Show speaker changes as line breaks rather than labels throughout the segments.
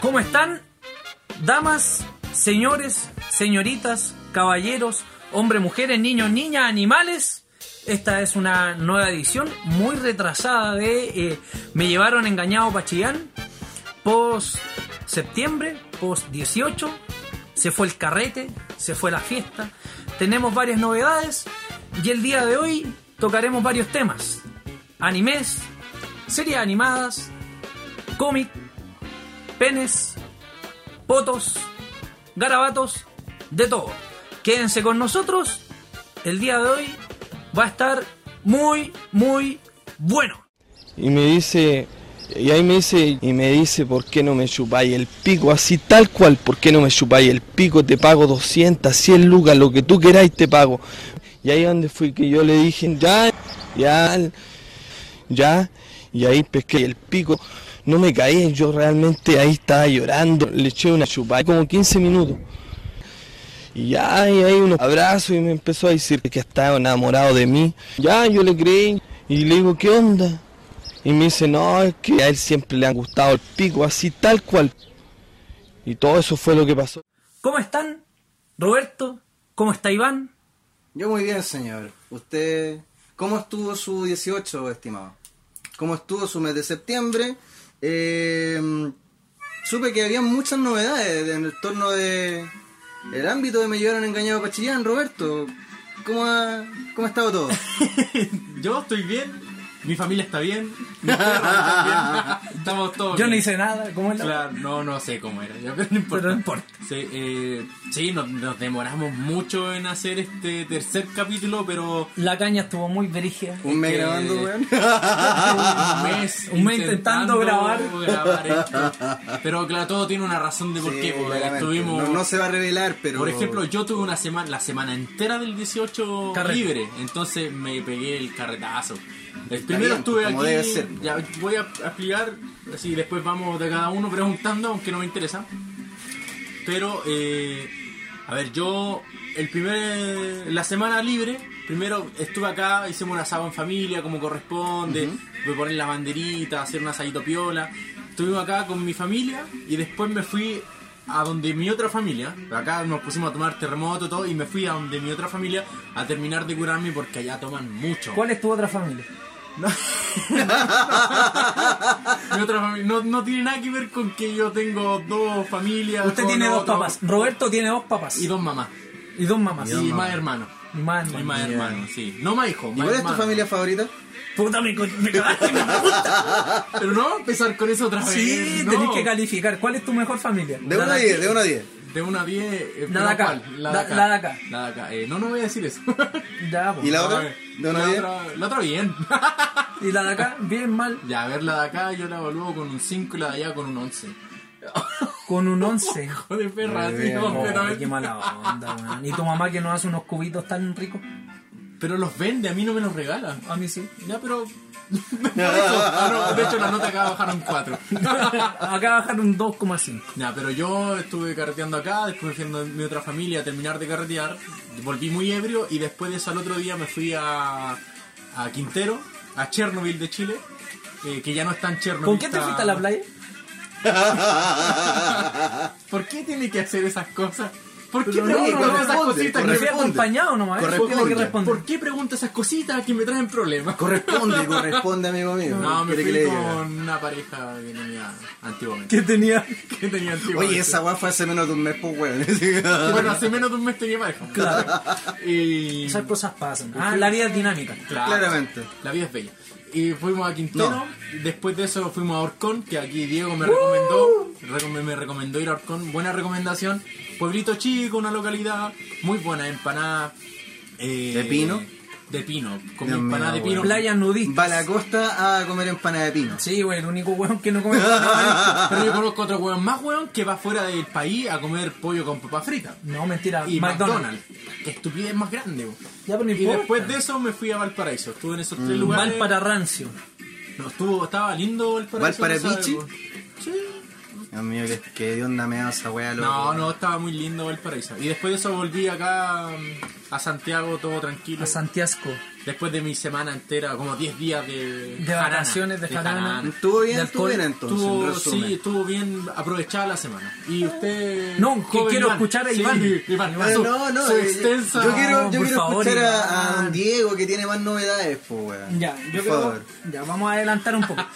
¿Cómo están? Damas, señores, señoritas, caballeros, hombres, mujeres, niños, niñas, animales. Esta es una nueva edición muy retrasada de eh, Me llevaron engañado para Chillán. Post septiembre, post 18, se fue el carrete, se fue la fiesta. Tenemos varias novedades y el día de hoy tocaremos varios temas. Animes, series animadas, cómic, penes, potos, garabatos, de todo. Quédense con nosotros. El día de hoy va a estar muy, muy bueno.
Y me dice, y ahí me dice, y me dice, ¿por qué no me chupáis el pico? Así tal cual, ¿por qué no me chupáis el pico? Te pago 200, 100 lucas, lo que tú queráis te pago. Y ahí donde fui que yo le dije, ya, ya, ya, y ahí pesqué el pico. No me caí, yo realmente ahí estaba llorando, le eché una chupada, como 15 minutos. Y ya, y ahí unos abrazos y me empezó a decir que estaba enamorado de mí. Ya, yo le creí y le digo, ¿qué onda? Y me dice, no, es que a él siempre le han gustado el pico, así tal cual. Y todo eso fue lo que pasó.
¿Cómo están? Roberto, ¿cómo está Iván?
Yo muy bien, señor. Usted, ¿cómo estuvo su 18, estimado? ¿Cómo estuvo su mes de septiembre? Eh, supe que había muchas novedades en el torno de el ámbito de Me llevaron engañado a Pachillán, Roberto. ¿Cómo ha, cómo ha estado todo?
Yo estoy bien, mi familia está bien, mi perro está bien, estamos todos
Yo no
bien.
hice nada, ¿cómo es la-
Claro, no, no sé cómo era, ya, pero no importa.
Pero no importa.
Sí, eh, sí, nos, nos demoramos mucho en hacer este tercer capítulo, pero
La caña estuvo muy brígida.
Un mes
que-
grabando, weón.
un mes,
Ah. Un mes intentando grabar.
grabar esto. Pero claro, todo tiene una razón de por
Sí,
qué, porque
claramente.
estuvimos...
no, no se va a revelar, pero.
Por ejemplo, yo tuve una semana, la semana entera del 18
Carrete.
libre, entonces me pegué el carretazo. El primero
bien,
estuve
como
aquí,
debe ser.
ya voy a a explicar, así después vamos de cada uno preguntando, aunque no me interesa. Pero, eh, a ver, yo el primer, la semana libre, primero estuve acá, hicimos un asado en familia, como corresponde, voy a poner la banderita, hacer un asadito piola. Estuvimos acá con mi familia y después me fui a donde mi otra familia, acá nos pusimos a tomar terremoto y todo, y me fui a donde mi otra familia a terminar de curarme porque allá toman mucho.
¿Cuál es tu otra familia?
Mi otra familia no, no tiene nada que ver con que yo tengo dos familias.
Usted
con
tiene dos
otro-
papás. Roberto tiene dos papás.
Y dos mamás.
Y dos mamás.
Y, más hermanos.
Y más
Y
hermanos.
más hermanos, sí. No más hijos.
¿Y
más
cuál es tu
hermanos.
familia favorita?
Puta, me, co- me cagaste, me puta.
Pero no vamos a empezar con eso otra vez.
Sí,
no.
tenés que calificar. ¿Cuál es tu mejor familia?
De 1 a
Nada.
10, de 1 a 10.
De una a 10. eh,
La de acá.
¿cuál? La de
La-
acá.
la de acá.
La de acá. Eh, no, no voy a decir eso.
Ya, pues. po.
¿Y la
A
otra?
ver,
¿De una a
la
diez?
otra- La otra bien.
Y la de acá, bien mal,
ya, a ver, la de acá yo la evalúo con un 5 y la de allá con un 11.
con un 11.
Joder, perra,
Muy
así
bien.
Oh,
completamente.
qué mala onda, weón. Y tu mamá que nos hace unos cubitos tan ricos.
Pero los vende, a mí no me los regala.
A mí sí.
Ya, pero. Por eso. Ah, no, de hecho, la nota acá bajaron 4.
Acá bajaron 2,5.
Ya, pero yo estuve carreteando acá, después me fui a mi otra familia a terminar de carretear, volví muy ebrio y después de eso al otro día me fui a, a Quintero, a Chernobyl de Chile, eh, que ya no está en Chernobyl.
¿Con qué te
está-
fuiste a la playa?
¿Por qué tiene que hacer esas cosas? ¿Por qué
Pero no, no,
pregunta
no,
esas
responde,
Me
cositas? que-
fui
Corresponde.
acompañado nomás. ¿eh?
Corresponde.
¿Por qué
¿Por
responde?
qué pregunta esas cositas que me traen problemas?
Corresponde, corresponde, amigo mío.
No, me
¿Quiere que
fui
le
con
diga?
una pareja que tenía antiguamente.
¿Qué tenía?
Que tenía antiguamente.
Oye, esa weá fue hace menos de un mes, pues weón.
Bueno, hace menos de un mes tenía pareja.
Claro.
Y...
Esas cosas pasan. Ah, la vida es dinámica.
Claro.
Claramente.
La vida es bella. Y fuimos a Quintero.
No.
Después de eso fuimos a Orcón, que aquí Diego me recomendó.
¡Uh!
recom- me recomendó ir a Orcón. Buena recomendación. Pueblito chico, una localidad. Muy buena empanada. eh,
¿De pino?
De pino. Con
Dios
empanada
mío,
de pino.
Playa nudista.
Va a la costa a comer empanada de pino.
Sí, güey, el único weón que no come.
Pero yo conozco otro weón más weón que va fuera del país a comer pollo con papa frita.
No, mentira.
Y
McDonald's.
McDonald's. Qué estupidez más grande. weón.
Ya, pero no
y
importa.
después de eso me fui a Valparaíso. Estuve en esos
Mm.
tres lugares.
Mal para rancio.
No, estuvo, estaba lindo Valparaíso.
¿Valparapichi?
¿no sabes, weón? Sí.
Dios mío, que, que de onda me da esa weá, loco.
No, no, estaba muy lindo Valparaíso. Y después de eso volví acá mm, a Santiago todo tranquilo.
a Santiasco.
Después de mi semana entera, como 10 días de,
De
jarana,
vacaciones, de jarana.
Estuvo bien,
De
estuvo
alcohol,
bien entonces, en
Estuvo,
resumen.
sí, estuvo bien aprovechada la semana. Y usted.
No, que
joven
quiero escuchar a
Sí,
Iván.
Eh,
su-
no, no,
su
eh,
extensa-
yo quiero, yo
por
quiero
favor,
escuchar a, a
Iván.
don Diego que tiene más novedades, pues, weón.
Ya, yo
Por
creo-
favor.
ya vamos a adelantar un poco.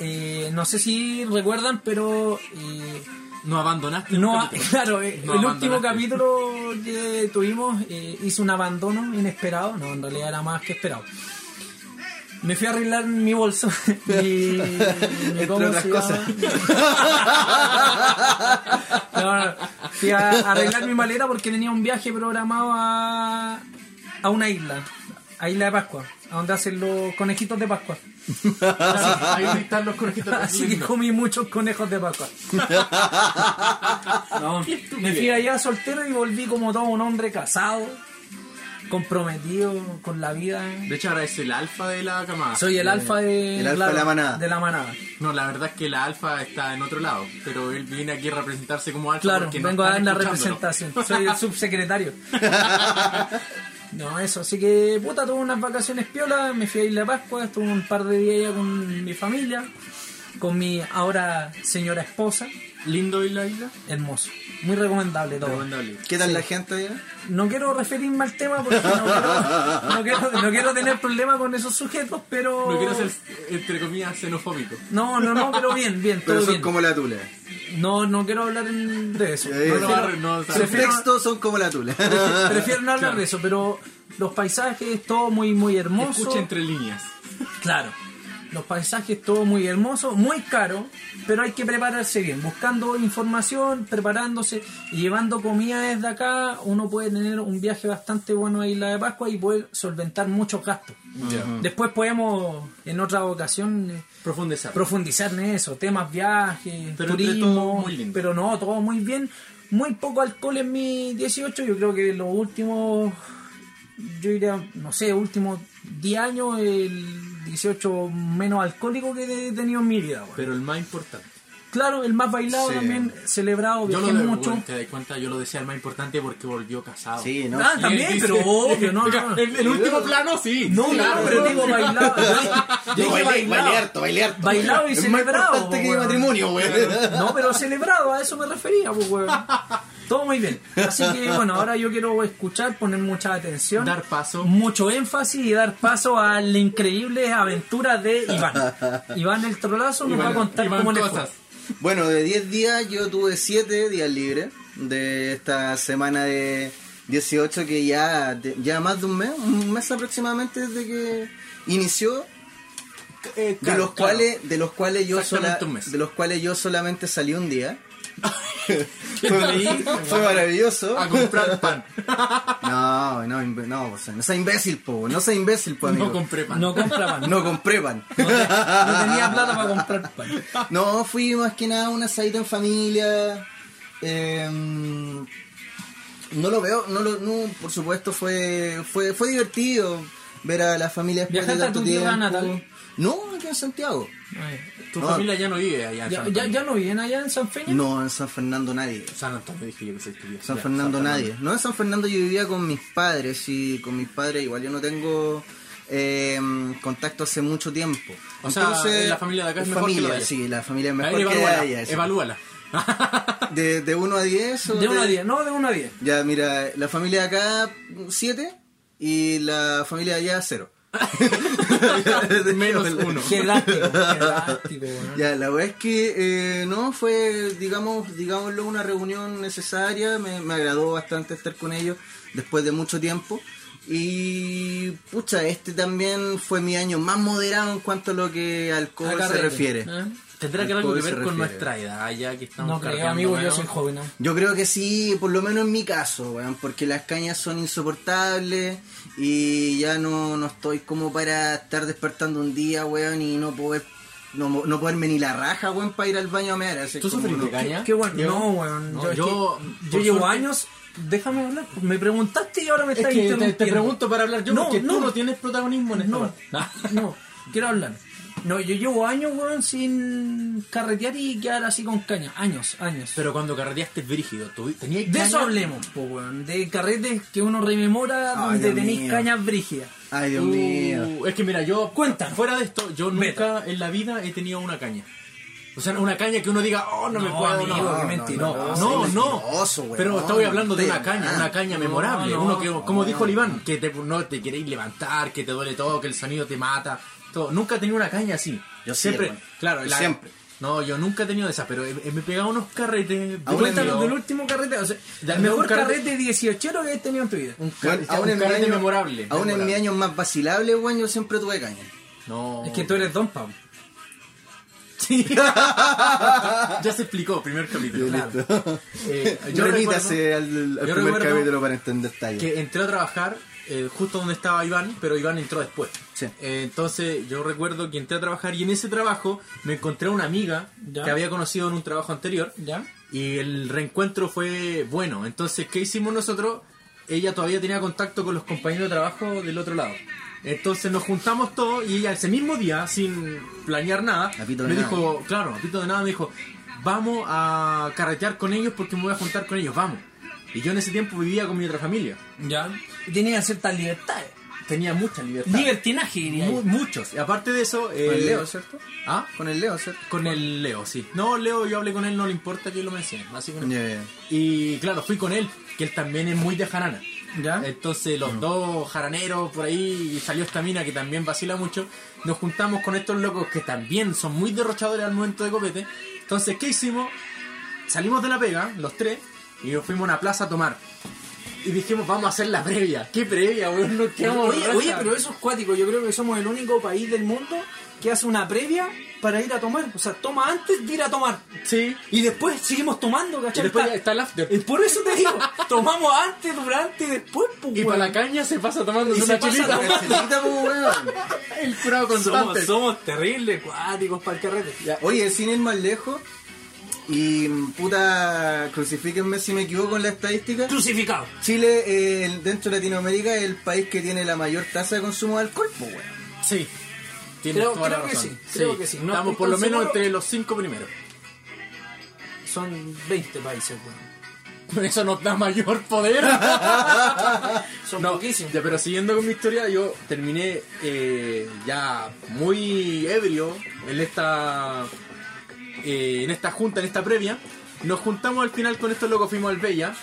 Eh, no sé si recuerdan, pero eh,
No abandonaste. el
no, ha-
capítulo.
claro, eh,
No
el último
abandonaste.
capítulo que tuvimos eh, hizo un abandono inesperado, no, en realidad era más que esperado. Me fui a arreglar mi bolso. mi- mi-
Entre
¿cómo
otras
se llama?
cosas.
No, no, fui a arreglar mi maleta porque tenía un viaje programado a, a una isla, a Isla de Pascua, a donde hacen los conejitos de Pascua.
Ahí están los conejitos.
Así que comí muchos conejos de Pascua. No,
Qué estupidez.
me fui allá soltero y volví como todo un hombre casado, comprometido con la vida.
De hecho, ahora es el alfa de la camada.
Soy el alfa de,
El alfa de la manada.
de la manada.
No, la verdad es que la alfa está en otro lado. Pero él viene aquí a representarse como alfa.
Claro,
porque no
vengo a dar
están
la
escuchándolo.
representación. Soy el subsecretario. No, eso, así que puta, tuve unas vacaciones piolas, me fui a Isla de Pascua, estuve un par de días allá con mi familia, con mi ahora señora esposa,
Lindo isla, isla.
hermoso, muy recomendable todo.
Recomendable.
¿Qué tal la gente, Diego?
No quiero referirme al tema porque no quiero, no quiero- no quiero tener problemas con esos sujetos, pero...
No quiero ser, entre comillas, xenofóbico.
No, no, no, pero bien, bien, todo
Pero son
bien.
como la tula.
No, no quiero hablar en- de eso.
Ya, ya.
Prefiero-
Eh, No lo va a re- no, o sea,
Sus
prefiero-
textos son como la tula.
Prefiero, prefiero no hablar
Claro.
de eso, pero los paisajes, todo muy, muy hermoso.
Escucha entre líneas.
Claro. Los paisajes, todo muy hermoso, muy caro, pero hay que prepararse bien. Buscando información, preparándose y llevando comida desde acá, uno puede tener un viaje bastante bueno a Isla de Pascua y poder solventar muchos gastos. Después podemos, en otra ocasión, eh,
Profundizar.
profundizar en eso, temas viajes,
Pero entre todo,
turismo,
muy lindo.
pero no, todo muy bien, muy poco alcohol en mi 18, yo creo que los últimos, yo diría, no sé, últimos 10 años, el 18 menos alcohólico que he tenido en mi vida. güey.
Pero el más importante.
Claro, el más bailado
Sí.
también, celebrado,
Yo lo
viajé
de,
mucho.
bueno, te das cuenta, yo lo decía el más importante porque volvió casado.
Sí, no.
Ah,
Y él
también,
dice-
pero obvio, no, no.
El, el último plano sí.
No,
Sí,
claro,
no,
pero
no.
digo bailado. Yo, yo dije bailado. Bailado y
Es más
celebrado.
importante que mi
weón.
matrimonio, weón.
No, pero celebrado, a eso me refería, pues, weón. Todo muy bien. Así que, bueno, ahora yo quiero escuchar, poner mucha atención.
Dar paso.
Mucho énfasis y dar paso a la increíble aventura de Iván. Iván el Trolazo nos va a
Iván-
contar
Iván
cómo le fue.
cosas.
Bueno, de 10 días yo tuve 7 días libres de esta semana de 18 que ya, de- ya más de un mes, un mes aproximadamente desde que inició,
Eh,
de
claro,
los
claro.
cuales de los cuales yo sola-
Exactamente un mes.
de los cuales yo solamente salí un día. fue, fue maravilloso.
A comprar pan.
No, no, imbe- no, o sea, no sea imbécil, po, no sea imbécil, po, amigo.
No compré pan.
No compra pan. No,
No compré pan.
tenía plata para comprar pan.
No, fui más que nada una salida en familia. eh, no lo veo, no lo, no, por supuesto fue, fue, fue divertido ver a la familia después de
¿Viajaste a tu
tanto
tierra
tiempo.
natal?
No, aquí en Santiago.
Ay,
Tu
No.
familia ya no vive allá
¿Ya,
en San
ya,
Antonio.
ya no viven allá en San Feña?
No, en San Fernando nadie.
San Antonio dije yo que se escribía.
San
Ya,
Fernando
San
nadie. No, en San Fernando yo vivía con mis padres y con mis padres igual yo no tengo eh, contacto hace mucho tiempo.
O sea, la familia de acá es mejor que
familia,
la de allá.
sí, la familia es mejor
A ver,
que la de
evalúala.
allá, sí.
evalúala.
De, de 1 a 10 o
De 1 a 10, no, de 1 a 10.
Ya, mira, la familia de acá 7 y la familia de allá 0.
Menos uno.
Jerárquico, jerárquico, weón.
Ya, la verdad es que eh, no fue, digamos, digámoslo, una reunión necesaria. Me, me agradó bastante estar con ellos después de mucho tiempo. Y pucha, este también fue mi año más moderado en cuanto a lo que al alcohol
Acá
se
rete,
refiere.
¿eh?
Tendrá que
Al
algo que
COVID se
ver
refiere.
con nuestra edad, ya que estamos
No creo,
carreando,
amigo, yo
bueno.
soy joven. ¿no?
Yo creo que sí, por lo menos en mi caso, weón, porque las cañas son insoportables y ya no, no estoy como para estar despertando un día, weón, y no poder no, mo- no poderme ni la raja, weón, para ir al baño a mear. así
¿Tú
como,
sufres de
no.
caña?
Qué bueno.
Diego?
No, weón.
No,
yo es
yo,
que- yo
por
llevo
suerte-
años. Déjame hablar. pues, Me preguntaste y ahora me
Es
estás
que te- te,
interrumpiendo.
pregunto para hablar yo
No,
porque
no.
tú no tienes protagonismo en esta
No,
parte.
no. Quiero hablar. No, yo llevo años, weón, sin carretear y quedar así con caña. Años, años.
Pero cuando carreteaste brígido, ¿tú tenías
de
caña?
eso hablemos, po, weón. De carretes que uno rememora
Ay,
donde
Dios
tenéis
mío.
cañas brígidas.
Ay, Dios
Uh,
mío.
es que mira, yo.
Cuenta.
Fuera de esto, yo nunca
Meta.
en la vida he tenido una caña. O sea, una caña que uno diga, oh, no, me
No,
puedo.
amigo,
no,
qué
no,
mentiroso.
no, No,
Soy
no.
mentiroso, weón.
Pero estoy hablando de una
Mentira.
caña, una caña memorable.
no,
uno que,
no,
como dijo el Iván, que te, no te queréis levantar, que te duele todo, que el sonido te mata. Todo. Nunca he tenido una caña así.
Yo sí,
siempre.
hermano.
claro,
Yo
la-
siempre.
No, yo nunca he tenido de esas, pero eh, me he pegado unos carretes.
Aún
Cuéntanos
brígidos.
del último carrete. O sea,
Ya,
el
no,
mejor
un carrete-
carrete 18 que has tenido en tu vida.
Bueno,
un
mi
carrete
año-
memorable,
Aún en mi
memorable.
año más vacilable, weón, yo siempre tuve caña.
No.
Es que tú eres Don Pablo.
Sí. ya se explicó, primer capítulo. Claro. Eh, yo recuerdo
Remítase al, al
yo
primer
recuerdo
capítulo para entender detalles.
que entré a trabajar eh, justo donde estaba Iván, pero Iván entró después.
Sí.
Eh, entonces yo recuerdo que entré a trabajar y en ese trabajo me encontré a una amiga
Ya.
que había conocido en un trabajo anterior.
¿Ya?
Y el reencuentro fue bueno. Entonces, ¿qué hicimos nosotros? Ella todavía tenía contacto con los compañeros de trabajo del otro lado. Entonces nos juntamos todos y ella ese mismo día, sin planear nada,
A pito de
me
nada.
dijo, claro, a pito de nada, me dijo, vamos a carretear con ellos porque me voy a juntar con ellos, vamos. Y yo en ese tiempo vivía con mi otra familia.
¿Ya? Y tenías ciertas libertades.
Tenía mucha libertad.
Libertinaje, diría yo.
Mu- muchos. Y aparte de eso... eh,
Con el Leo, ¿cierto?
¿Ah?
Con el Leo, ¿cierto?
Con el Leo, sí. No, Leo, yo hablé con él, no le importa que lo mencione. Así que no.
Ya, ya.
Y claro, fui con él, que él también es muy de jarana.
¿Ya?
Entonces los dos jaraneros por ahí, y salió esta mina que también vacila mucho, nos juntamos con estos locos que también son muy derrochadores al momento de copete. Entonces, ¿qué hicimos? Salimos de la pega, los tres, y nos fuimos a una plaza a tomar. Y dijimos, vamos a hacer la previa. ¿Qué previa, weón? Nos quedamos
Oye,
borrachos.
oye, pero eso es cuático. Yo creo que somos el único país del mundo que hace una previa para ir a tomar. O sea, toma antes de ir a tomar.
Sí.
Y después seguimos tomando, ¿cachai?
Y después
Pa-
ya está el after.
Y por eso te digo, tomamos antes, durante y después, pues,
Y
weón.
para la caña se pasa tomando
Y se
una
pasa
chilita.
tomando.
Chelita, po, pues, weón.
El curado
somos,
constante.
somos terribles, cuáticos, para el carrete.
Ya.
Oye, sin ir más lejos, y mm, puta, crucifíquenme si me equivoco en la estadística.
Crucificado.
Chile, eh, el- dentro de Latinoamérica, es el país que tiene la mayor tasa de consumo de alcohol, po, weón.
Sí. Tienes
Creo-
toda la
creo que
razón.
sí, creo que sí. No
Estamos
estoy
por lo
tan
menos
seguro.
entre los cinco primeros.
Son 20 países, weón.
Con Eso nos da mayor poder.
Son
No,
poquísimos.
ya, pero siguiendo con mi historia, yo terminé eh, ya muy ebrio en esta eh, en esta junta, en esta previa. Nos juntamos al final con estos locos, fuimos al Bella,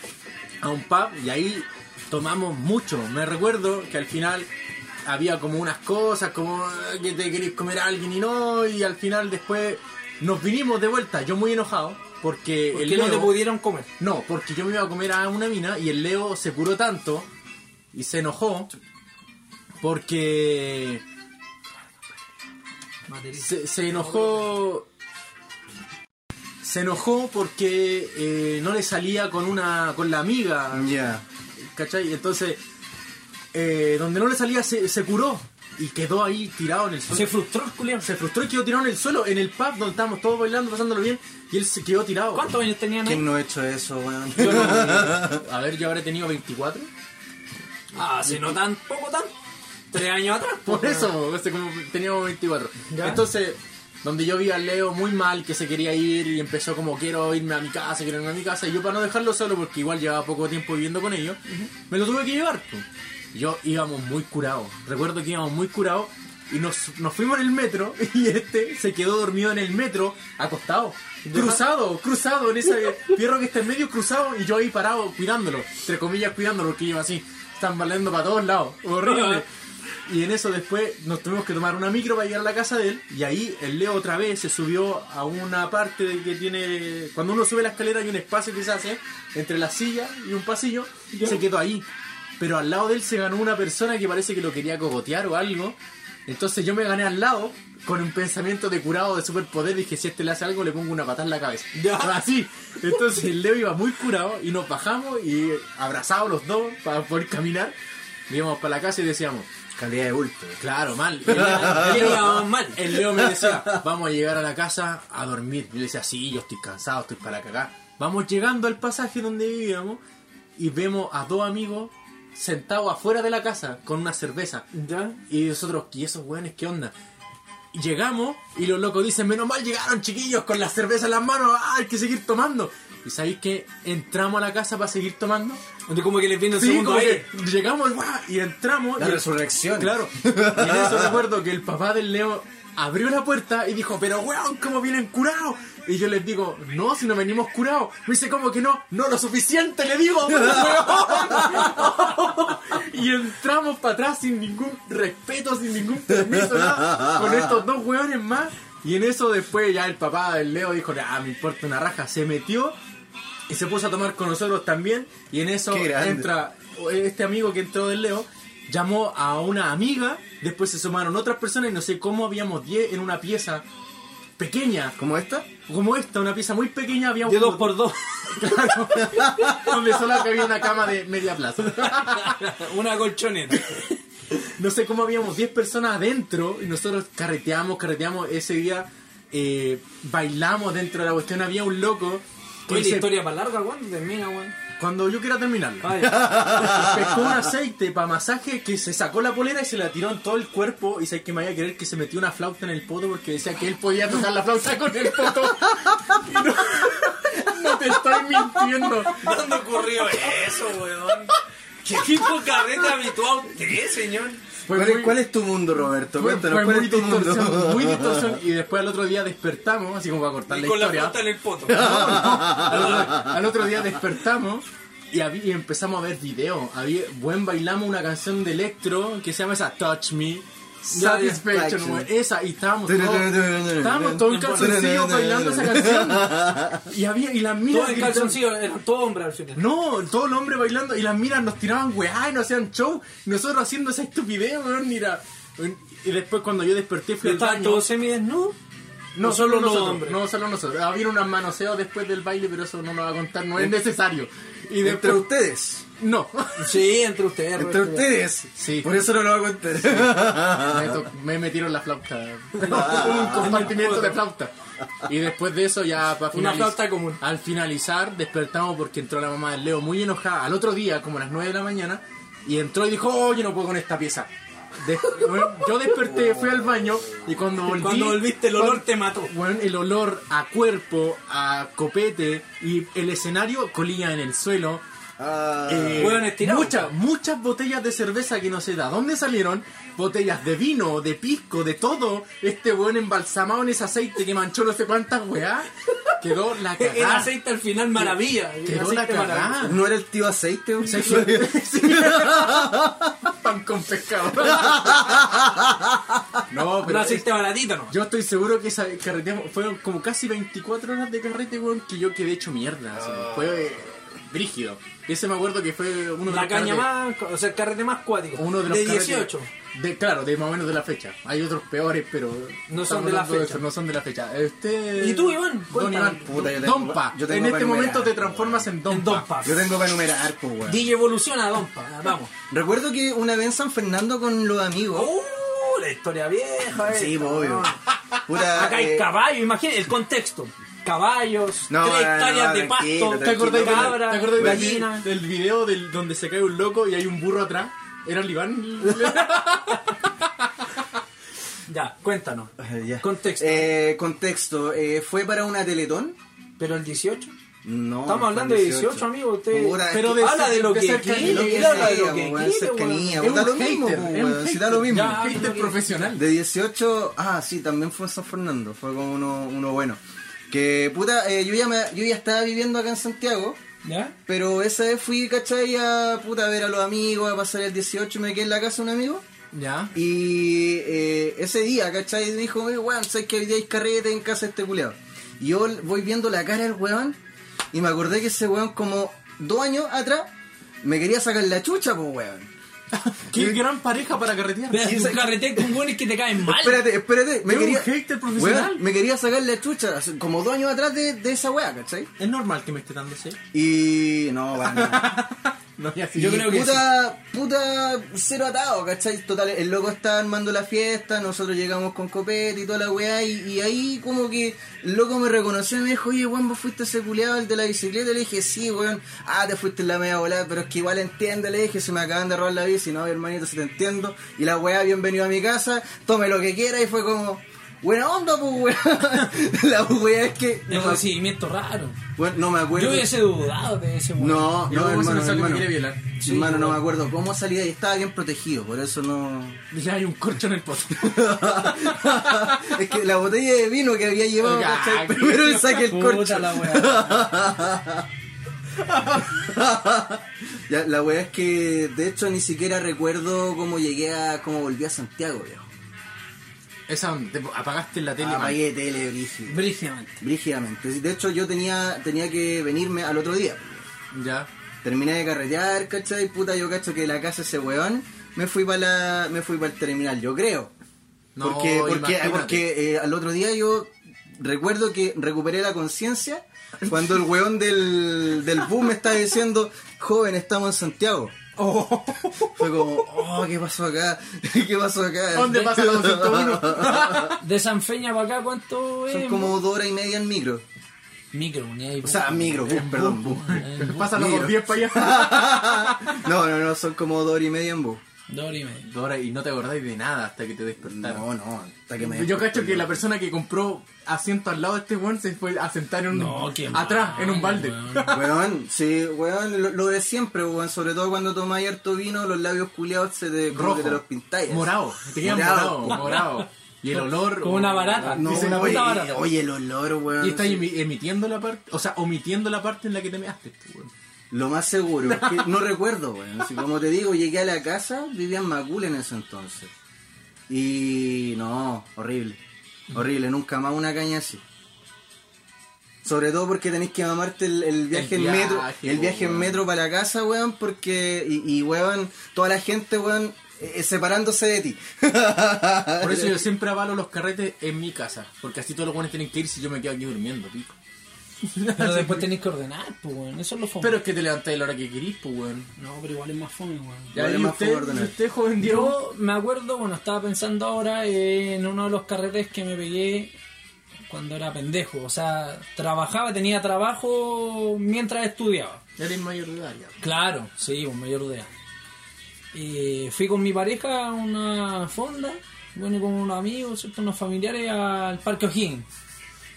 a un pub, y ahí tomamos mucho. Me recuerdo que al final había como unas cosas, como "Ah, que te queréis comer a alguien y no, y al final después nos vinimos de vuelta, yo muy enojado, porque
¿Por
el
qué no te
Leo-
pudieron comer?
no, porque yo me iba a comer a una mina y el Leo se curó tanto y se enojó porque se, se enojó. Se enojó porque eh, no le salía con una. con la amiga.
Ah, Ya.
¿Cachai? Entonces, eh, donde no le salía se, se curó y quedó ahí tirado en el suelo.
Se frustró el culiao.
Se frustró y quedó tirado en el suelo, en el pub donde estábamos todos bailando, pasándolo bien, y él se quedó tirado.
¿Cuántos años tenían ahí?
¿Quién no ha hecho eso, weón?
Yo no- a ver, yo habré tenido 24.
Ah, si no tan poco tan. Tres años atrás,
Por
pues,
eso, o sea, como teníamos 24.
Ya.
Entonces, donde yo vi a Leo muy mal, que se quería ir y empezó como quiero irme a mi casa, quiero irme a mi casa. Y yo para no dejarlo solo, porque igual llevaba poco tiempo viviendo con ellos, me lo tuve que llevar. pues. Yo íbamos muy curados. Recuerdo que íbamos muy curados y nos, nos fuimos en el metro y este se quedó dormido en el metro, acostado. Cruzado, cruzado en ese fierro que está en medio cruzado y yo ahí parado cuidándolo, entre comillas cuidándolo porque iba así, están valiendo para todos lados, horrible. Y en eso después nos tuvimos que tomar una micro para llegar a la casa de él. Y ahí el Leo otra vez se subió a una parte de que tiene... Cuando uno sube la escalera hay un espacio que se hace entre la silla y un pasillo. y Se quedó ahí. Pero al lado de él se ganó una persona que parece que lo quería cogotear o algo. Entonces yo me gané al lado con un pensamiento de curado de superpoder. Dije, si este le hace algo, le pongo una patada en la cabeza.
Ya.
Así. Entonces el Leo iba muy curado y nos bajamos y abrazados los dos para poder caminar. Íbamos para la casa y decíamos...
Calidad de bulto.
Claro, mal. Y El Leo, el Leo-
mal.
el Leo me decía, vamos a llegar a la casa a dormir. Yo le decía, sí, yo estoy cansado, estoy para cagar. Vamos llegando al pasaje donde vivíamos y vemos a dos amigos sentados afuera de la casa con una cerveza.
¿Ya?
Y nosotros, ¿y esos weones qué onda? Llegamos y los locos dicen, menos mal llegaron chiquillos con la cerveza en las manos, ah, hay que seguir tomando. ¿Y sabéis que entramos a la casa para seguir tomando?
Donde como que les viene el
Sí,
segundo
como
aire.
que llegamos guau, y entramos.
La
y el-
resurrección.
Claro. Y en eso recuerdo que el papá del Leo abrió la puerta y dijo, pero weón, ¿cómo vienen curados? Y yo les digo, no, si no venimos curados. Me dice, ¿cómo que no? No, lo suficiente, le digo. weón. y entramos para atrás sin ningún respeto, sin ningún permiso, nada, con estos dos weones más. Y en eso después ya el papá del Leo dijo, ah, me importa una raja, se metió y se puso a tomar con nosotros también. Y en eso
Qué grande.
entra este amigo que entró del Leo, llamó a una amiga, después se sumaron otras personas y no sé cómo habíamos 10 en una pieza pequeña,
¿Como esta?
como esta, una pieza muy pequeña, habíamos...
De
como-
dos por dos.
Claro, donde solo había una cama de media plaza.
Una colchoneta.
No sé cómo habíamos 10 personas adentro y nosotros carreteamos, carreteamos. Ese día eh, bailamos dentro de la cuestión. Había un loco que
Oye, la
dice,
historia para larga, weón. Termina, weón.
cuando yo quiera terminarla.
Vaya.
pescó un aceite para masaje que se sacó la polera y se la tiró en todo el cuerpo y sabes que me vaya a querer que se metió una flauta en el poto porque decía que él podía tocar la flauta con el poto. Y No, no te estoy mintiendo.
¿Dónde ocurrió eso, weón? ¿Qué tipo de carreta habitual usted, señor?
Fue
¿Cuál, es-
muy-
cuál es tu mundo, Roberto?
Fue,
Cuéntanos,
fue
¿cuál
muy
es tu mundo?
distorsión, muy distorsión. Y después al otro día despertamos, así como para cortar
Y
la
con la
historia.
puta en el poto.
al, otro, al otro día despertamos y, habí- y empezamos a ver videos. Había, buen bailamos una canción de electro que se llama esa Touch Me. Satisfaction,
Satisfaction.
güey, esa, y estábamos
Tun,
todos,
tun, tun, tun,
estábamos
tun,
todos en
tun,
calzoncillos
tun, tun,
bailando
tun,
esa canción. Y había, y las minas.
Todo el
gritaban-
calzoncillo, era todo hombre al final.
no, todo el hombre bailando y las miras nos tiraban weá y nos hacían show. y Nosotros haciendo esa estupidez, weón, mira. Y después cuando yo desperté fui al
Estaban
baño.
todos semidesnudos.
No,
No solo
solo
los
nosotros,
hombres.
no solo nosotros. Había unos manoseos después del baile, pero eso no lo va a contar, no
Eh.
es necesario. Y
Entre
después,
ustedes.
no.
Sí, entre ustedes.
Entre
Roberto.
ustedes.
Sí.
Por eso no lo voy a Ah.
Me,
contar.
to- me metieron la flauta.
Ah,
Un compartimiento de flauta. Y después de eso ya para
Una flauta común.
Al finalizar despertamos porque entró la mamá del Leo muy enojada al otro día, como a las 9 de la mañana, y entró y dijo, oh, yo no puedo con esta pieza. De- bueno, yo desperté, fui al baño y cuando volví...
Cuando volviste el olor
cuando-
te mató.
Bueno, el olor a cuerpo, a copete y el escenario colía en el suelo.
Ah,
Eh,
Hueón estirado.
muchas, muchas botellas de cerveza que no sé de dónde salieron, botellas de vino, de pisco, de todo. Este weón embalsamado en ese aceite que manchó no sé cuántas weá. Quedó la
El
cagada.
aceite al final, maravilla. El
Quedó la
aceite
cagada.
¿No era el tío aceite? güey?
Pan con pescado. no,
Un
pero este
aceite baratito, ¿no?
yo estoy seguro que esa carretera fueron como casi 24 horas de carrete, weón, que yo quedé hecho mierda. así, Fue eh, brígido. Ese me acuerdo que fue uno de
La
los
caña
carretes-
más, o sea, el carrete más cuático.
Uno de los
de
carretes-
18.
de- claro, de más o menos de la fecha. Hay otros peores, pero.
No
estamos
son de la
hablando
fecha.
no son de la fecha. Este...
¿Y tú, Iván?
Don
Cuéntanos.
Iván.
Puta, yo tengo-
Dompa.
yo tengo
en este
palmera.
momento te transformas en Dompa.
En Don Paz.
Yo tengo para enumerar, pues, weón.
DJ evoluciona, Don Paz. Vamos.
Recuerdo que una vez en San Fernando con los amigos.
Uh, la historia vieja, eh.
Oh.
Ah,
Sí, pues, obvio. Pura,
Acá hay
eh,
caballos, imagínate el contexto. Caballos,
No,
tres
no, no,
hectáreas de
tranquilo,
pasto,
¿Te acordáis de-
cabras,
¿Te acordáis de-
gallinas.
del video del, donde se cae un loco y hay un burro atrás? ¿Era el Iván?
Ya, cuéntanos.
Ah, ya.
Contexto.
Eh, contexto. eh, ¿Fue para una Teletón?
Pero el 18.
No.
Estamos hablando de 18, amigo. Usted
pero
pero
de-
de
habla de lo
de
que
cercanía,
quiere,
lo que
él habla de lo que quiere,
cercanía,
weón.
Es
weón. Da
un
lo mismo,
hater,
pues,
es un
weón, si da lo
hater.
mismo.
Ya,
hater
hater profesional.
De 18, ah, sí, también fue en San Fernando, fue como uno, uno bueno. Que puta, eh, yo, ya me, yo ya estaba viviendo acá en Santiago,
¿Ya?
pero esa vez fui, ¿cachai? A puta, a ver a los amigos, a pasar el 18, me quedé en la casa de un amigo.
Ya.
Y eh, ese día, ¿cachai? Dijo, "Oye, weón, ¿sabes que hoy día hay carrete en casa de este culeado? Y yo l- voy viendo la cara del weón y me acordé que ese weón como dos años atrás me quería sacar la chucha, pues weón.
Qué gran pareja para carretear.
Veas un carrete con buenos que te caen mal.
Espérate, espérate, me
Es un
quería,
hater profesional.
weón, me quería sacar la chucha, hace como dos años atrás de, de esa weá, ¿cachai?
Es normal que me esté dando sed.
Y no, weón. no.
No, ya sí.
Yo creo que
puta, puta, cero atado, ¿cachai? Total, el loco está armando la fiesta, nosotros llegamos con copete y toda la weá, y, y ahí como que el loco me reconoció y me dijo, oye, weón, vos fuiste ese culiado, el de la bicicleta, le dije, sí, weón, ah, te fuiste en la media volada, pero es que igual entiende, le dije, se me acaban de robar la bici, no, hermanito, si te entiendo, y la weá, bienvenido a mi casa, tome lo que quiera, y fue como... Buena onda, pues, weón. La wea es que.
Es
No,
un procedimiento raro.
weón, no me acuerdo.
Yo hubiese dudado de ese weón.
No,
Yo
no,
se
hermano,
me sale que
hermano.
me quiere violar.
Sí, pues, hermano, no me acuerdo cómo salí de ahí. Estaba bien protegido, por eso no.
Ya hay un corcho en el pozo.
es que la botella de vino que había llevado,
Ya,
¿cachai?
qué
Primero le saqué el
Puta
corcho.
la weá.
Ya, la weá es que, de hecho, ni siquiera recuerdo cómo llegué a. cómo volví a Santiago, viejo. Ah,
Esa donde apagaste la tele. man.
Apagué tele, brígido.
Brígidamente.
Brígidamente. De hecho, yo tenía, tenía que venirme al otro día.
Ya.
Terminé de carretear, ¿cachai? Puta, yo cacho que la casa ese weón. Me fui para la. me fui para el terminal, yo creo.
No,
porque porque,
imagínate.
porque eh, al otro día yo recuerdo que recuperé la conciencia cuando el weón del, del bus me está diciendo, joven, estamos en Santiago. Fue como, oh, ¿qué pasó acá? ¿Qué pasó acá?
¿Dónde pasa la 201?
De San Feña para acá, ¿cuánto es?
Son como dos horas y media en micro.
Micro, ni ahí.
O sea, micro, bus, perdón, bus.
Pásalo por
Mira.
10 para allá.
No, no, no, son como dos horas y media en bus.
Dos horas y media.
Dora, y no te acordáis de nada hasta que te despertaron.
No, no, hasta que me...
Yo cacho que la persona que compró asiento al lado de este weón se fue a sentar en un,
No, qué mal,
atrás, en un balde.
weón.
Weón, sí, weón, lo, lo de siempre, weón, sobre todo cuando tomáis harto vino, los labios culiados se te, como que
Rojo,
te los pintáis.
morado, te quedan
Morado,
morado,
po.
morado. Y el olor.
Como una barata.
No,
Dice,
Dicen,
la
oye,
puta barata.
oye, el olor, weón.
Y estás
sí.
emi- emitiendo la parte, o sea, omitiendo la parte en la que te measte, pues, weón.
Lo más seguro, es que no recuerdo, weón. Así como te digo, llegué a la casa, vivía en Macul en ese entonces. Y no, horrible. Horrible, nunca más una caña así. Sobre todo porque tenéis que mamarte el, el viaje
El
en metro.
viaje,
El viaje en
weón.
metro para la casa, weón, porque. Y, y, weón, toda la gente, weón, eh, separándose de ti. Ah,
Por eso yo siempre avalo los carretes en mi casa, porque así todos los buenos tienen que ir si yo me quedo aquí durmiendo, pico.
Pero después tenéis que ordenar, pues, weón. Eso es lo fome.
Pero es que te levantáis a la hora que querís, pues, weón.
No, pero igual es más fome, weón.
Ya,
Vale
y
más
usted,
fumar de
y
nada.
usted, joven Diego,
Yo me acuerdo, bueno, estaba pensando ahora eh, en uno de los carretes que me pegué cuando era pendejo. O sea, trabajaba, tenía trabajo mientras estudiaba.
eres mayor de edad, ya.
Claro, sí, un mayor de edad. Eh, fui con mi pareja a una fonda, bueno, y con unos amigos, ¿cierto? unos familiares al Parque O'Higgins.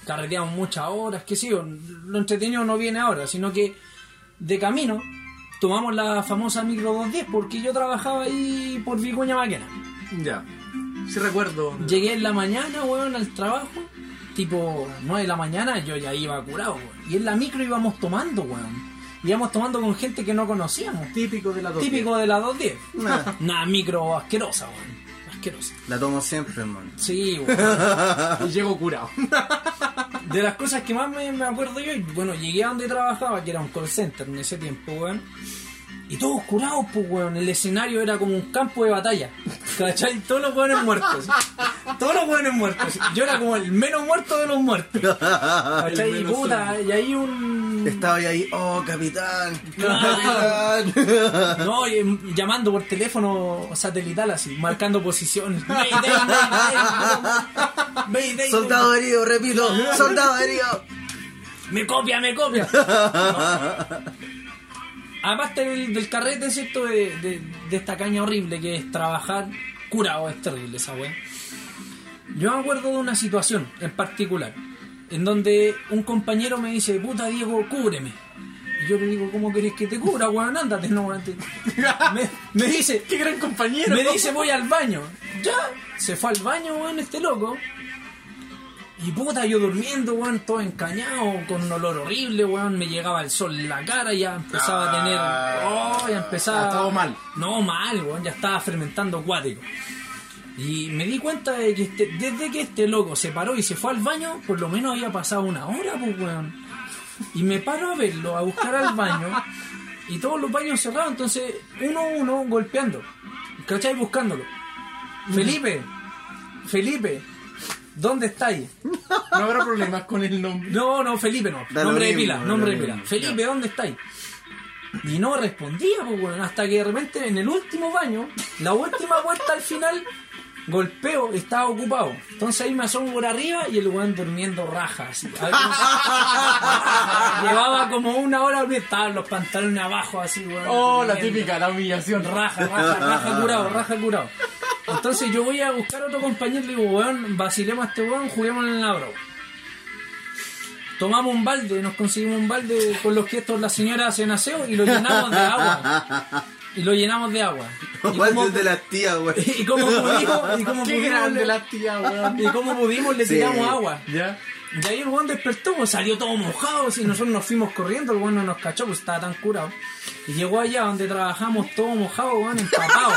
Carreteamos muchas horas, qué sé yo. Lo entretenido no viene ahora, sino que de camino tomamos la famosa micro 210 porque yo trabajaba ahí por Vicuña Maquena.
Ya. Sí recuerdo.
Llegué en la mañana, weón, al trabajo, tipo 9 de la mañana, yo ya iba curado, weón. Y en la micro íbamos tomando, weón. Íbamos tomando con gente que no conocíamos.
Típico de la dos.
Típico de la 210.
Nah,
Una micro asquerosa, weón. Asquerosa.
la tomo siempre, hermano.
Sí, weón.
Y llego curado.
De las cosas que más me, me acuerdo yo, bueno, llegué a donde trabajaba, que era un call center en ese tiempo, weón. Y todos curados, pues, weón. El escenario era como un campo de batalla. ¿Cachai? Todos los weones muertos. Todos los weones muertos. Yo era como el menos muerto de los muertos. ¿Cachai? Y
menos
puta, y ahí un.
Estaba ahí, ahí, oh, capitán.
Claro.
capitán.
No, y, mm, llamando por teléfono satelital así, marcando posiciones. Mayday, mayday, mayday.
Soldado herido, repito, soldado herido.
Me copia, me copia. Además del, del carrete, ¿cierto? De, de- de esta caña horrible que es trabajar curado, es terrible esa weá. Yo me acuerdo de una situación en particular, en donde un compañero me dice, puta Diego, cúbreme. Y yo le digo, ¿cómo querés que te cubra, weón? Ándate, no, ándate. Me, me dice,
¡Qué gran compañero!
me dice, voy al baño. Ya, se fue al baño, weón, este loco. Y puta, yo durmiendo, weón, todo encañado, con un olor horrible, weón. Me llegaba el sol en la cara y ya empezaba a tener. Oh, ya empezaba.
Ah, todo mal.
No, mal, weón, ya estaba fermentando acuático. Y me di cuenta de que este- desde que este loco se paró y se fue al baño, por lo menos había pasado una hora, pues, weón. Y me paro a verlo, a buscar al baño. Y todos los baños cerrados, entonces uno a uno golpeando. ¿Cachai? Buscándolo. Felipe, Felipe, ¿dónde estáis?
No habrá problemas con el nombre.
No, no, Felipe no.
Da lo
nombre de
mismo,
pila,
da
nombre
lo
de pila.
mismo.
Felipe, ¿dónde estáis? Y no respondía, pues, weón, hasta que de repente en el último baño, la última vuelta al final, golpeo, estaba ocupado. Entonces ahí me asomo por arriba y el weón durmiendo rajas. Llevaba como una hora, estaban los pantalones abajo así, weón.
Oh, la
durmiendo.
típica, la humillación.
Raja, raja, raja curado, raja curado. Entonces yo voy a buscar otro compañero y le digo, weón, vacilemos a este weón, juguemos en la bro. Tomamos un balde, nos conseguimos un balde con los que estos las señoras hacen aseo y lo llenamos de agua. Y lo llenamos de agua. Y
Igual
como-
desde las tías, güey.
y como pudimos, y como
Qué
pudimos,
grande
le-
la tía, weón.
y como pudimos le
Sí.
tiramos agua.
¿Ya?
Y ahí el weón despertó, pues, salió todo mojado, y nosotros nos fuimos corriendo, el weón no nos cachó, pues estaba tan curado. Y llegó allá donde trabajamos todo mojado, weón, empapado.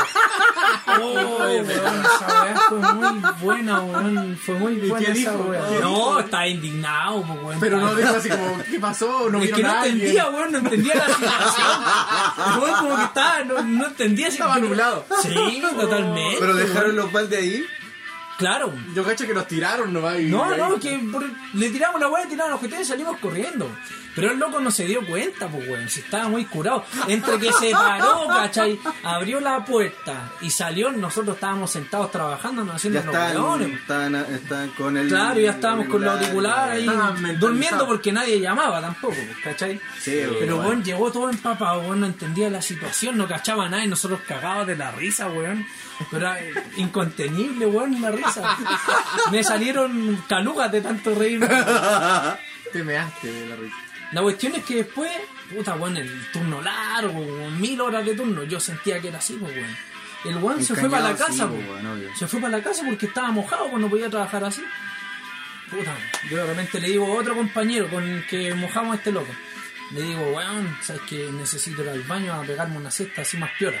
Oh, weón, esa weá fue muy buena, weón. Fue muy buena
qué
esa
dijo?
weá.
¿Qué dijo?
No, estaba indignado, pues, weón.
Pero no
Estaba-
dijo así como, ¿qué pasó? No
es
vieron
que no
a alguien.
entendía, weón, no entendía la situación. El weón como que estaba, no, no entendía. si-
Estaba nublado.
Sí, totalmente.
Pero dejaron los baldes ahí.
Claro.
Yo cacho que nos tiraron nomás. y-
No, no, que por- le tiramos la weá, le tiraron los objetos y salimos corriendo. Pero el loco no se dio cuenta, pues weón, si estaba muy curado. Entre que se paró, ¿cachai? Abrió la puerta y salió, nosotros estábamos sentados trabajando, no haciendo
Ya
los
estaban,
weones.
estaban, estaban con el.
Claro, ya estábamos con los auriculares ahí
Estaban mentalizados.
durmiendo porque nadie llamaba tampoco, pues, ¿cachai?
Sí,
Pero
weón.
weón llegó todo empapado, weón, no entendía la situación, no cachaba nada y nosotros cagados de la risa, weón. Pero era eh, incontenible, weón, la risa. Me salieron calugas de tanto reírme.
Te measte de la risa.
La cuestión es que después, puta, weón, el turno largo, weón, mil horas de turno, yo sentía que era así, pues, weón. El weón se fue para la
Encañado,
casa,
sí,
pues.
weón, obvio.
se fue para la casa porque estaba mojado, pues no podía trabajar así. Puta, yo de repente le digo a otro compañero con el que mojamos a este loco. Le digo, weón, sabes que necesito ir al baño a pegarme una cesta así más piora.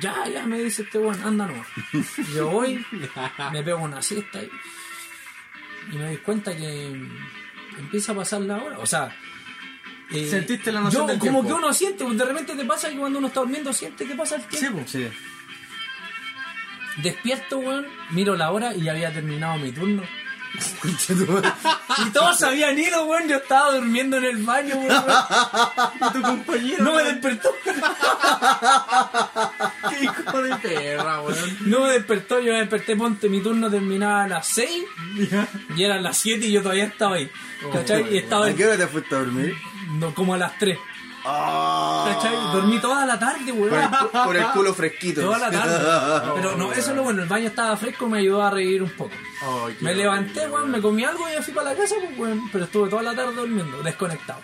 Ya, ya, me dice este weón, anda no. Yo voy, me pego una siesta y, y me doy cuenta que empieza a pasar la hora. O sea, eh,
Sentiste la noción
yo-
del
Como
tiempo.
que uno siente, de repente te pasa que cuando uno está durmiendo siente que pasa el tiempo.
Sí.
Despierto, weón, miro la hora y ya había terminado mi turno. Y todos se habían ido, weón. Yo estaba durmiendo en el baño, weón.
tu compañero.
No me despertó.
qué hijo de perra, weón.
No me despertó, yo me desperté, ponte, mi turno terminaba a las 6 y eran las 7 y yo todavía estaba ahí. ¿Cachai? y estaba
Oh, ¿A qué hora te fuiste a dormir?
no, como a las 3.
Ah,
¿Cachai? Dormí toda la tarde,
por, el,
weón.
cu- por el culo fresquito.
Toda la tarde. Pero no, eso es lo bueno, el baño estaba fresco y me ayudó a reír un poco.
Oh, qué
Me levanté, weón, me comí algo y me fui para la casa, pues, weón. Pero estuve toda la tarde durmiendo, desconectado.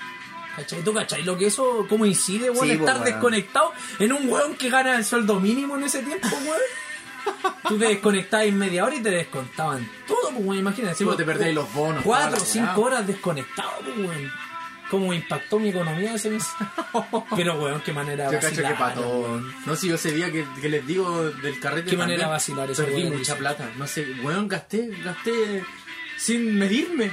¿Cachai? ¿Tú cachai? Lo que eso, cómo incide, weón,
Sí, pues,
estar
weón.
desconectado en un weón que gana el sueldo mínimo en ese tiempo, weón. Tú te desconectabas en media hora y te descontaban todo, pues, weón, imagínate.
Sí, pues, te
Cu-
perdés los bonos,
Cuatro,
toda la
cinco
weá.
horas desconectado, pues, weón. Cómo impactó mi economía ese mes. Pero, weón, qué manera de
Yo cacho que
vacilar,
patón. No sé, yo ese día que, que les digo del
Qué
carrete. también,
manera de vacilar esa
Perdí
weá,
mucha
dice.
plata. No sé, weón, gasté, gasté sin medirme.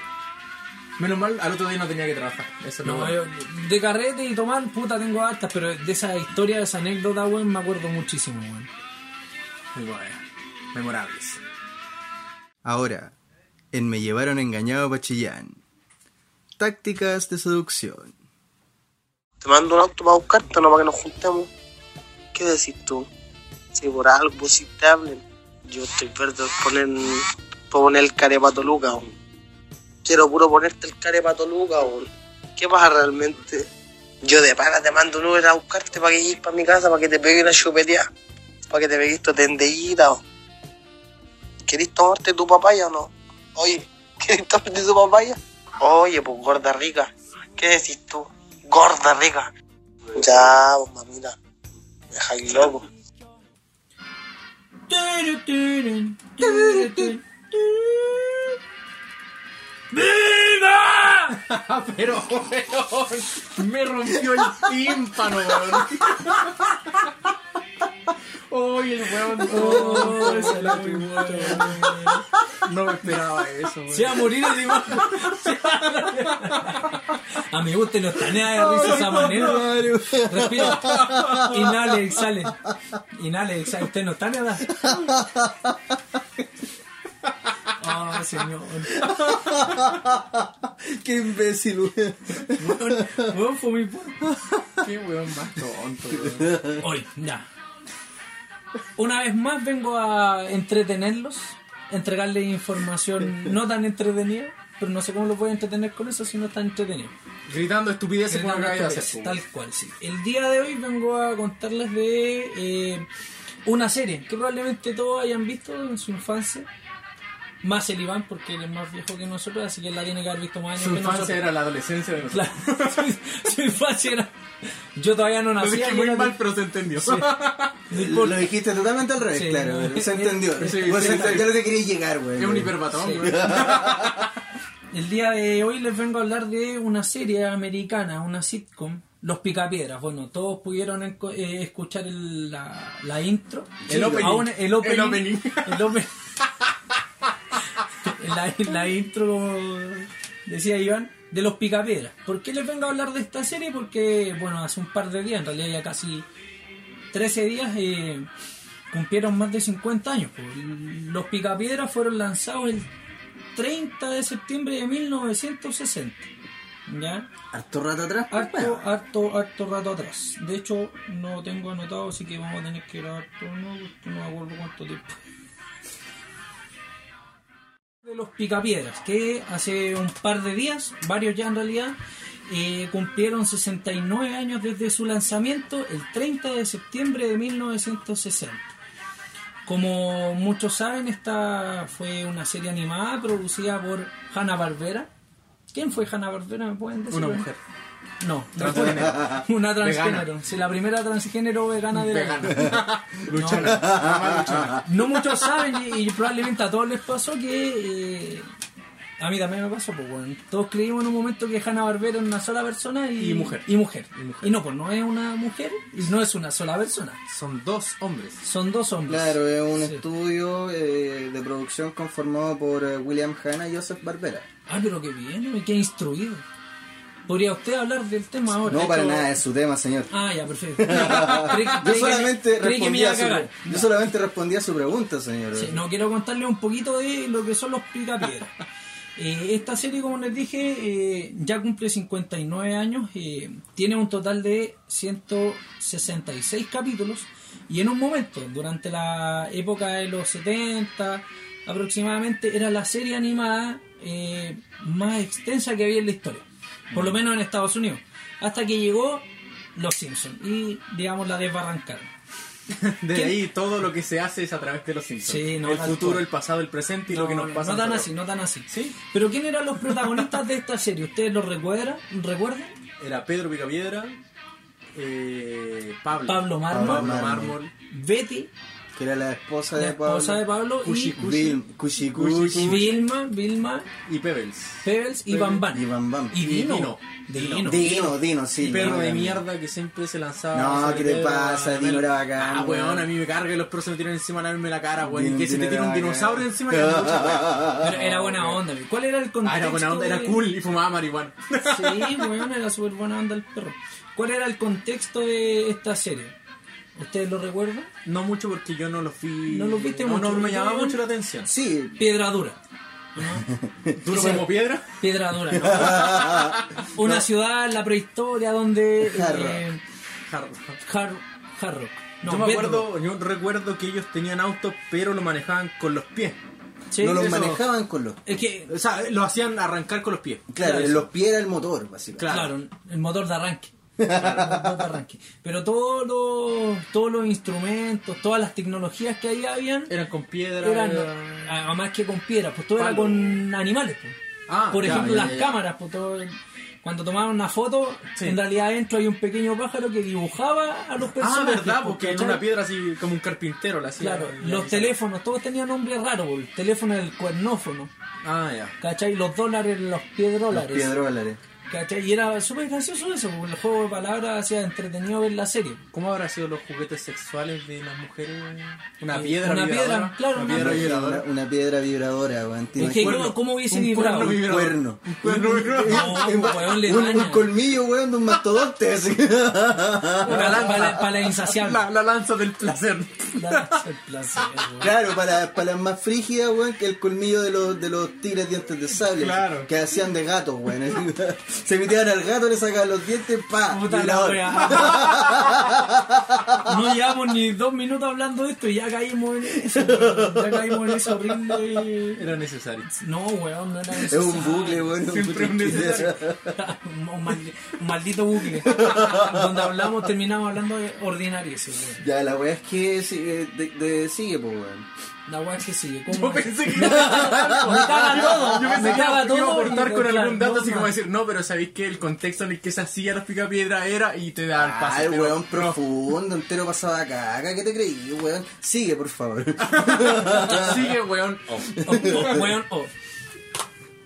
Menos mal, al otro día no tenía que trabajar. Eso es lo
No,
bueno.
yo de carrete y tomar, puta, tengo hartas, pero de esa historia, de esa anécdota, weón, me acuerdo muchísimo, weón.
Muy bueno. Memorables.
Ahora, en Me Llevaron Engañado a Chillán. Tácticas de seducción.
Te mando un auto para buscarte, no para que nos juntemos. ¿Qué decís tú? Si por algo, pues, si te hablen. Yo estoy verde por poner, por poner el carepato Luca, weón. Quiero puro ponerte el carepato Luca, weón. ¿Qué pasa realmente? Yo de pana te mando un Uber a buscarte para que llegues para mi casa, para que te pegue una chupeteada, para que te pegues tu tendellita, o... ¿Querés tomarte tu papaya o no? Oye, ¿querés tomarte tu papaya? Oye, pues gorda rica. ¿Qué decís tú? Gorda rica. Ya, pues mamita. Me dejáis loco.
¡Viva!
Pero, weón, me rompió el tímpano, weón. Oye, el weón. oh, esa la primera, weón. No me esperaba eso, weón.
Se va a morir el igual. A mi gusto no está nada de risa esa manera. Respira. Inhale, exhale. Inhale, exhale. Usted no está nada. Oh, señor.
Qué imbécil, weón.
Bueno, bueno, fue muy bueno.
Qué weón más tonto, weón.
Hoy, ya. Una vez más vengo a entretenerlos, entregarles información no tan entretenida, pero no sé cómo lo pueden entretener con eso si no tan entretenido.
Gritando estupideces por
Gritando
acá de
estupideces,
hacer.
Tal cual, sí. El día de hoy vengo a contarles de eh, una serie que probablemente todos hayan visto en su infancia. Más el Iván, porque él es más viejo que nosotros, así que él la tiene que haber visto más años
Su
que nosotros.
infancia era la adolescencia de nosotros.
Claro, su, su infancia era. Yo todavía no
Lo
nací.
dije muy mal, pero se entendió.
No
Lo
importa.
dijiste totalmente al revés,
Sí.
claro. pero Se entendió.
Sí,
Vos
sí,
se
sí.
entendió lo que querías llegar, güey.
es un hiperbatón,
Sí.
güey.
El día de hoy les vengo a hablar de una serie americana, una sitcom, Los Picapiedras. Bueno, todos pudieron enco- eh, escuchar el- la, la intro.
El opening.
Aún el opening.
El opening.
el ope- la, la intro, como decía Iván, de Los Picapiedras. ¿Por qué les vengo a hablar de esta serie? Porque, bueno, hace un par de días, en realidad ya casi 13 días eh, cumplieron más de 50 años. pues. Los Picapiedras fueron lanzados el 30 de septiembre de 1960. ¿Ya?
Harto rato atrás, pues,
Harto, harto, harto rato atrás. De hecho, no tengo anotado, así que vamos a tener que grabar todo no, no me acuerdo cuánto tiempo. De los Picapiedras, que hace un par de días, varios ya en realidad, eh, cumplieron 69 años desde su lanzamiento, el 30 de septiembre de 1960. Como muchos saben, esta fue una serie animada producida por Hanna-Barbera. ¿Quién fue Hanna-Barbera? ¿Me pueden decir?
Una mujer.
No, no fue
Transgénero.
una transgénero.
Vegana.
Sí, la primera transgénero vegana de la
Vegana. Luchona. Mamá luchona.
No muchos saben y, y probablemente a todos les pasó que... eh, a mí también me pasó, pues bueno, todos creímos en un momento que Hanna Barbera era una sola persona y,
Y mujer.
y mujer.
Y
Y
mujer.
no, pues no es una mujer y no es una sola persona.
Son dos hombres.
Son dos hombres.
Claro, es un
Sí.
estudio eh, de producción conformado por eh, William Hanna y Joseph Barbera.
Ah, pero qué bien, qué instruido. ¿Podría usted hablar del tema ahora?
No para
Esto-
nada, es su tema, señor.
Ah, ya, perfecto. Ah, Creí que-
Yo
creí que me-
solamente
creí que me
respondí
iba
a
a cagar.
su- yo solamente respondí a su pregunta, señor.
Sí, no quiero contarle un poquito de lo que son los picapiedras. Eh, esta serie, como les dije, eh, ya cumple 59 años, eh, tiene un total de 166 capítulos y en un momento, durante la época de los 70 aproximadamente, era la serie animada eh, más extensa que había en la historia, por lo menos en Estados Unidos, hasta que llegó Los Simpsons y, digamos, la desbarrancaron.
De
¿Quién?
ahí todo lo que se hace es a través de los Simpsons.
Sí, no,
el
tal
futuro,
cual.
el pasado, el presente y lo que nos pasa.
no tan
ahora.
así, no tan así.
¿Sí?
Pero ¿quién eran los protagonistas de esta serie? ¿Ustedes lo recuerdan? ¿Recuerdan?
Era Pedro Picapiedra, eh, Pablo.
Pablo Mármol,
Pablo
Mármol.
Mármol,
Betty,
Que era la esposa
la
de Pablo.
esposa de Pablo,
Cushi
y
Cushi,
Vil- Cushi
Cushi
Cushi
Vilma, Vilma,
y Pebbles.
Pebbles y
Pebbles
Van Van.
y Van Van.
Y Dino.
Dino.
Dino.
Dino.
Dino, Dino, sí.
y perro
no,
de
era-
mierda que siempre se lanzaba.
No,
sobre
¿qué te
Pedro,
pasa?
a-
Dino era bacán,
Ah, weón,
weón.
a mí me carga y los perros se me tiran encima a lavarme la cara, weón.
Dino-
y que se
Dino
te tira
era
un
bacán.
dinosaurio encima. que era mucha weá.
Pero era buena onda. güey. ¿Cuál era el contexto?
Ah, era buena onda, era
de-
cool y fumaba marihuana.
Sí, weón, era súper buena onda el perro. ¿Cuál era el contexto de esta serie? ¿Ustedes lo recuerdan?
No mucho porque yo no lo fui.
No lo viste
no,
mucho,
No me llamaba
weón.
mucho la atención.
Sí,
Piedra dura.
Duro como piedra.
Piedra dura. ¿no? Una ciudad en la prehistoria donde...
Jarro.
eh,
Hard.
Hard, hard rock. No,
yo me
bedrock.
acuerdo, yo recuerdo que ellos tenían autos, pero lo manejaban con los pies.
Sí,
no los
eso.
manejaban con los.
Es que,
O sea, lo hacían arrancar con los pies.
Claro,
Claro,
los pies era el motor, básicamente.
claro,
Claro.
el motor de arranque. Claro, el motor de arranque. Pero todos los, todos los instrumentos, todas las tecnologías que ahí habían,
Eran con piedra.
eran
era-
a- más que con piedras, pues todo era
Palo.
con animales. pues.
Ah,
Por
ya,
ejemplo,
ya,
las
ya.
cámaras, pues, todo el- cuando tomaban una foto,
Sí.
en realidad adentro hay un pequeño pájaro que dibujaba a los
Ah,
personajes.
verdad,
pues,
porque en
¿cachai?
una piedra así como un carpintero la hacía.
Claro,
Y
los
ahí-
teléfonos, todos tenían nombres raros, pues, el teléfono era el cuernófono.
Ah, ya.
¿Cachai? Los dólares, los piedrólares.
Los piedrólares.
¿Cachai? Y era súper gracioso eso, porque el juego de palabras hacía entretenido ver la serie.
¿Cómo habrán sido los juguetes sexuales de las mujeres? Una
Eh,
piedra
una piedra,
vibradora.
claro,
Una
una
piedra
piedra.
vibradora.
Una, una piedra vibradora, weón. ¿te
Es que
imaginas?
¿cómo, cómo hubiese
Un
vibrado?
cuerno
Un
vibrador.
cuerno.
Un cuerno vibrador.
No, Oh, un weón le
Un, un
daña.
colmillo, weón, de un mastodonte. así.
Una lanza para, la- para la insaciable.
La, la lanza del placer.
La lanza del placer, weón.
Claro, para, para las más frígidas, weón, que el colmillo de los, de los tigres dientes de sable.
Claro.
Que hacían de gatos, weón. Se metían al gato, le sacaban los dientes, pa.
Puta la
violador.
wea. No llevamos ni dos minutos hablando de esto y ya caímos en eso. weón. Ya caímos en eso horrible.
Era necesario.
No, weón, no era
Es
necesario.
un bucle, bueno.
Siempre un necesario.
un, mal- un maldito bucle. Donde hablamos, terminamos hablando de ordinarieces, weón.
Ya, la weá es que sí, eh, de- de- sigue, pues, weón.
La weá que sigue.
Yo
¿Cómo?
pensé que
Me caga todo.
Yo pensé
me
que iba-
caga
que iba a
todo.
aportar
y-
con
claro,
algún dato
no,
así
no.
como decir, no, pero sabéis que el contexto en el que se hacía la pica piedra era y te da el pase.
Ay,
pero-
weón, profundo, entero pasada caca. ¿Qué te creí, weón? Sigue, por favor.
Sigue, weón. Oh.
Oh, oh, weón, oh.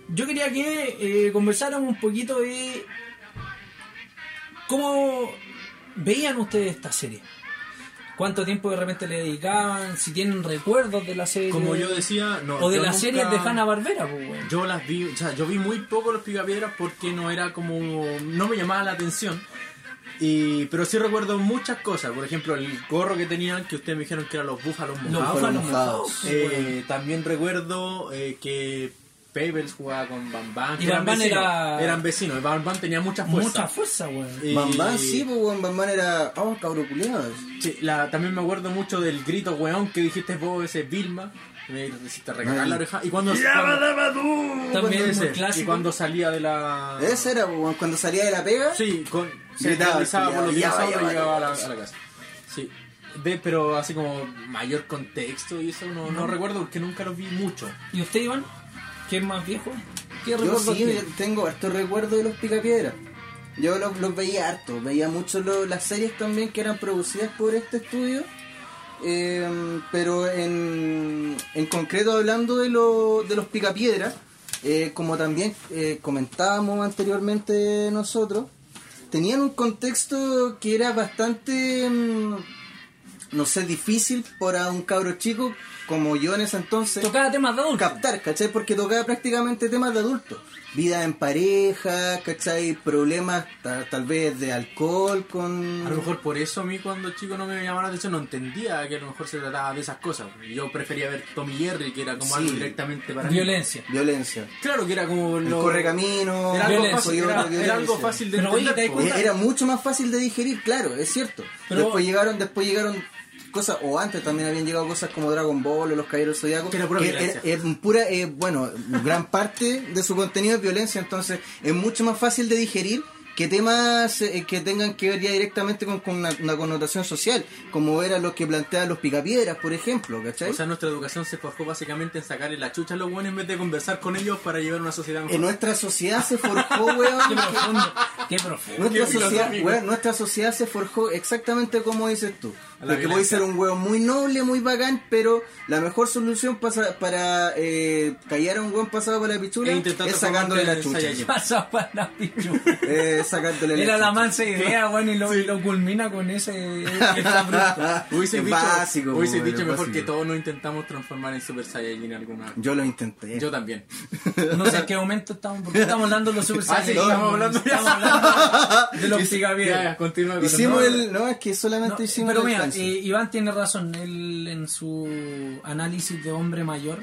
Yo quería que eh, conversáramos un poquito de cómo veían ustedes esta serie. ¿Cuánto tiempo de repente le dedicaban? Si tienen recuerdos de la serie.
Como yo decía, no.
O de
yo
las
nunca-
series de Hanna-Barbera, pues, weón.
Yo las vi, o sea, yo vi muy poco los picapiedras porque no era como. no me llamaba la atención. Y, pero sí recuerdo muchas cosas, por ejemplo, el gorro que tenían, que ustedes me dijeron que eran los búfalos
Los
mojados.
fueron
búfalos
mojados.
mojados, pues,
Eh,
weón.
también recuerdo eh, que Pebbles jugaba con Bambam.
Y Bam Bam era-
Eran vecinos. y Bam Bam tenía mucha fuerza.
Mucha fuerza, weón.
Y-
Bambán, sí, pues, weón. Bambán era. Oh, cabro culiado.
sí, la- también me acuerdo mucho del grito weón que dijiste vos, ese Vilma. que Me hiciste regalar la oreja. Y cuando, cuando-
También
ese,
muy
Y
clásico.
cuando salía de la.
Ese era, pues, weón. Cuando salía de la pega.
Sí, con, se
Gritaba,
realizaba por los
ya va, ya
dinosaurios
va,
y llegaba a
ya
la,
va.
a la casa. Sí. De, pero así como mayor contexto y eso no, no recuerdo porque nunca los vi mucho.
¿Y usted, Iván? ¿Qué es más viejo? ¿Qué
Yo
recuerdos
sí
tiene?
yo tengo harto recuerdo de los Picapiedra. Yo los, los veía harto, veía mucho lo- las series también que eran producidas por este estudio. Eh, pero en, en concreto hablando de, lo- de los Picapiedra, eh, como también eh, comentábamos anteriormente nosotros, tenían un contexto que era bastante... mm, no sé, difícil para un cabro chico como yo en ese entonces
Tocaba temas de adultos.
captar, ¿cachai? Porque tocaba prácticamente temas de adultos. Vida en pareja, ¿cachai? Problemas ta- tal vez de alcohol con...
A lo mejor por eso a mí cuando chico no me llamaba la atención, no entendía que a lo mejor se trataba de esas cosas. Yo prefería ver Tommy Jerry, que era como algo directamente para mí.
Violencia.
Violencia.
Claro que era como
El
lo-
correcamino,
Era algo,
Violencia.
fácil,
soy
era-
otro,
era algo
violencia.
fácil de
Pero oye,
entender.
¿te das
po.
cuenta?
Eh, Era mucho más fácil de digerir, claro, es cierto.
Pero-
después llegaron, después llegaron cosas, o antes también habían llegado cosas como Dragon Ball o los Caballeros del Zodiaco.
Que era pura violencia.
es pura, eh, bueno, gran parte de su contenido es violencia, entonces es mucho más fácil de digerir que temas eh, que tengan que ver ya directamente con, con una, una connotación social, como era lo que planteaban los picapiedras, por ejemplo, ¿cachai?
O sea, nuestra educación se forjó básicamente en sacarle la chucha a los buenos en vez de conversar con ellos para llevar una sociedad mejor.
en nuestra sociedad se forjó, weón,
Qué profundo. Qué profundo.
Nuestra
Qué
sociedad,
filosófico.
weón, nuestra sociedad se forjó exactamente como dices tú.
A la
Porque puede
violencia.
ser un weón muy noble, muy bacán, pero la mejor solución pasa- para eh, callar a un weón pasado para la pichula
E intentar
es sacándole la
transformarte
chucha.
en Saiyajin.
Pasa para la pichu.
Eh, sacándole la
Era la
chucha.
mansa idea, bueno, y lo, y lo culmina con ese. eh, ese
Ah,
abrupto.
Hubiese
es
dicho,
básico,
hubiese
weón,
dicho
es
mejor
básico.
que todos nos intentamos transformar en Super Saiyajin alguna vez.
Yo lo intenté.
Yo también.
no sé en qué momento estamos, porque estamos hablando de los Super
Ah, sí,
Saiyajin,
estamos hablando ya.
estamos hablando de los
Ya, ya,
Pigavieras.
continúa con
hicimos
no,
el. No, es que solamente hicimos
pero
el
mira,
alcance.
eh, Iván tiene razón, él en su análisis de hombre mayor,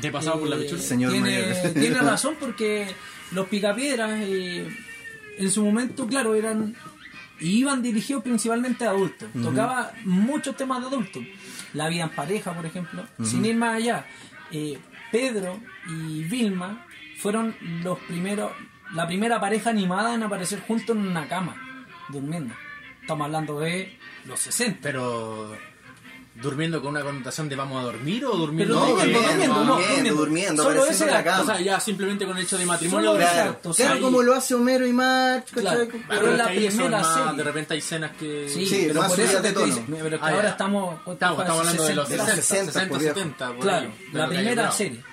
Te pasaba por la
Eh,
pichula.
Señor
tiene,
mayor.
tiene razón porque los picapiedras eh, en su momento, claro, eran y iban dirigidos principalmente a adultos. Tocaba muchos temas de adultos. La vida en pareja, por ejemplo. Sin ir más allá, eh, Pedro y Vilma fueron los primeros, la primera pareja animada en aparecer juntos en una cama, durmiendo. Estamos hablando de los 60.
Pero. ¿Durmiendo con una connotación de vamos a dormir o
Pero
durmiendo?
no,
de que-
durmiendo,
durmiendo,
no,
durmiendo, durmiendo,
Solo
apareciendo
ese
en la
acto,
cama.
O sea, ya simplemente con el hecho de matrimonio.
Solo
claro.
Claro,
exacto, o sea,
claro
ahí-
como lo hace Homero y March, ¿cachai?
Claro.
Pero,
Pero
es
la
que ahí son
primera
más-
serie.
De repente hay cenas que.
Sí,
Sí,
pero
más
por eso te
subidas de
estoy
tono.
diciendo, pero que
Ah,
ahora
ya.
estamos,
Estamos, estamos hablando de los
De los
60,
60,
60,
por viejo.
70. por
Claro,
ahí, de
la
lo que
primera
hay,
serie.
claro.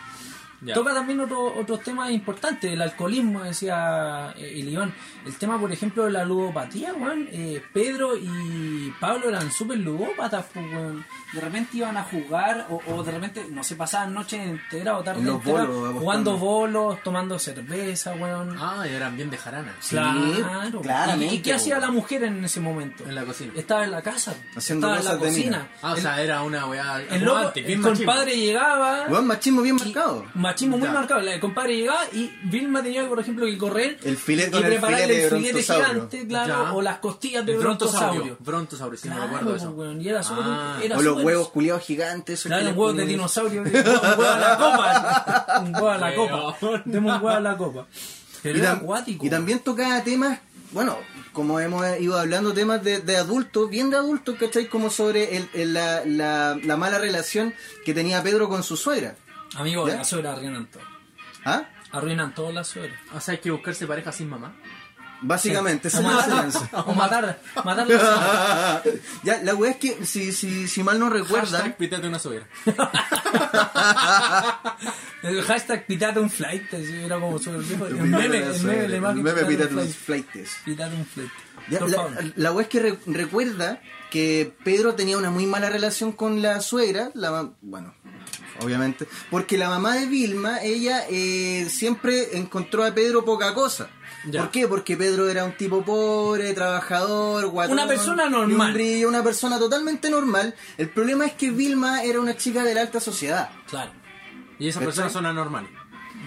Ya.
Toca también otro- otros temas importantes, el alcoholismo, decía eh, el Iván. El tema, por ejemplo, de la ludopatía, weón. Eh, Pedro y Pablo eran súper ludópatas, pues, weón. De repente iban a jugar, o, o de repente, no sé, pasaban noches enteras o tardes
En los
enteras
bolos, apostando.
jugando bolos, tomando cerveza, weón.
Ah, eran bien de jarana.
claro.
claramente,
¿Y qué hacía
weón.
la mujer en ese momento?
En la cocina.
Estaba en la casa,
Haciendo
estaba en la
cosas de mina.
cocina.
Ah, o sea, era una weá.
El, loco,
antes, bien
el
machismo.
compadre llegaba.
Weón, machismo bien marcado.
machismo muy
Ya.
marcado. El compadre llegaba y Vilma tenía, por ejemplo, que correr
El filete
y
con el
prepararle
filete
el
de
filete
brontosaurio.
gigante, claro,
Ya.
o las costillas de
El
brontosaurio.
brontosaurio. Brontosaurio, sí,
Claro,
me acuerdo de eso.
weón, y era súper-
Ah.
era
O los
súper-
huevos culiados gigantes. esos
Claro,
que
un
le
huevo de
ponen-
dinosaurio. Un huevo a la copa. Un huevo a la copa. Demos un huevo a la copa. Pero
Y,
era
tam-
acuático.
y también tocaba temas, bueno, como hemos eh, ido hablando, temas de, de adultos, bien de adultos, ¿cachai? Como sobre el- el- la, la- la mala relación que tenía Pedro con su suegra.
Amigo,
¿Ya?
la suegra arruinan todo.
¿Ah?
Arruinan todo la suegra.
O sea, hay que buscarse pareja sin mamá.
Básicamente, esa
O
es la
matar-
enseñanza.
O matar, matar la suegra.
ya, la weá es que, si, si, si mal no recuerdan,
Hashtag pítate una suegra.
El hashtag pitate un flight. así, Era como súper viejo. El
Primero
meme,
la
el
suegra,
meme, la imagen.
el meme
pitate
pítate
un
unos
flight.
flaites.
Pitate un flight.
Ya,
Por
la,
favor.
la wea es que re- recuerda que Pedro tenía una muy mala relación con la suegra, la ma- bueno, obviamente, porque la mamá de Vilma, ella eh, siempre encontró a Pedro poca cosa.
Ya.
¿Por qué? Porque Pedro era un tipo pobre, trabajador, guatón.
Una persona
y un
normal.
brillo, una persona totalmente normal. El problema es que Vilma era una chica de la alta sociedad.
Claro.
Y esas personas son anormales.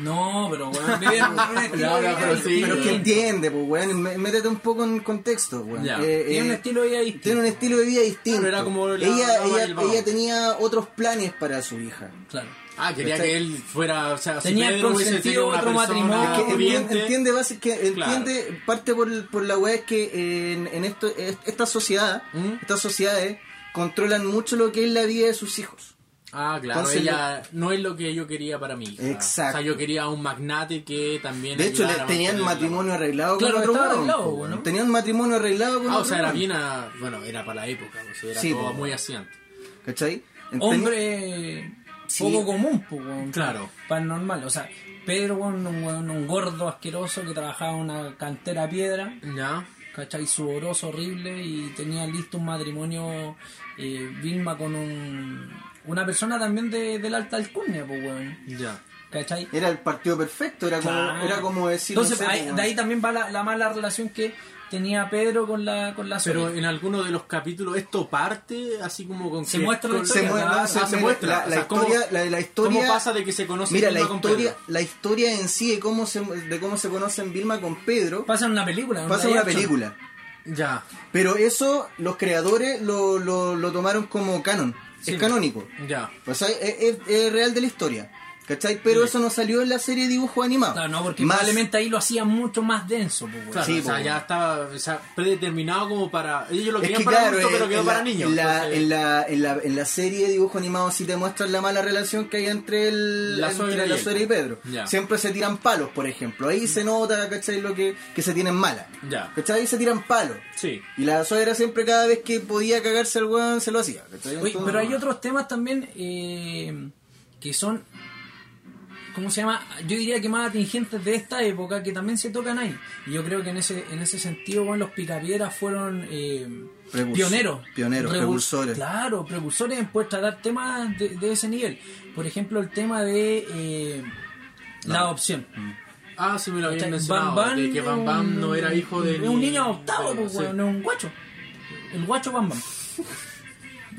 No, pero bueno, vivían en un estilo
No,
de
no,
vida
pero sí,
distinto.
Pero es que entiende, pues, weón, mé- métete un poco en contexto, weón.
Ya.
Eh,
Tiene un
eh,
estilo de vida distinto.
Tiene un estilo de vida distinto.
Claro, era como la-
ella,
la
ella,
Marilba.
ella tenía otros planes para su hija.
Claro.
Ah, quería
¿Cachai?
que él fuera, o sea,
Tenía
si Pedro hubiese
consentido
sido una
otro
persona
matrimonio.
Que
Ah,
pudiente,
entiende, entiende, base- que
Claro.
entiende parte por, por la weá es que en, en esto, es- esta sociedad, estas sociedades controlan mucho lo que es la vida de sus hijos.
Ah, claro,
Entonces,
ella no es lo que yo quería para mi hija.
Exacto.
O sea, yo quería a un magnate que también.
De hecho, le-
ayudara a
tenían
mantener la-
matrimonio arreglado
Claro,
con otro
estaba
weón,
arreglado,
pues,
weón, ¿no?
Tenían matrimonio arreglado con
Ah, o
otro
sea, era
weón,
bien a- Bueno, era para la época, o sea, era
Sí,
todo
po.
muy asiante.
¿Cachai? Enten-
Hombre
Sí.
poco común, pues, weón.
Claro.
Paranormal. O sea, Pedro, weón, un, weón, un gordo asqueroso que trabajaba en una cantera a piedra,
Ya.
¿cachai? Sudoroso, horrible, y tenía listo un matrimonio eh, Vilma con un, una persona también de, de la alta alcurnia, pues, weón.
Ya.
¿Cachai?
Era el partido perfecto, era como,
Claro.
era como decir. no
Entonces,
sé,
ahí-
weón.
de ahí también va la, la mala relación que tenía Pedro con la, con la
Pero
suegra.
en alguno de los capítulos esto parte así como con
Se
que-
muestra la
con-
historia,
se muestra,
claro.
no, se
Ah, se
mira,
muestra.
La,
O
la
sea, ¿cómo-
historia, la, la historia.
¿Cómo pasa de que se conoce
Mira, la
Vilma con
historia,
Pedro?
la historia en sí de cómo se, de cómo se conocen Vilma con Pedro
Pasa en una película. en
pasa en
live
una
action.
película.
Ya.
Pero eso los creadores lo, lo, lo tomaron como canon.
Sí.
Es canónico.
Ya.
O sea, es, es- es real de la historia. ¿Cachai? Pero eso no salió en la serie de dibujos animados.
Claro, no, porque
Más-
probablemente ahí lo hacían mucho más denso, pues, weón.
Claro,
Sí,
o sea,
po.
ya estaba o sea, predeterminado como para. Ellos lo
Es
querían
que
para
claro, eh,
adultos, pero
en-
quedó
en
para
la-
niños. pues, eh.
En la,
entonces-
en, la, en, la, en la serie de dibujo animado sí te muestran la mala relación que hay entre, el,
La
entre
suegra y
la
él.
suegra y Pedro.
Ya.
Siempre se tiran palos, por ejemplo. Ahí se nota, ¿cachai? Lo que, que se tienen mala.
Ya.
¿Cachai? Ahí se tiran palos.
Sí.
Y la suegra siempre cada vez que podía cagarse al weón se lo hacía. ¿cachai?
Oye,
Entonces-
pero hay otros temas también eh, que son, ¿cómo se llama? Yo diría que más atingentes de esta época que también se tocan ahí. Y yo creo que en ese en ese sentido, bueno, los picapiedras fueron eh,
Precursor-
pioneros.
pioneros,
Revu-
precursores.
Claro, precursores en poder tratar temas de, de ese nivel. Por ejemplo, el tema de eh, la adopción.
Ah, sí, me lo habían
¿Cachai?
mencionado. de que Bam Bam no era hijo de.
Es un niño adoptado,
de-
pues,
sí.
weón, es un guacho. El guacho Bam Bam.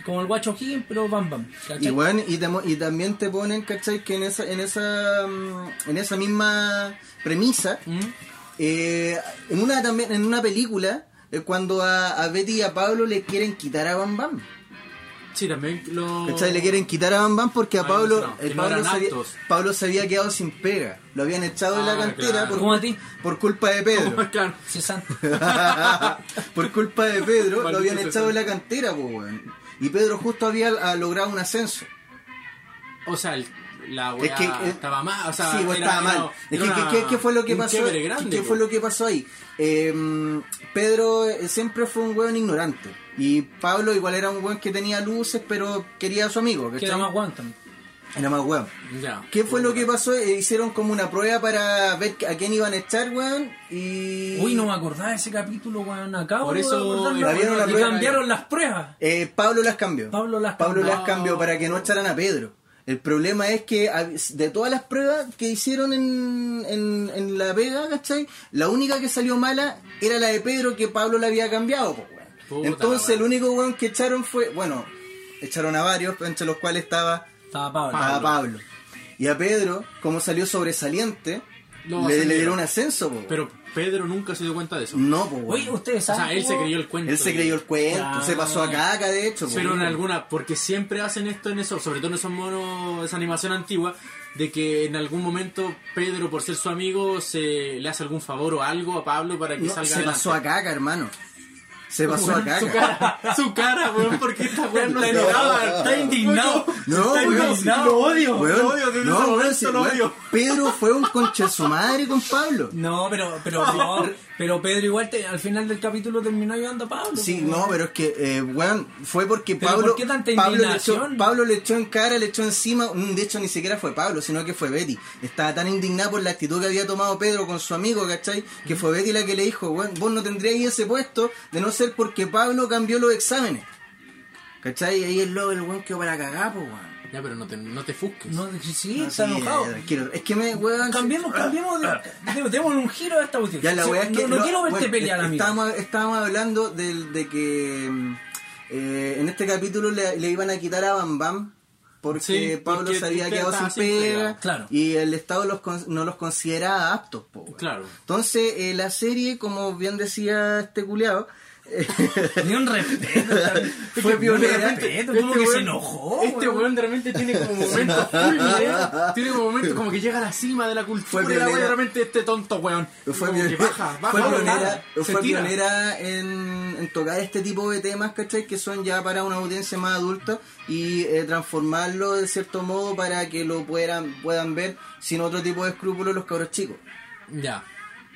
Como el guacho Higgins, pero Bam Bam. ¿cachai?
Y, bueno, y, te mo- y también te ponen, ¿cachai? Que en esa, en esa, mm, en esa misma premisa,
¿Mm?
eh, en una también, en una película, eh, cuando a, a Betty y a Pablo le quieren quitar a Bam Bam.
Sí, también lo.
¿Cachai? Le quieren quitar a Bam Bam porque a
Ah,
Pablo,
no,
el
que no
Pablo,
eran
se había,
aptos.
Pablo se había quedado sin pega. Lo habían echado de la
Ah,
cantera
claro.
por,
Como a
cul-
ti.
por culpa de Pedro.
Claro.
Cesante.
por culpa de Pedro lo
Maldito
habían
sea.
echado de la cantera, po, weón. Y Pedro justo había ah, logrado un ascenso.
O sea, el- la
Es
weá
que, eh,
estaba mal. O sea,
sí, pues,
era-
estaba
era-
mal. Es
era
que-
una-
¿qué, qué fue lo que
un
pasó?
quiebre grande,
¿Qué
po.
fue lo que pasó ahí? Eh, Pedro eh, siempre fue un weón ignorante. Y Pablo igual era un weón que tenía luces, pero quería a su amigo.
Que
¿cachai?
era más guantan.
Era más weón.
Ya.
¿Qué fue lo que pasó? Eh, hicieron como una prueba para ver a quién iban a echar, weón. Y.
Uy, no me acordaba de ese capítulo, weón. Acabo
Por
de
eso
acordarme.
la vieron la
y
prueba.
cambiaron las pruebas.
Eh, Pablo las cambió.
Pablo las cambió.
las cambió para que no echaran a Pedro. El problema es que a- de todas las pruebas que hicieron en, en, en La Vega, ¿cachai? La única que salió mala era la de Pedro que Pablo la había cambiado. pues, weón.
Puta
Entonces
la
el único weón que echaron fue, bueno, echaron a varios, entre los cuales estaba
Estaba Pablo.
a Pablo. Y a Pedro, como salió sobresaliente,
Lo
le,
ascendieron.
le dieron un ascenso, po.
Pero Pedro nunca se dio cuenta de eso.
No, po,
Oye,
weón.
ustedes
O
saben.
sea, él se
cómo-
creyó el cuento.
Él se creyó el cuento,
Ah.
se pasó a caca, de hecho. po.
Pero en alguna, porque siempre hacen esto en eso, sobre todo en esos monos, esa animación antigua, de que en algún momento Pedro, por ser su amigo, se le hace algún favor o algo a Pablo para que
No,
salga
se pasó a caca, hermano. Se pasó a
Su
caca.
cara, su cara, weón, porque esta weón no
Está
se
enojado,
nota.
está indignado.
No,
está
weón,
indignado.
Lo odio,
Weón,
lo odio, desde
no,
ese
weón,
momento
sí,
lo
weón.
odio.
Pedro fue un conche su madre con Pablo.
No, pero, pero, no, pero Pedro igual te- al final del capítulo terminó ayudando a Pablo. pues,
Sí,
po.
no, pero es que, eh, weón, fue porque
¿Pero
Pablo,
por qué tanta
Pablo, le echó,
indignación?
Pablo le echó en cara, le echó encima, mm, de hecho ni siquiera fue Pablo, sino que fue Betty. Estaba tan indignada por la actitud que había tomado Pedro con su amigo, ¿cachai? Que fue Betty la que le dijo, weón, vos no tendríais ese puesto de no ser porque Pablo cambió los exámenes. ¿Cachai? Y ahí el lobo, el weón quedó para cagar, pues, weón.
Ya, pero no te, no te fusques.
No, sí,
Así,
está enojado.
eh, tranquilo. Es que me, weón...
Cambiemos, cambiemos, de, de- démosle un giro a esta cuestión.
Ya la
Sí,
weá es que.
no, no quiero verte
bueno,
pelear,
eh,
amigo.
Estábamos, estábamos hablando del- de, que mm, eh, en este capítulo le, le iban a quitar a Bam Bam. Porque
Sí,
Pablo
porque
se había
usted
quedado
estaba
sin
sin
pega
pega,
claro.
y el Estado los con- no los considera aptos. po, weón.
Claro.
Entonces, eh, la serie, como bien decía este culeado,
Ni un respeto. también.
Fue
Ni un
violento. Este
respeto, como que se enojó.
Este
weón.
weón de repente tiene como momentos full video, tiene como momentos como que llega a la cima de la
Fue
cultura y la weá, de
pionera.
repente este tonto weón.
fue,
como que
pion-
baja, baja,
fue
baja,
pionera,
se
fue
tira.
pionera en, en tocar este tipo de temas, ¿cachai? Que son ya para una audiencia más adulta y eh, transformarlo de cierto modo para que lo puedan, puedan ver sin otro tipo de escrúpulos los cabros chicos,
Ya.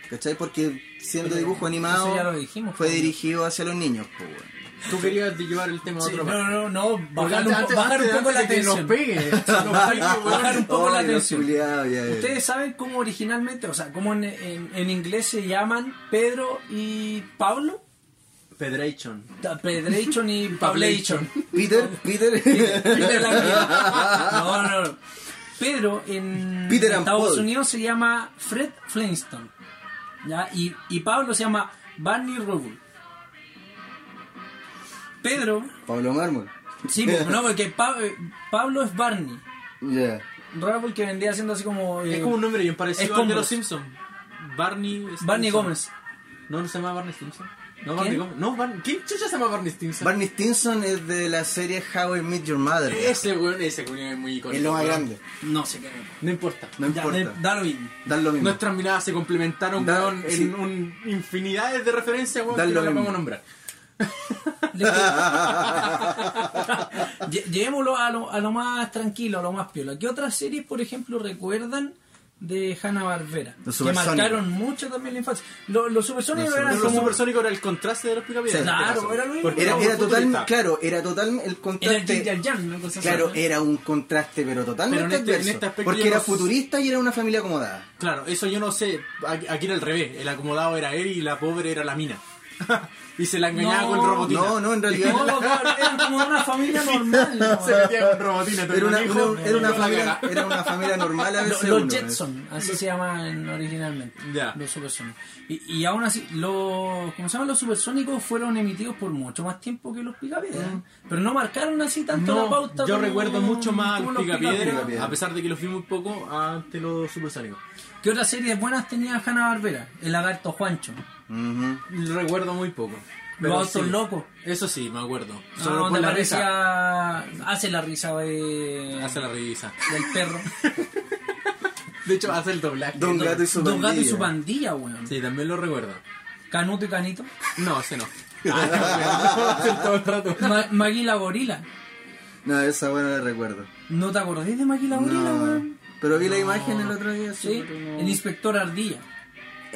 ¿cachai? Porque siendo dibujo
eso
animado
ya lo dijimos,
fue
pues.
dirigido hacia los niños, pues, bueno.
Tú querías llevar el tema a
Sí,
otro
no, no,
lado.
no,
Porque
bajar un,
antes-
bajar un
antes-
poco la
antes de que
tensión.
nos pegue, se nos pegue, weón.
Bajar un poco la
Ay, los
tensión.
culiados, ya, ya.
Ustedes saben cómo originalmente, o sea, cómo en, en- en inglés se llaman Pedro y Pablo.
Federation.
Ta- Pedration y Pablation.
Peter, Peter,
Peter Lange. no, no, no. Pedro en
Peter and
Estados
Paul.
Unidos se llama Fred Flintstone. ¿ya? Y, y Pablo se llama Barney Rubble. Pedro,
Pablo Mármol.
sí, porque- no, porque Pa- eh, Pablo es Barney.
Ya.
Rubble que vendría siendo así como. eh,
Es como un nombre bien
Es
parecido
como
al de los
los-
Simpsons. Barney. Stinson.
Barney Gómez.
No, no se llama Barney Stinson. No, Barney Gómez. No, Barney. ¿Quién chucha se llama Barney Stinson?
Barney Stinson es de la serie How I Met Your Mother.
Ese weón, ese weón es muy icónico.
es lo más
weón.
grande.
No sé qué.
No importa.
No
Ya,
importa.
de- da lo mismo.
Dan lo mismo.
Nuestras miradas se complementaron
Da-
weón, en
sí.
un- infinidades de referencias, weón,
Da
que
lo
no las
mismo.
vamos a nombrar.
Lle- Llevémoslo a lo, a lo más tranquilo, a lo más piola. ¿Qué otras series, por ejemplo, recuerdan de Hanna Barbera?
Los
que
Supersónicos.
marcaron mucho también la infancia. Lo- Los, Supersónicos
Los
eran
Pero
como...
los supersónicos era el contraste de los picapiedras.
Sí.
en
Claro,
caso.
era lo mismo.
Porque
Era,
un
era
futbolista.
total, claro, era total el
Era el Jin
contraste.
y el Yang, una cosa así,
claro,
¿no?
era un contraste, pero totalmente
Pero en este- en
adverso,
este aspecto
porque
ya
era
no-
futurista y era una familia acomodada.
Claro, eso yo no sé. Aquí aquí era al revés. El acomodado era él y la pobre era la mina. y se la engañaba
No,
con robotina.
No, no, en realidad.
No, claro, eran como de una familia normal. ¿no?
Se metía con robotina.
Era
tenía
una,
un hijo,
una- era, una
y yo la
familia,
cagá.
era una familia normal a
Los,
veces.
los
uno,
Jetson, así se llaman originalmente.
Ya.
Los supersónicos. Y, y aún así, los, ¿cómo se llaman? Los supersónicos fueron emitidos por mucho más tiempo que los picapiedras. Pero no marcaron así tanto la
No,
pauta.
yo
como-
recuerdo mucho más
como
al
los
Picapiedra,
Picapiedra.
a pesar de que lo fui muy poco, ante los supersónicos.
¿Qué otras series buenas tenía Hanna Barbera? El lagarto Juancho.
Ujú.
Lo Recuerdo muy poco. pero
Los autos
sí.
locos.
Eso sí, me acuerdo.
Ah,
Solo por
donde
la risa.
aparecía- Hace la risa de...
Hace la risa.
del perro.
De hecho, hace el doblaje.
Don Gato y su
Don Gato y su
pandilla.
pandilla, weón.
Sí, también lo recuerdo.
Canuto y Canito.
No, ese no. Ah, no, no, todo el rato.
Ma- Maguila Gorila.
No, esa buena la recuerdo.
¿No te acordás de Maguila Gorila,
No,
weón?
pero vi la imagen el otro día.
Sí,
pero no-
el inspector Ardilla.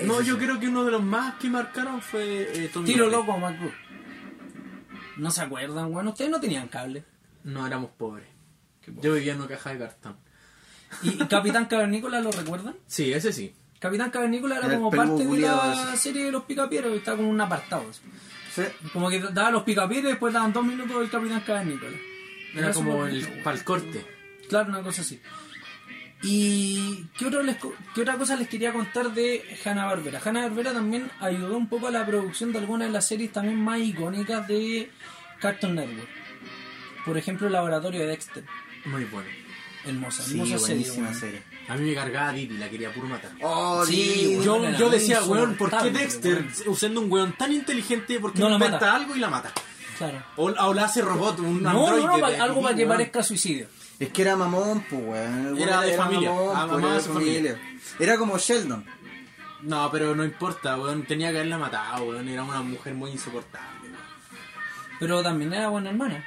No, yo creo que uno de los más que marcaron fue eh, Tommy
Tiro
Jerry.
loco a MacBook. No se acuerdan, weón. Ustedes no tenían cable.
No éramos pobres. Yo vivía en una caja de cartón.
¿Y y Capitán Cavernícola lo recuerdan?
Sí, ese sí.
Capitán Cavernícola era
Era el
como
primo
parte de
culiado
la
ese.
serie de los Picapieros, que estaba como un apartado. así.
Sí.
Como que daba los Picapieros y después daban dos minutos del Capitán Cavernícola.
Era como
súper
el
bonito,
pal corte.
weón. Claro, una cosa así. ¿Y qué, otro les co- qué otra cosa les quería contar de Hanna Barbera? Hanna Barbera también ayudó un poco a la producción de algunas de las series también más icónicas de Cartoon Network. Por ejemplo, el laboratorio de Dexter.
Muy bueno.
Hermosa,
Sí,
hermosa serie,
buenísima
weón.
serie.
A mí me cargaba Didi, la quería puro matar.
Oh,
Sí,
sí,
weón.
Yo,
Era
yo decía,
muy
weón, ¿por qué
insoportable,
Dexter, usando un weón tan inteligente, por qué
No
no,
la
inventa
mata.
algo y la mata?
Claro.
O, o la hace robot, un
No,
androide.
no, no, pa-
de-
algo para que
weón.
parezca suicidio.
Es que era mamón, pues, weón.
Era de familia.
mamón,
Ah,
pues,
mamá
era
de su familia.
Era como Sheldon.
No, pero no importa, weón, tenía que haberla matado, weón, era una mujer muy insoportable. weón.
Pero también era buena hermana.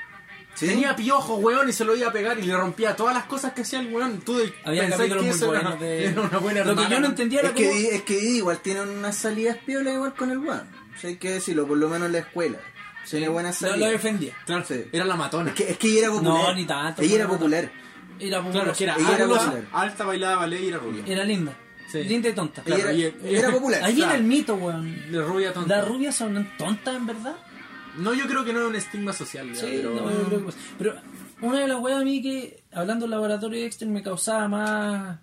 ¿Sí?
Tenía piojo, weón, y se lo iba a pegar y le rompía todas las cosas que hacía el weón. Tú de-
Había
pensás
capítulos
que
muy
eso era,
buenos de...
era una buena
Lo que
hermana,
yo no
¿no?
entendía era
es, que,
cómo-
di- es que di- igual tiene unas salidas piola igual con el weón. O sea, hay que decirlo, por lo menos en la escuela. Tiene buenas
No
salidas.
lo defendía.
Claro,
Sí.
Era la matona.
Es que, es que ella era popular.
No, ni tanto,
Ella era
no, no.
popular.
Era muy
Claro, que era
Ella era
alta,
popular.
alta, bailaba ballet y era rubia.
Era linda.
Sí.
Linda y tonta.
Claro,
ella, era,
y-
era popular.
Ahí viene
claro.
el mito, weón.
De rubia tonta.
Las rubias son tontas, en verdad.
No, yo creo que no es un estigma social, ya, pero...
no, yo creo que- pero una de las weas a mí que, hablando del laboratorio Dexter, me causaba más,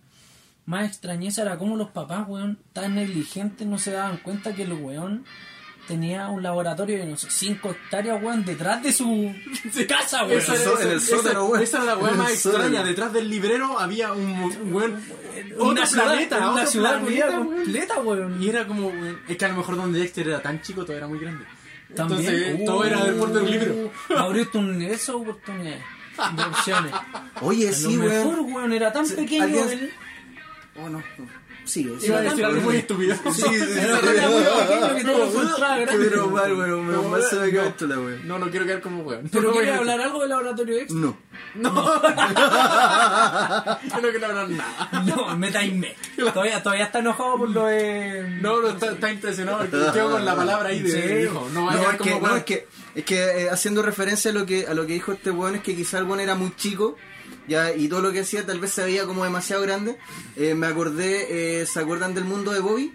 más extrañeza era cómo los papás, weón, tan negligentes no se daban cuenta que el weón tenía un laboratorio de, no sé, 5 hectáreas, weón, detrás de su casa, weón.
Esa,
En el
era-
so- en el
esa-
sótano, weón.
esa era la weá
En el
más
sótano.
extraña. Detrás del librero había un, un weón.
Una
otro
ciudad-
planeta,
una
otro
ciudad
planeta,
culiada
weón.
completa, weón.
Y era como. weón, Es que a lo mejor donde Dexter era tan chico, todo era muy grande.
También.
Entonces,
Uh,
todo era deporte de un libro.
Abriste un universo de oportunidades. De opciones.
Oye,
A
sí,
lo mejor,
weón.
weón, era tan pequeño.
alguien-
el-
Oh, no. Sí, sí.
Iba a decir algo muy estúpido.
Era tan pequeño que todo lo encontraba grande.
Pero mal, weón. Menos mal se me quedó esto, la weón.
No, no quiero quedar como weón.
¿Pero
No,
quieres
weón.
hablar algo del laboratorio X?
No.
No. Yo no quiero hablar nada.
No, me taimé. Todavía, todavía está enojado por lo de.
No, no, está, está impresionado porque quedo con la palabra ahí de
Sí.
dijo, Ah. No va a
No,
quedar
es que,
como
no,
weón.
es que, es que, eh, haciendo referencia a lo que a lo que dijo este weón, es que quizá el weón era muy chico ya, y todo lo que hacía tal vez se veía como demasiado grande. Eh, me acordé, eh, ¿se acuerdan del mundo de Bobby?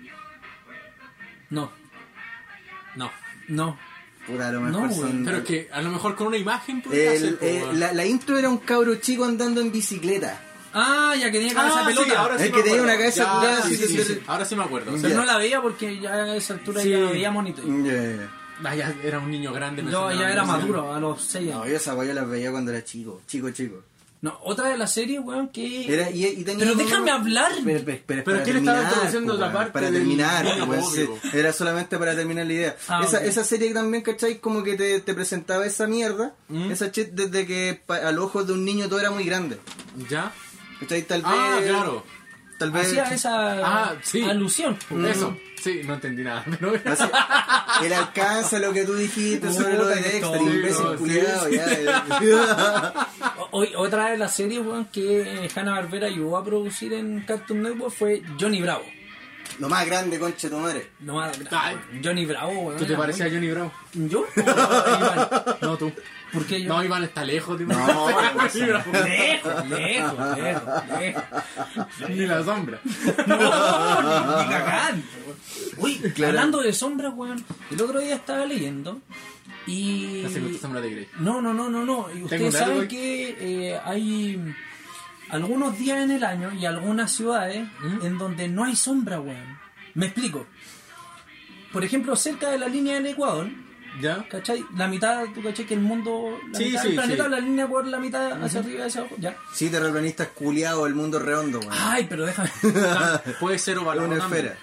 No,
No.
no.
Puta, a lo
No,
mejor
weón,
son-
Pero es que a lo mejor con una imagen podría
El-
ser,
este
po,
eh,
weón.
la, la intro era un cabro chico andando en bicicleta.
Ah, ya que tenía
Ah,
cabeza de pelota.
sí, ahora sí
El
me
que tenía
acuerdo.
una cabeza
Ya,
curada, sí,
sí, sí,
sí,
sí. Mm.
sí.
Ahora sí me acuerdo. O sea,
Pero
Ya.
no la veía porque ya a esa altura
Sí.
ya la veía monito.
ah, ya era un niño grande. me
Yo
sonaba,
ya era
no sé.
maduro a los 6
No,
años.
yo esa weá yo las veía cuando era chico, chico, chico.
No, otra de las series, weón, que.
Era- y- y tenía
Pero
como-
déjame hablar.
Pero, pero, pero,
Pero
para
¿quién estaba
terminar,
introduciendo
po,
la
weón,
parte
Para
del
terminar,
niño,
po, weón,
obvio,
sí.
po.
era solamente para terminar la idea.
Ah,
esa,
ok.
esa serie también, ¿cachai? Como que te, te presentaba esa mierda,
¿Mm?
esa shit desde que pa- a los ojos de un niño todo era muy grande.
¿Ya?
¿Cachai? Tal vez...
Ah, claro.
Tal vez...
Hacía esa
Ah, sí.
alusión. po.
Eso. Sí, no entendí nada. Pero...
Así- el alcance a lo que tú dijiste sobre lo de
Puta, que
Dexter,
todo,
imbécil
sí,
culiado,
sí.
ya.
O- o- otra de las series, weón, que Hanna Barbera ayudó a producir en Cartoon Network fue Johnny Bravo.
Lo más grande, conche tu madre.
No más.
Ay.
Johnny Bravo, weón.
¿Tú te
era
parecías a Johnny Bravo?
muy- ¿Yo? ¿O Iván?
No, tú.
¿Por qué yo?
No, Iván está lejos. tío.
No,
Johnny Bravo.
Lejos, lejos, lejos, lejos.
Ni la sombra.
No, ni cagando. Uy, hablando de sombras, weón. El otro día estaba leyendo y.
La segunda sombra de Grey.
No, no, no, no, no. Y
Tengo un
ustedes
dato
saben
hoy.
que eh, hay algunos días en el año y algunas ciudades
¿Mm?
en donde no hay sombra, weón. Me explico. Por ejemplo, cerca de la línea del Ecuador,
¿Ya?
¿cachai? La mitad, tú cachai que el mundo, la
Sí,
mitad
sí,
del planeta,
sí.
la línea por la mitad hacia arriba y hacia abajo, ya.
Sí, terraplanistas culiado, el mundo es redondo, weón.
Ah.
Ay, pero déjame.
Puede ser
Es
ovalado
una
también.
esfera.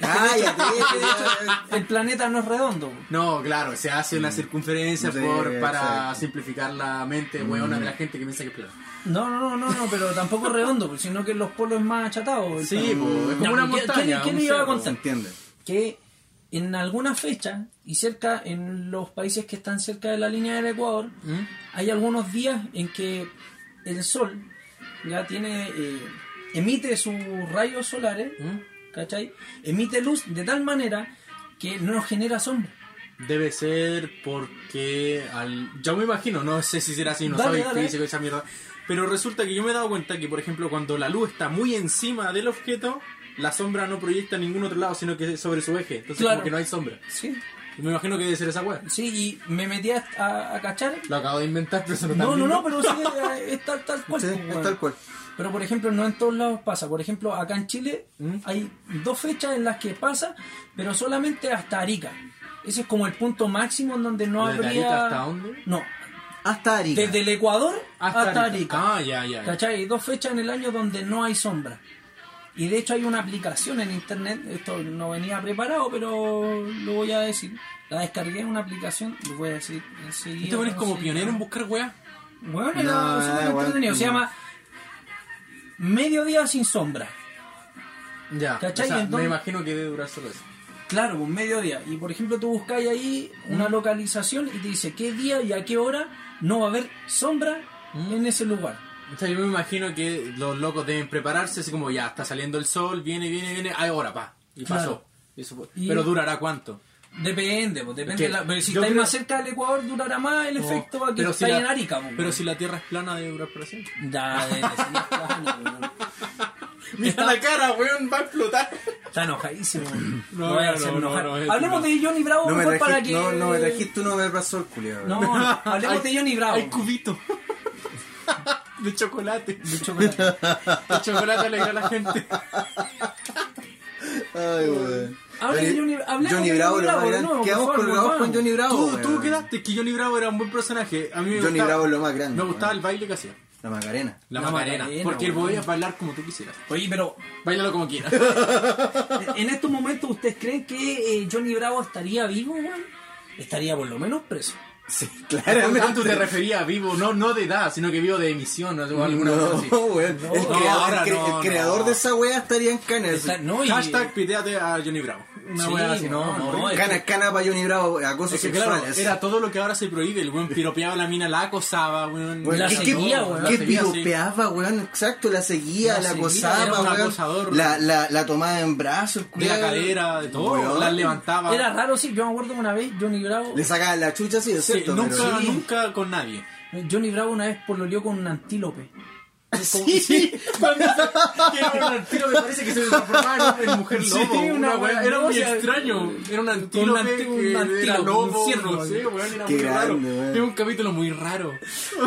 Cállate, ya.
el planeta no es redondo.
No, claro, se hace una circunferencia
Sí,
por, para
exacto.
simplificar la mente hueona de la gente que piensa que es plana.
No, no, no, no, no, pero tampoco es redondo, sino que los polos es más achatado.
Sí, po, es como
Ya,
una
¿qué- qué-
montaña.
qué
un
le iba a
cerro.
contar?
se entiende.
que en alguna fecha y cerca en los países que están cerca de la línea del Ecuador
¿Mm?
hay algunos días en que el sol ya tiene eh, emite sus rayos solares
¿Mm?
¿cachai? emite luz de tal manera que no genera sombra
Debe ser porque al... yo me imagino, no sé si será así, no
Dale,
soy
dale.
físico esa mierda, pero resulta que yo me he dado cuenta que por ejemplo cuando la luz está muy encima del objeto, la sombra no proyecta a ningún otro lado, sino que es sobre su eje, entonces
Claro.
como que no hay sombra.
sí
Y me imagino que debe ser esa weá.
sí y me metí a, a- a cachar
Lo acabo de inventar, pero eso no
no
tan
no
lindo.
no pero sí eh, es tal, tal cual
Sí,
pues,
es
bueno.
tal cual.
Pero por ejemplo, no en todos lados pasa. Por ejemplo, acá en Chile
¿Mm?
hay dos fechas en las que pasa, pero solamente hasta Arica. Ese es como el punto máximo en donde no
¿Desde
habría.
Arica hasta dónde?
No,
Hasta Arica.
Desde el Ecuador hasta, Arica.
Ah, ya, ya. ya.
¿Cachai? Dos fechas en el año donde no hay sombra. Y de hecho hay una aplicación en internet, esto no venía preparado, pero lo voy a decir. La descargué una aplicación, lo voy a decir enseguida.
Este weón es
no
como
sé.
pionero en buscar weas.
Bueno, era
No,
súper
eh, bueno,
entretenido. Se
no.
llama Mediodía sin sombra.
Ya.
¿Cachai?
O sea,
Entonces-
me imagino que debe durar solo eso.
Claro, pues mediodía. Y por ejemplo, tú buscáis ahí
Mm.
una localización y te dice qué día y a qué hora no va a haber sombra
Mm.
en ese lugar.
O sea, yo me imagino que los locos deben prepararse así como ya está saliendo el sol, viene, viene, viene, hay hora, pa. Y
Claro.
pasó. Eso fue.
Y-
Pero durará cuánto.
Depende, pues depende.
Que
de la- pero si
yo
estáis
creo- Oh,
más cerca del Ecuador, durará más el efecto a que
pero si
estáis
la-
en Arica. pues.
Pero si la tierra es plana debe durar para siempre.
Da, de- de- bueno, bueno.
Mira la cara, weón, va a explotar.
Está enojadísimo.
No,
Lo voy a
no,
hacer
no,
enojar.
no, no, es-
Hablemos de Johnny Bravo
No me,
mejor
trajiste,
para que.
no, no me trajiste uno me pasó el culiado.
No, no, hablemos de Johnny Bravo.
Ah, Hay cubito. De chocolate.
De chocolate.
De chocolate alegre a la gente.
Ay, weón.
Habla de Johnny- hablemos
Johnny
de
Bravo,
Johnny Bravo
lo más
de
grande.
nuevo,
Quedamos
por favor,
colgados
weón.
con Johnny Bravo.
Tú, tú
weón.
quedaste que Johnny Bravo era un buen personaje. A mí me
Johnny
gustaba-
Bravo es lo más grande,
Me gustaba
weón.
el baile que hacía.
La Macarena.
La,
La
Macarena.
Macarena,
Porque él
weón.
podía bailar como tú quisieras.
Oye, pero
Báilalo como quieras.
en estos momentos, ¿ustedes creen que eh, Johnny Bravo estaría vivo, weón? Estaría por lo menos preso.
Sí,
Ah, tú te referías a vivo, no, no de edad, sino que vivo de emisión o algo- alguna cosa así.
No, weón. el
No,
creador,
ahora
el cre-
no,
el creador
no.
de esa wea estaría en cana. así.
Está- no, y-
Hashtag piteate a Johnny Bravo. Una
Sí,
wea así, no,
no,
no.
no, es
Cana, cana para Johnny Bravo, acoso
Es que
sexual.
claro,
así.
era todo lo que ahora se prohíbe. El weón piropeaba a la mina, la acosaba, weón.
Weón,
La
Pues, ¿qué-
seguía,
¿qué,
weón,
la
¿Qué
seguía, sí.
piropeaba, weón? Exacto, la seguía,
La
la,
seguía,
era
acosaba,
un
weón.
acosador.
La, la, la tomaba en brazos,
De la
culiao.
cadera, de todo.
Weón.
La levantaba.
Era raro, sí. Yo me acuerdo que una vez Johnny Bravo.
Le sacaba la chucha, sí, es
Sí,
cierto.
nunca,
pero-
nunca con nadie.
eh, Johnny Bravo una vez pololeó con un antílope.
Sí.
Cuando era un antílope, parece que se transformaba en en mujer lobo.
Sí, una
una wea- era muy
wea-
extraño. Era un antílope,
anti- un
que era
antílope,
lobo,
un ciervo.
no sé, weón, era
Qué
muy raro.
grande, weón.
Era un capítulo muy raro.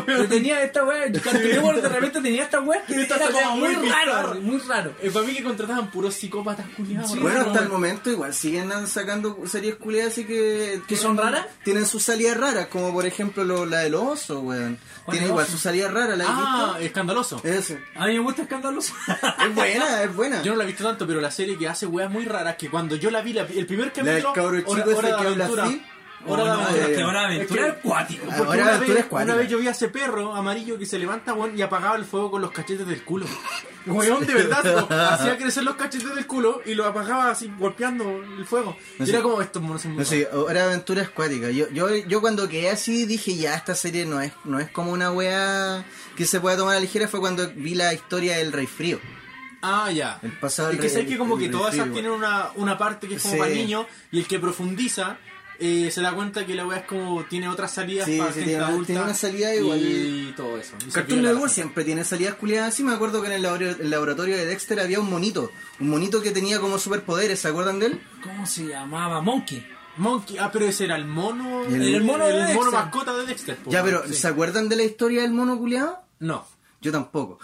Yo tenía esta wea, Cartoon Network de repente tenía esta wea que
Esta
era
salía
como
muy
muy raro,
bizarro.
muy raro.
Eh, para mí que contrataban puros psicópatas culiados.
Bueno, hasta el momento igual siguen sacando series culiadas así que...
¿Que son raras?
Tienen sus salidas raras, como por ejemplo lo- la del oso, weón.
¿Cuál
Tiene
oso?
igual sus salidas raras, ¿la has
Ah, escandaloso.
visto? Ese.
A mí me gusta escandaloso.
Es buena, es buena.
Yo no la he visto tanto, pero la serie que hace weas muy raras que cuando yo la vi, la- el primer
La del
capítulo.
cabro chico
Hora-
ese
Hora de
que habla
Aventura.
así. Oh,
Hora de
no,
Aventura.
es que una aventura
eh, Es que-
acuático.
Ah,
Porque
Ahora
una,
la aventura
vez,
es cuática.
una vez yo vi a ese perro amarillo que se levanta, weón, y apagaba el fuego con los cachetes del culo. Weón, de verdad, lo- hacía crecer los cachetes del culo y lo apagaba así, golpeando el fuego. Y era como, estos monos son muy
No sé, ahora aventura acuática. Yo, yo, yo cuando quedé así dije, ya, esta serie no es, no es como una weá que se pueda tomar a la ligera. Fue cuando vi la historia del Rey Frío.
Ah, ya.
El pasado
es
del
que
re-
sé que
el-
como
el
que todas esas
recibo.
tienen una, una parte que es como
Sí.
para niños y el que profundiza eh, se da cuenta que la weá es como tiene otras salidas
Sí,
para
sí,
gente
tiene una-
adulta.
tiene una salida igual.
Y todo eso. Y se
Cartoon
pierde la
Network
razón.
siempre tiene salidas culiadas así. Me acuerdo que en el labor- el laboratorio de Dexter había un monito. Un monito que tenía como superpoderes, ¿se acuerdan de él?
¿Cómo se llamaba? Monkey.
Monkey, ah, pero ese era el mono.
El- el
mono de Dexter.
mascota de Dexter. po,
ya, pero
sí.
¿se acuerdan de la historia del mono culiado?
No.
Yo tampoco.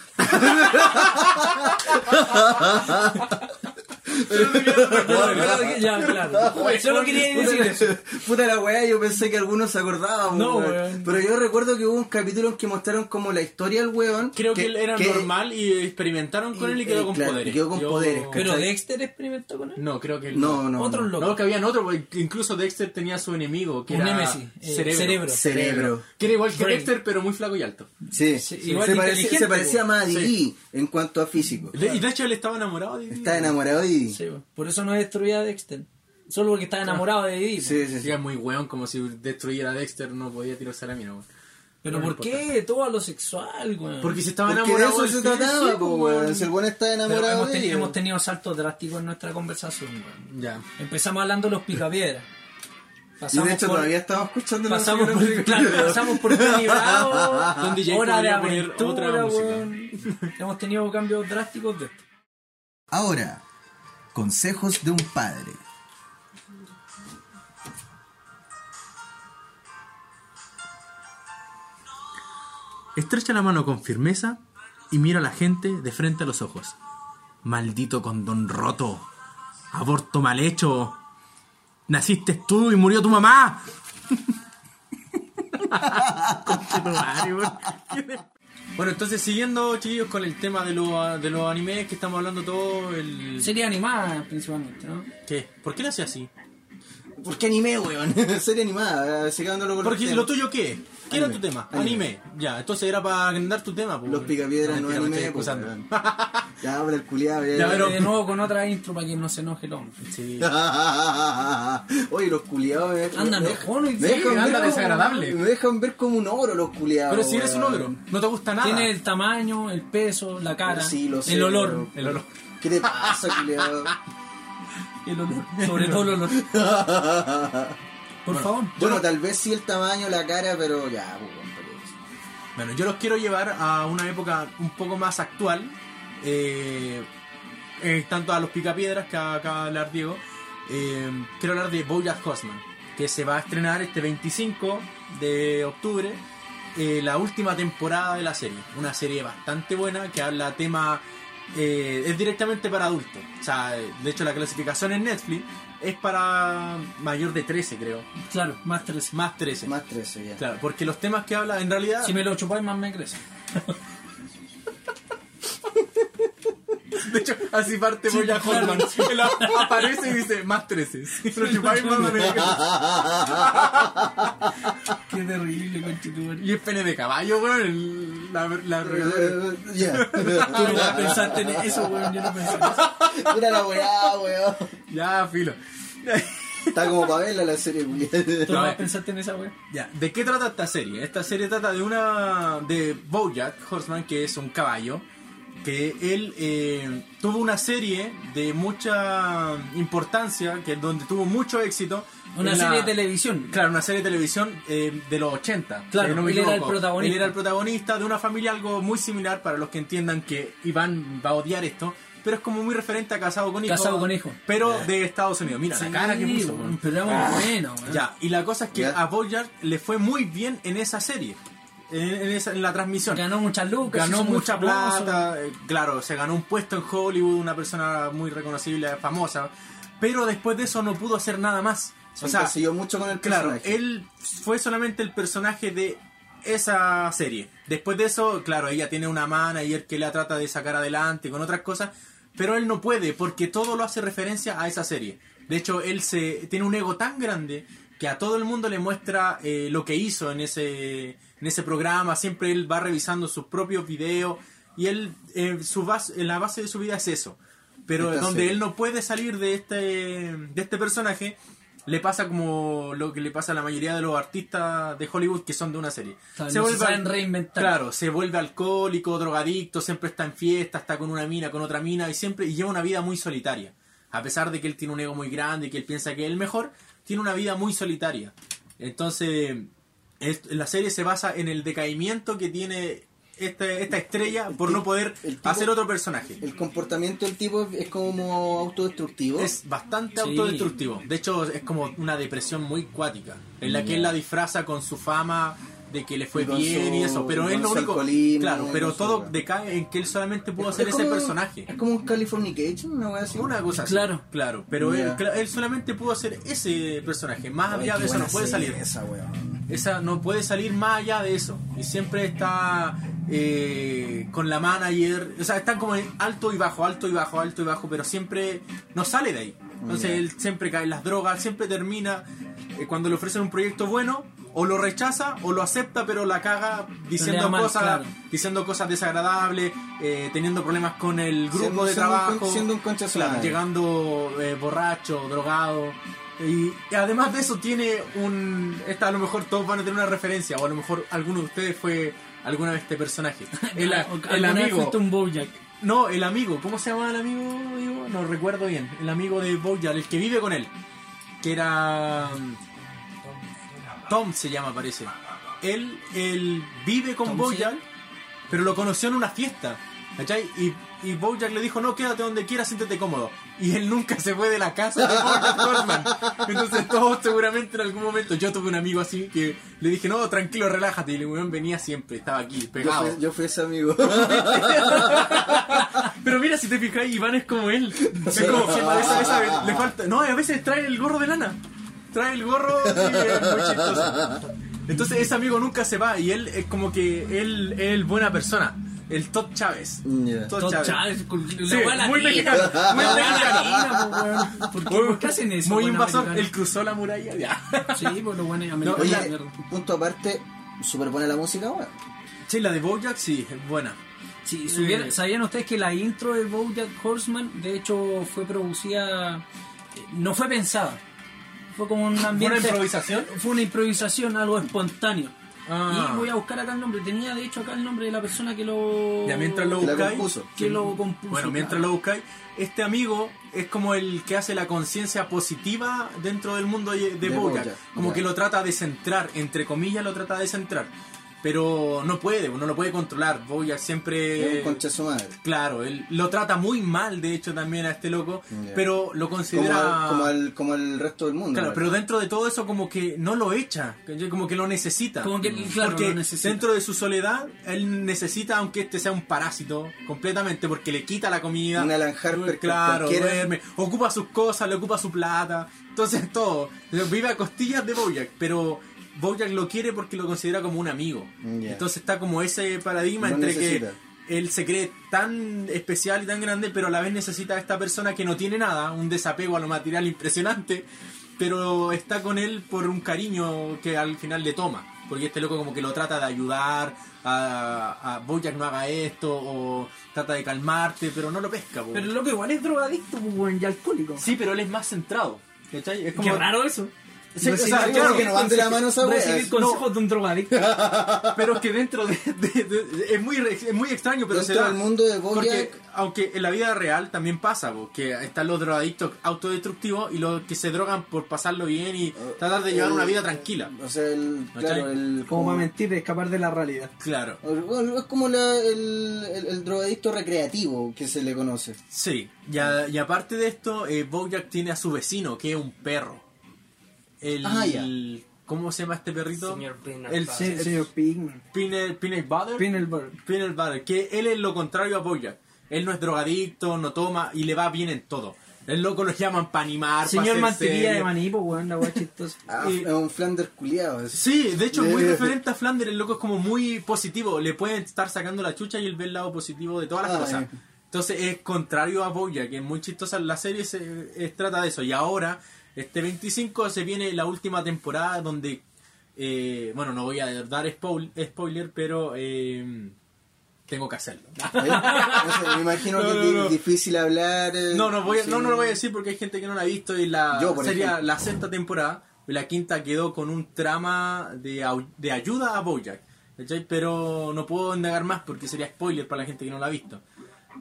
ya, claro. Solo quería decir eso.
Puta la weá, yo pensé que algunos se acordaban.
No,
weón.
weón.
Pero yo recuerdo que hubo un capítulo en que mostraron como la historia del weón.
Creo que, él era
que-
normal y experimentaron con
y-
él y quedó
eh,
con
claro,
poderes.
quedó con poderes,
Pero
¿Cachai?
Dexter experimentó con él.
No, creo que él
No, no.
Otro
no.
loco.
No, que habían otro, porque incluso Dexter tenía su enemigo, que
Un
era
Némesis, eh,
cerebro.
Cerebro.
Cerebro.
Que era igual que
Brain.
Dexter, pero muy flaco y alto.
Sí,
Sí,
se,
igual
parece-
inteligente,
se parecía
po.
más a Didi en cuanto a físico.
De- y de hecho él estaba enamorado de
Está enamorado de Didi.
Sí, por eso no destruía a Dexter. Solo porque estaba enamorado de Didi.
Sí, sí, sí.
Sería muy weón, como si destruyera a Dexter, no podía tirarse a la mina, weón.
Pero
No
¿por
importa.
qué todo a lo sexual, güey?
Porque se estaba
Ah. Porque de
enamorado
eso se
del
trataba,
príncipe,
po,
weón.
weón. Si el weón está
Pero
enamorado
hemos,
de
tenido,
ella.
hemos tenido saltos drásticos en nuestra conversación, güey.
Ya.
Empezamos hablando de los picapiedras.
Y
Pasamos
de hecho
por-
todavía estamos escuchando la
Pasamos
música.
por, claro, pasamos por Johnny Bravo,
Don DJ
hora de
podría poner otra
aventura,
música.
weón. Hemos tenido cambios drásticos de esto.
Ahora, consejos de un padre.
Estrecha la mano con firmeza y mira a la gente de frente a los ojos. Maldito condón roto. Aborto mal hecho. Naciste tú y murió tu mamá. Conchetumare, weón. Bueno, entonces siguiendo, chiquillos, con el tema de, los de los animes que estamos hablando todo el...
Serie animada principalmente, ¿no?
¿Qué? ¿Por qué lo hace así?
¿Por qué anime, weón? Serie animada, eh, siguiéndolo con los
Porque
temas.
lo tuyo qué? ¿Qué era
Anime.
tu tema?
Anime.
Anime. Ya, entonces era para agrandar tu tema. po.
Los picapiedras no,
mentira,
es
me
anime,
estoy
pues,
excusando.
weón. Ya, abre el eh. culiado,
Ya,
A ver,
pero-
de nuevo con otra intro para que no se enoje el hombre.
Eh, Sí.
Oye, los culiados me dejan,
Andan
me dejan-
enojón hoy
me
día,
dejan ver
andan
como-
desagradable.
Me dejan ver como un oro los culiados.
Pero si eres un ogro, no te gusta nada.
Tiene el tamaño, el peso, la cara,
Sí, lo sé,
el olor.
pero-
El olor.
¿Qué te pasa, culiado?
El olor. Sobre todo el olor. Por favor.
bueno, tal vez sí el tamaño, la cara, pero ya, pues, weón, pero-
Bueno, yo los quiero llevar a una época un poco más actual, eh, eh, tanto a los picapiedras que acaba de hablar Diego. eh, quiero hablar de Bojack Horseman, que se va a estrenar este 25 de octubre, eh, la última temporada de la serie. Una serie bastante buena que habla tema... eh, es directamente para adultos. O sea, eh, de hecho la clasificación en Netflix es para mayor de 13, creo.
Claro, más tres.
Más 13.
Más 13 ya.
Claro, porque los temas que habla en realidad...
Si me lo chupáis, más me crece.
De hecho, así parte Boya
claro.
Horman. Que la- aparece y dice, más 13. Si se lo chupáis, más me digas.
Qué terrible, conchetumare.
Y es pene de caballo, weón. el- La, la regadera.
Eh, Ya.
Tú no pensaste en eso, weón. Yo no pensé en eso.
Mira la weá, weón.
Ya, filo.
Está como para verla la serie,
Tú
culiado.
no
No, eh.
pensaste en esa, weón.
Ya, ¿de qué trata esta serie? Esta serie trata de una. de Bojack Horseman, que es un caballo. Que él eh, tuvo una serie de mucha importancia, que donde tuvo mucho éxito.
Una
en la-
serie de televisión.
Claro, una serie de televisión eh, de los 80.
Claro,
si me
él era el
equivoco.
protagonista.
Él era el protagonista de una familia algo muy similar para los que entiendan que Iván va a odiar esto. Pero es como muy referente a Casado con Hijo.
Casado con Hijo.
Pero de Estados Unidos. Mira la cara que
Sí,
puso.
weón,
weón.
Pero era muy bueno, weón.
Ya, y la cosa es que
Ya.
a Boyard le fue muy bien en esa serie. En, en esa- en la transmisión.
Ganó muchas lucas.
Ganó
hizo muy
mucha
famoso.
plata, eh, claro, se ganó un puesto en Hollywood, una persona muy reconocible, famosa, pero después de eso no pudo hacer nada más.
O sea, siguió mucho con el
Claro,
personaje.
él fue solamente el personaje de esa serie. Después de eso, claro, ella tiene una manager que la trata de sacar adelante con otras cosas, pero él no puede porque todo lo hace referencia a esa serie. De hecho, él se tiene un ego tan grande que a todo el mundo le muestra eh, lo que hizo en ese en ese programa. Siempre él va revisando sus propios videos y él eh, su base, la base de su vida es eso. Pero
Esta
donde
serie.
él no puede salir de este de este personaje le pasa como lo que le pasa a la mayoría de los artistas de Hollywood que son de una serie.
Claro, no se saben reinventar.
Claro, se vuelve alcohólico, drogadicto, siempre está en fiesta, está con una mina, con otra mina y siempre y lleva una vida muy solitaria. A pesar de que él tiene un ego muy grande y que él piensa que es el mejor, tiene una vida muy solitaria. Entonces, es- la serie se basa en el decaimiento que tiene este- esta estrella por
ti-
no poder
el tipo-
hacer otro personaje.
El comportamiento del tipo es- es como autodestructivo.
Es bastante
Sí.
autodestructivo. De hecho, es como una depresión muy cuática. En la que él la disfraza con su fama de que le fue
Y con
bien y
su-
eso. Pero
y
es
con
lo
su
único.
alcoholismo,
Claro,
y
pero
con su-
todo decae en que él solamente pudo
Es-
hacer
es
ese
como-
personaje.
Es como un Californication, una wea así.
Una cosa así.
Claro.
Claro, pero él,
Ya.
cla- él solamente pudo hacer ese personaje. Más
Ay,
allá
qué
de eso no
buena
puede
serie
salir.
Esa weón.
Esa no puede salir más allá de eso. Y siempre está eh, con la manager. O sea, están como en alto y bajo, alto y bajo, alto y bajo, pero siempre no sale de ahí. Entonces él siempre cae en las drogas, siempre termina eh, cuando le ofrecen un proyecto bueno, o lo rechaza o lo acepta, pero la caga diciendo
da mal,
cosas,
claro.
diciendo cosas desagradables, eh, teniendo problemas con el
Siendo-
grupo de
siendo un con-
trabajo.
siendo un concha su
Claro,
madre.
llegando eh, borracho, drogado. Y, y además de eso tiene un... Esta a lo mejor todos van a tener una referencia, o a lo mejor alguno de ustedes fue alguna vez este personaje. El, a-
Ah, ¿Alguna
el
vez
amigo.
fuiste un Bojack.
No, el amigo. ¿Cómo se llama el amigo? Diego? No recuerdo bien. El amigo de Boyal, el que vive con él. Que era... mm, Tom se llama, parece. Él, él vive con
Tom,
Boyal, pero lo conoció en una fiesta. ¿Cachai? Y, y Bojack le dijo, no, quédate donde quieras, siéntete cómodo. Y él nunca se fue de la casa de Bojack Horseman. Entonces todos seguramente en algún momento, yo tuve un amigo así que le dije, no, tranquilo, relájate. Y el weón venía siempre, estaba aquí,
Yo
pegado.
fui, yo fui ese amigo.
Pero mira, si te fijáis, Iván es como él. Es
Sí.
como, esa- esa- le falta. No, a veces trae el gorro de lana. Trae el gorro y es muy chistoso. Entonces ese amigo nunca se va y él es como que él es el buena persona. El Todd Chávez.
Mm, Ya.
Todd
Todd
Chávez.
Chávez, con la
Sí,
wea
muy
latina,
mexicano,
la
muy
wea
mexicano.
latina, po, weón. ¿Por qué, por qué hacen eso?
Muy
weón,
invasor. Él
americano?
cruzó la muralla. Ya.
Sí, pues los buenos americanos.
Oye,
la mierda.
punto aparte, súper buena la música, weón.
Sí, la de Bojack sí, es buena.
Sí, si hubiera- ¿Sabían ustedes que la intro de Bojack Horseman, de hecho, fue producida. eh, No fue pensada. Fue como un ambiente.
improvisación?
Fue una improvisación, algo espontáneo.
Ah.
Y voy a buscar acá el nombre. Tenía, de hecho, acá el nombre de la persona que lo.
Ya, mientras lo
La
buscáis.
compuso.
Que lo compuso.
Bueno, mientras lo
claro.
buscáis, este amigo es como el que hace la conciencia positiva dentro del mundo de, de
De
Bojack.
Bojack,
Como
ya.
que lo trata de centrar, entre comillas lo trata de centrar. Pero no puede, uno lo puede controlar. Bojack
Es
siempre...
un concha de su madre.
Claro, él lo trata muy mal, de hecho, también a este loco,
Ya.
pero lo
Como,
considera...
como el, como el resto del mundo.
Claro,
weón.
pero dentro de todo eso como que no lo echa, ¿cachai? como que lo necesita.
Como que, claro,
porque
lo necesita.
dentro de su soledad, él necesita, aunque este sea un parásito, completamente, porque le quita la comida.
Un Alan Harper
Claro,
cualquiera.
duerme, ocupa sus cosas, le ocupa su plata. Entonces todo, vive a costillas de Bojack, pero Bojack lo quiere porque lo considera como un amigo.
Ya.
Entonces está como ese paradigma
No
entre
necesita.
que él se cree tan especial y tan grande, pero a la vez necesita a esta persona que no tiene nada, un desapego a lo material impresionante, pero está con él por un cariño que al final le toma. Porque este loco como que lo trata de ayudar, a, a Bojack no haga esto, o trata de calmarte, pero no lo pesca. po.
Pero el loco igual es drogadicto, pues, weón, y alcohólico.
Sí, pero él es más centrado. ¿cachai? Es como...
Qué raro eso.
Sí, o
Recibir-
sea, claro,
que no van de la mano esa wea.
Recibir consejos de un drogadicto.
Pero es que dentro de, de- de- es, muy, re- es muy extraño, pero
Dentro
se da.
del mundo de Bojack-
Porque, aunque en la vida real también pasa, po, que están los drogadictos autodestructivos y los que se drogan por pasarlo bien y tratar de llevar una vida tranquila.
O sea, el,
¿Cachai?
claro, el,
Como para mentir, escapar de la realidad.
Claro,
Bueno, es como la- el, el- el drogadicto recreativo que se le conoce.
sí. Y, a- y aparte de esto, eh, Bojack tiene a su vecino, que es un perro. El,
Ah, ya.
¿Cómo se llama este perrito?
Señor Peanut
el
Butter.
se-
señor Pigman.
Peanut- Peanut Butter. Peanut Butter, que él es lo contrario a Bojack. Él no es drogadicto, no toma y le va bien en todo. El loco lo llaman para animar,
Señor
para hacer
Mantilla de
serio.
Maní, pues, weón, la wea chistosa.
Ah,
Y-
es un Flanders culiado. es-
Sí, de hecho es muy
Eh.
diferente a Flanders, el loco es como muy positivo, le pueden estar sacando la chucha y él ve el lado positivo de todas las
Ah,
cosas.
eh.
Entonces es contrario a Bojack, que es muy chistosa la serie, se, es- trata de eso. Y ahora, este 25 se viene la última temporada donde, eh, bueno, no voy a dar spoil- spoiler, pero eh, tengo que hacerlo.
¿eh? No sé, me imagino
No,
que
no,
es di-
no.
difícil hablar. eh,
No, no, voy a-
sí.
no, no lo voy a decir porque hay gente que no la ha visto y la
Yo, por
sería
ejemplo.
la sexta temporada y la quinta quedó con un trama de, au- de ayuda a Bojack. ¿cachai? Pero no puedo indagar más porque sería spoiler para la gente que no la ha visto.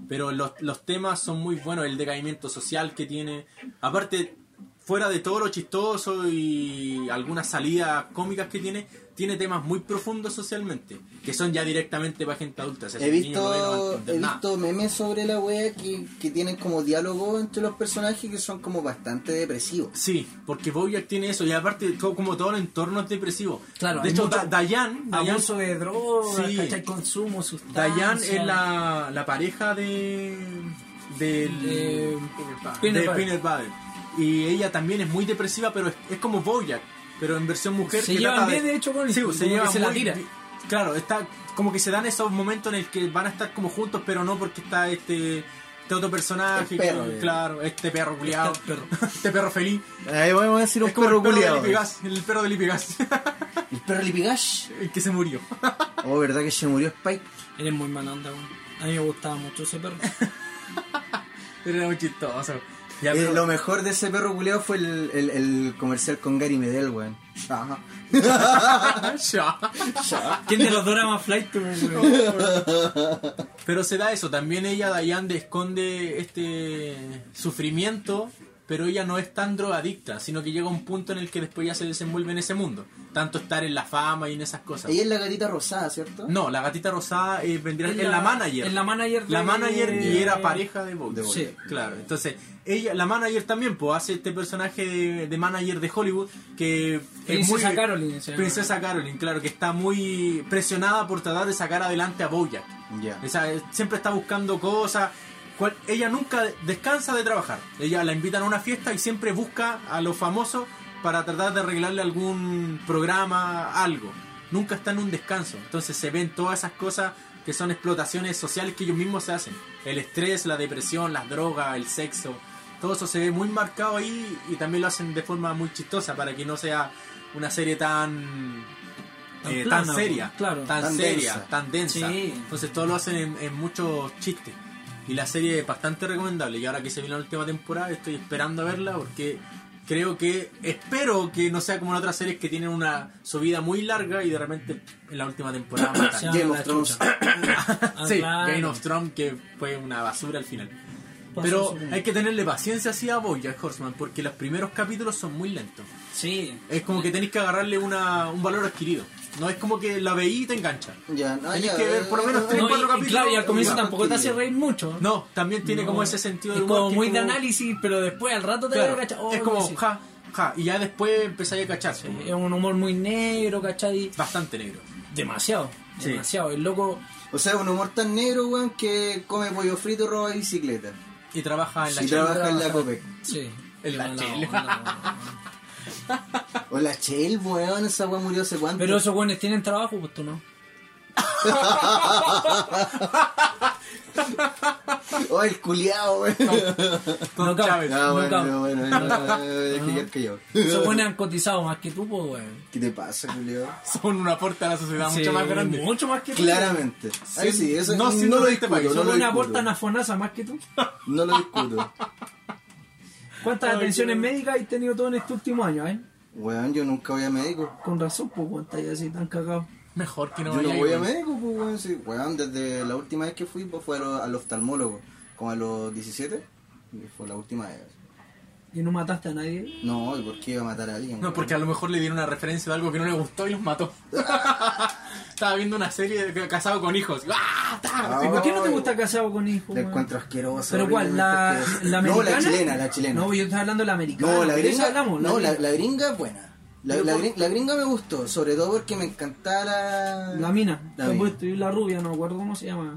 Pero los, los temas son muy buenos, el decaimiento social que tiene. Aparte, fuera de todo lo chistoso y algunas salidas cómicas que tiene, tiene temas muy profundos socialmente, que son ya directamente para gente adulta. o sea,
He
si un niño no ve, no va a
visto,
entender
he
nada.
visto memes sobre la wea que, que tienen como diálogo entre los personajes que son como bastante depresivos.
Sí, porque Bojack tiene eso y aparte todo, como todo el entorno es depresivo.
Claro,
de
hay
hecho
mucho-
Da- Dayan, Dayan,
Abuso de drogas,
Sí.
¿cachai? Consumo, sustancias.
Dayan es la, la pareja de del
De-
de
Peanut Butter.
Peanut Butter. y ella también es muy depresiva, pero es, es como Bojack, pero en versión mujer.
Se
que
llevan
trata
bien, de hecho, con-
sí,
como
se
que
llevan
se la
muy
tira.
bien. Claro, está como que se dan esos momentos en el que van a estar como juntos, pero no porque está este este otro personaje,
El perro,
que-
eh.
claro, este perro culiado,
Este perro.
este perro feliz.
Ahí vamos a decir
Es como el perro de Lipigas, el perro de Lipigas,
El perro Lipigash.
el que se murió.
Oh, ¿verdad que se murió Spike?
Eres muy mala onda, weón. A mí me gustaba mucho ese perro.
Era muy chistoso. Ya,
Eh,
pero-
lo mejor de ese perro culiado fue el, el- el comercial con Gary Medel, weón. Ajá.
Ya.
¿Quién de los dos era más flight, weón?
Pero se da eso, también ella, Dayan, esconde este sufrimiento, pero ella no es tan drogadicta, sino que llega a un punto en el que después ya se desenvuelve en ese mundo. Tanto estar en la fama y en esas cosas.
Ella es la gatita rosada, ¿cierto?
No, la gatita rosada eh, vendría
Es
en la
la-
manager.
es la manager
La
de-
manager y era pareja de Bojack.
De
Bojack. Sí.
claro. Entonces, ella, la manager también, pues hace este personaje de, de manager de Hollywood que es
Princesa
muy-
Caroline se llama.
Princesa Caroline, claro, que está muy presionada por tratar de sacar adelante a Bojack.
Ya.
O sea, siempre está buscando cosas. cual- ella nunca descansa de trabajar. Ella la invitan a una fiesta y siempre busca a los famosos para tratar de arreglarle algún programa, algo. nunca están en un descanso. Entonces se ven todas esas cosas que son explotaciones sociales que ellos mismos se hacen. El estrés, la depresión, las drogas, el sexo. Todo eso se ve muy marcado ahí y también lo hacen de forma muy chistosa para que no sea una serie tan
Tan
eh,
plana,
tan seria,
claro.
tan,
Tan
seria,
densa.
tan densa.
Sí.
Entonces todo lo hacen en, en muchos chistes. Y la serie es bastante recomendable. Y ahora que se vio la última temporada, estoy esperando a verla porque creo que, espero que no sea como en otras series que tienen una subida muy larga y de repente en la última temporada matan.
Se van a
Game
la
of Thrones.
chucha. Ah,
Sí,
claro.
Game of Thrones que fue una basura al final.
Pasó
Pero
su-
hay que tenerle paciencia así a Bojack Horseman porque los primeros capítulos son muy lentos.
Sí.
Es como que tenéis que agarrarle una, un valor adquirido. No es como que la veí y te engancha.
Ya, no,
Tenés
ya,
que ver por lo menos
eh,
tres,
eh,
No, y-
cuatro
y
capítulos,
claro, y al comienzo
ya,
tampoco te hace
tranquilo.
reír mucho.
No, también tiene como ese sentido de
Es
humor
como
que
muy de
como-
análisis, pero después al rato te
claro,
da cacha- oh,
es como
sí.
ja, ja. Y ya después empezáis a cachar. como-
Es un humor muy negro, ¿cachai?
Bastante negro.
Demasiado,
Sí.
demasiado. El loco.
eh, O sea, un humor tan negro, weón, que come pollo frito y roba bicicleta.
Y trabaja en la
Y
chela.
trabaja en la COPEC.
Sí.
En la
Mala
chela.
onda, weón.
O la Shell, weón, esa weón murió hace cuánto.
Pero esos güeyes tienen trabajo, pues tú no.
Oh, el culiao, weón.
Tom
No,
Chávez.
Nunca.
Ah, bueno, no, bueno, no, no, no, es que igual que yo.
Esos güeyes han cotizado más que tú, pues, weón.
¿Qué te pasa, culiao?
Son un aporte a la sociedad
Sí,
mucho más grande.
Mucho más que tú.
Claramente. Ay, sí, eso
no,
no,
si no
lo
lo diste para
discuto,
que
Solo
no lo
una
discuto.
aportan a Fonasa más que tú.
No lo discuto.
¿Cuántas
Ay,
atenciones
qué-
médicas has tenido todo en este último año, eh?
Weón, yo nunca voy a médico.
Con razón, pues, weón, estás así tan cagado.
Mejor
Ah,
que no
Yo no
vayáis,
voy a
weón.
médico, pues, weón. Sí. Weón, desde la última vez que fui, pues, fue a lo- al oftalmólogo. Como a los 17. y Fue la última vez.
Y no mataste a nadie.
No, ¿y por qué iba a matar a alguien?
No,
weón?
porque a lo mejor le dieron una referencia de algo que no le gustó y los mató. Estaba viendo una serie de casado con hijos. ¡Ah! ¡Ta!
¿Y por qué no te
Ay,
gusta casado con hijos?
La
weón?
encuentro asquerosa.
¿Pero cuál? ¿La,
horriblemente
la
asquerosa. No,
americana?
la chilena, la chilena.
No, yo estoy hablando de la americana.
No, la
de
gringa,
eso hablamos,
no, la,
gringa.
la gringa es buena. La, la gringa, la gringa me gustó, sobre todo porque me encantaba la,
La mina.
la
La,
mina.
la rubia, no me acuerdo cómo se llama.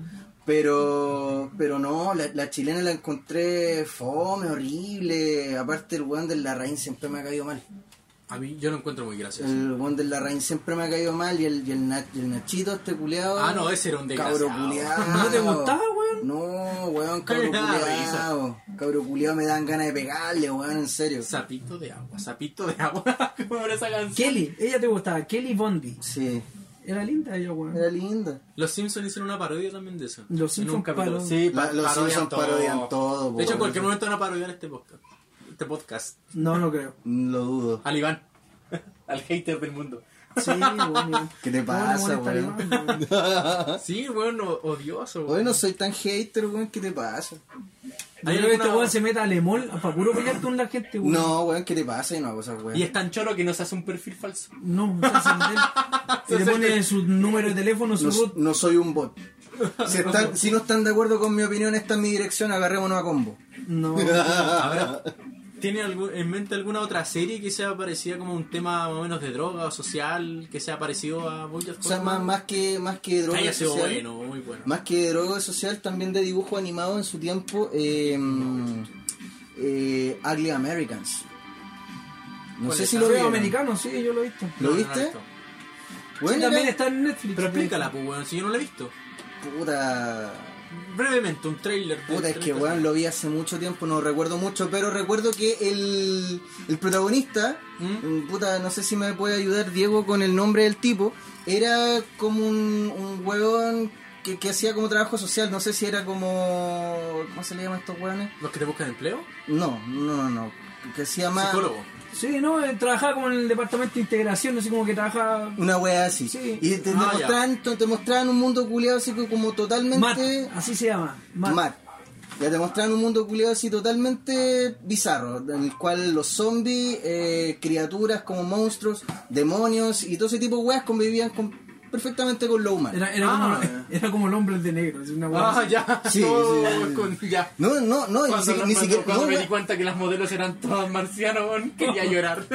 Pero, pero no, la, la chilena la encontré fome, horrible. Aparte, el weón del Larraín siempre me ha caído mal.
A mí yo lo encuentro muy gracioso.
El weón del Larraín siempre me ha caído mal. Y el, y el, Na- y el Nachito, este culeado.
Ah, no, ese era un desgraciado.
Cabro culeado.
¿No te gustaba, weón?
No, weón, cabro
Me daba
culeado. Cabro culeado me dan ganas de pegarle, weón, en serio.
Sapito de agua, sapito de agua. ¿Cómo era esa canción?
Kelly, ella te gustaba. Kelly Bondi.
Sí,
Era linda ella, weón.
era linda.
Los Simpsons hicieron una parodia también de eso.
Los
En un
Simpsons
capítulo.
parodian.
Sí,
La- los Simpsons parodian todo,
De hecho,
po.
en cualquier momento van a parodiar este podcast. Este podcast.
No, no creo.
Lo dudo.
Al Iván. Al hater del mundo.
Sí, weón.
¿Qué te
No, no,
pasa,
no,
weón?
está bien, weón.
Sí, weón, o- odioso.
Oye,
weón.
no soy tan hater, weón, ¿qué te pasa?
Yo creo que este weón se meta a Lemol para puro pelear con la gente, weón.
No, weón, ¿qué te pasa? Yo no hago esas
Y
weón.
es tan choro que nos hace un perfil falso.
No, se hacen de él. Y le pone su número de teléfono, su
No,
root.
no soy un bot. Si, están- si no están de acuerdo con mi opinión, esta es mi dirección, agarrémonos a combo.
No.
Ah.
Ahora, ¿tiene algún- en mente alguna otra serie que sea parecida como un tema más o menos de droga o social que sea parecido a Bojack
O sea, más,
Horseman?
más que más que droga
Haya sido
social,
bueno, muy bueno.
más que droga social, también de dibujo animado en su tiempo, eh, eh, Ugly Americans. No
¿Cuál
sé
es?
si
Lo
lo
veo
vieron.
americano, sí, yo lo he visto.
¿Lo
No, no, no,
viste?
esto.
Bueno,
Sí,
era-
también está en Netflix.
Pero explícala, pues, weón, si yo no la he visto.
Puta.
Brevemente, un trailer.
Puta, es que weón, lo vi hace mucho tiempo, no recuerdo mucho, pero recuerdo que el, el protagonista,
¿Mm?
puta, no sé si me puede ayudar Diego con el nombre del tipo, era como un, un weón que, que hacía como trabajo social, no sé si era como... ¿Cómo se le llama a estos weones?
¿Los que te buscan empleo?
No, no, no, no, que hacía más...
Psicólogo.
Sí, no, eh, trabajaba como en el departamento de integración, así como que trabajaba
Una wea así.
Sí.
Y te, te
Ah, ya.
mostraban, te, te mostraban un mundo culiado así que como
Matt,
totalmente...
así se llama. Matt.
Mar. Ya te mostraron un mundo culiado así totalmente bizarro, en el cual los zombies, eh, criaturas como monstruos, demonios y todo ese tipo de weas convivían con- perfectamente con lo humano.
Era, era
Ah,
como, era como el hombre de negro, así una hueá
Ah,
así.
ya.
Sí,
Todo
sí.
con- ya.
No, no, no, ni,
Cuando,
si-
la-
ni
cuando-
siquiera.
cuando
no,
me
wea-
di cuenta que las modelos eran todas marcianos, weón, quería llorar.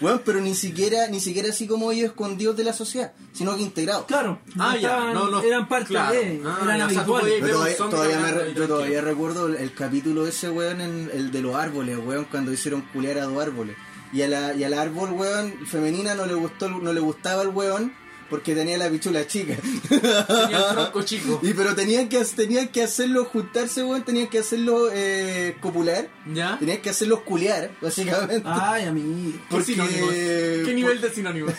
Weón, pero ni siquiera, ni siquiera así como ellos escondidos de la sociedad, sino que integrados.
Claro,
Ah, ya,
estaban-
no, no,
eran parte
claro.
de,
Ah,
eran
ya, o sea, tú
habituales.
podías-
Yo
Pero
todavía,
son
todavía me re-
grandes,
yo todavía
tranquilo.
recuerdo el, el capítulo ese, weón, en, el de los árboles, weón, cuando hicieron culear a dos árboles. Y, a la, y al árbol, weón, femenina no le gustó no le gustaba el weón porque tenía la pichula chica.
Tenía el tronco chico.
Y pero tenían que, tenían que hacerlo juntarse, weón, tenían que hacerlo eh, copular,
¿Ya?
tenían que hacerlos culear, básicamente.
Ah.
Ay, a mí.
¿Qué sinónimos? ¿Qué nivel de sinónimos?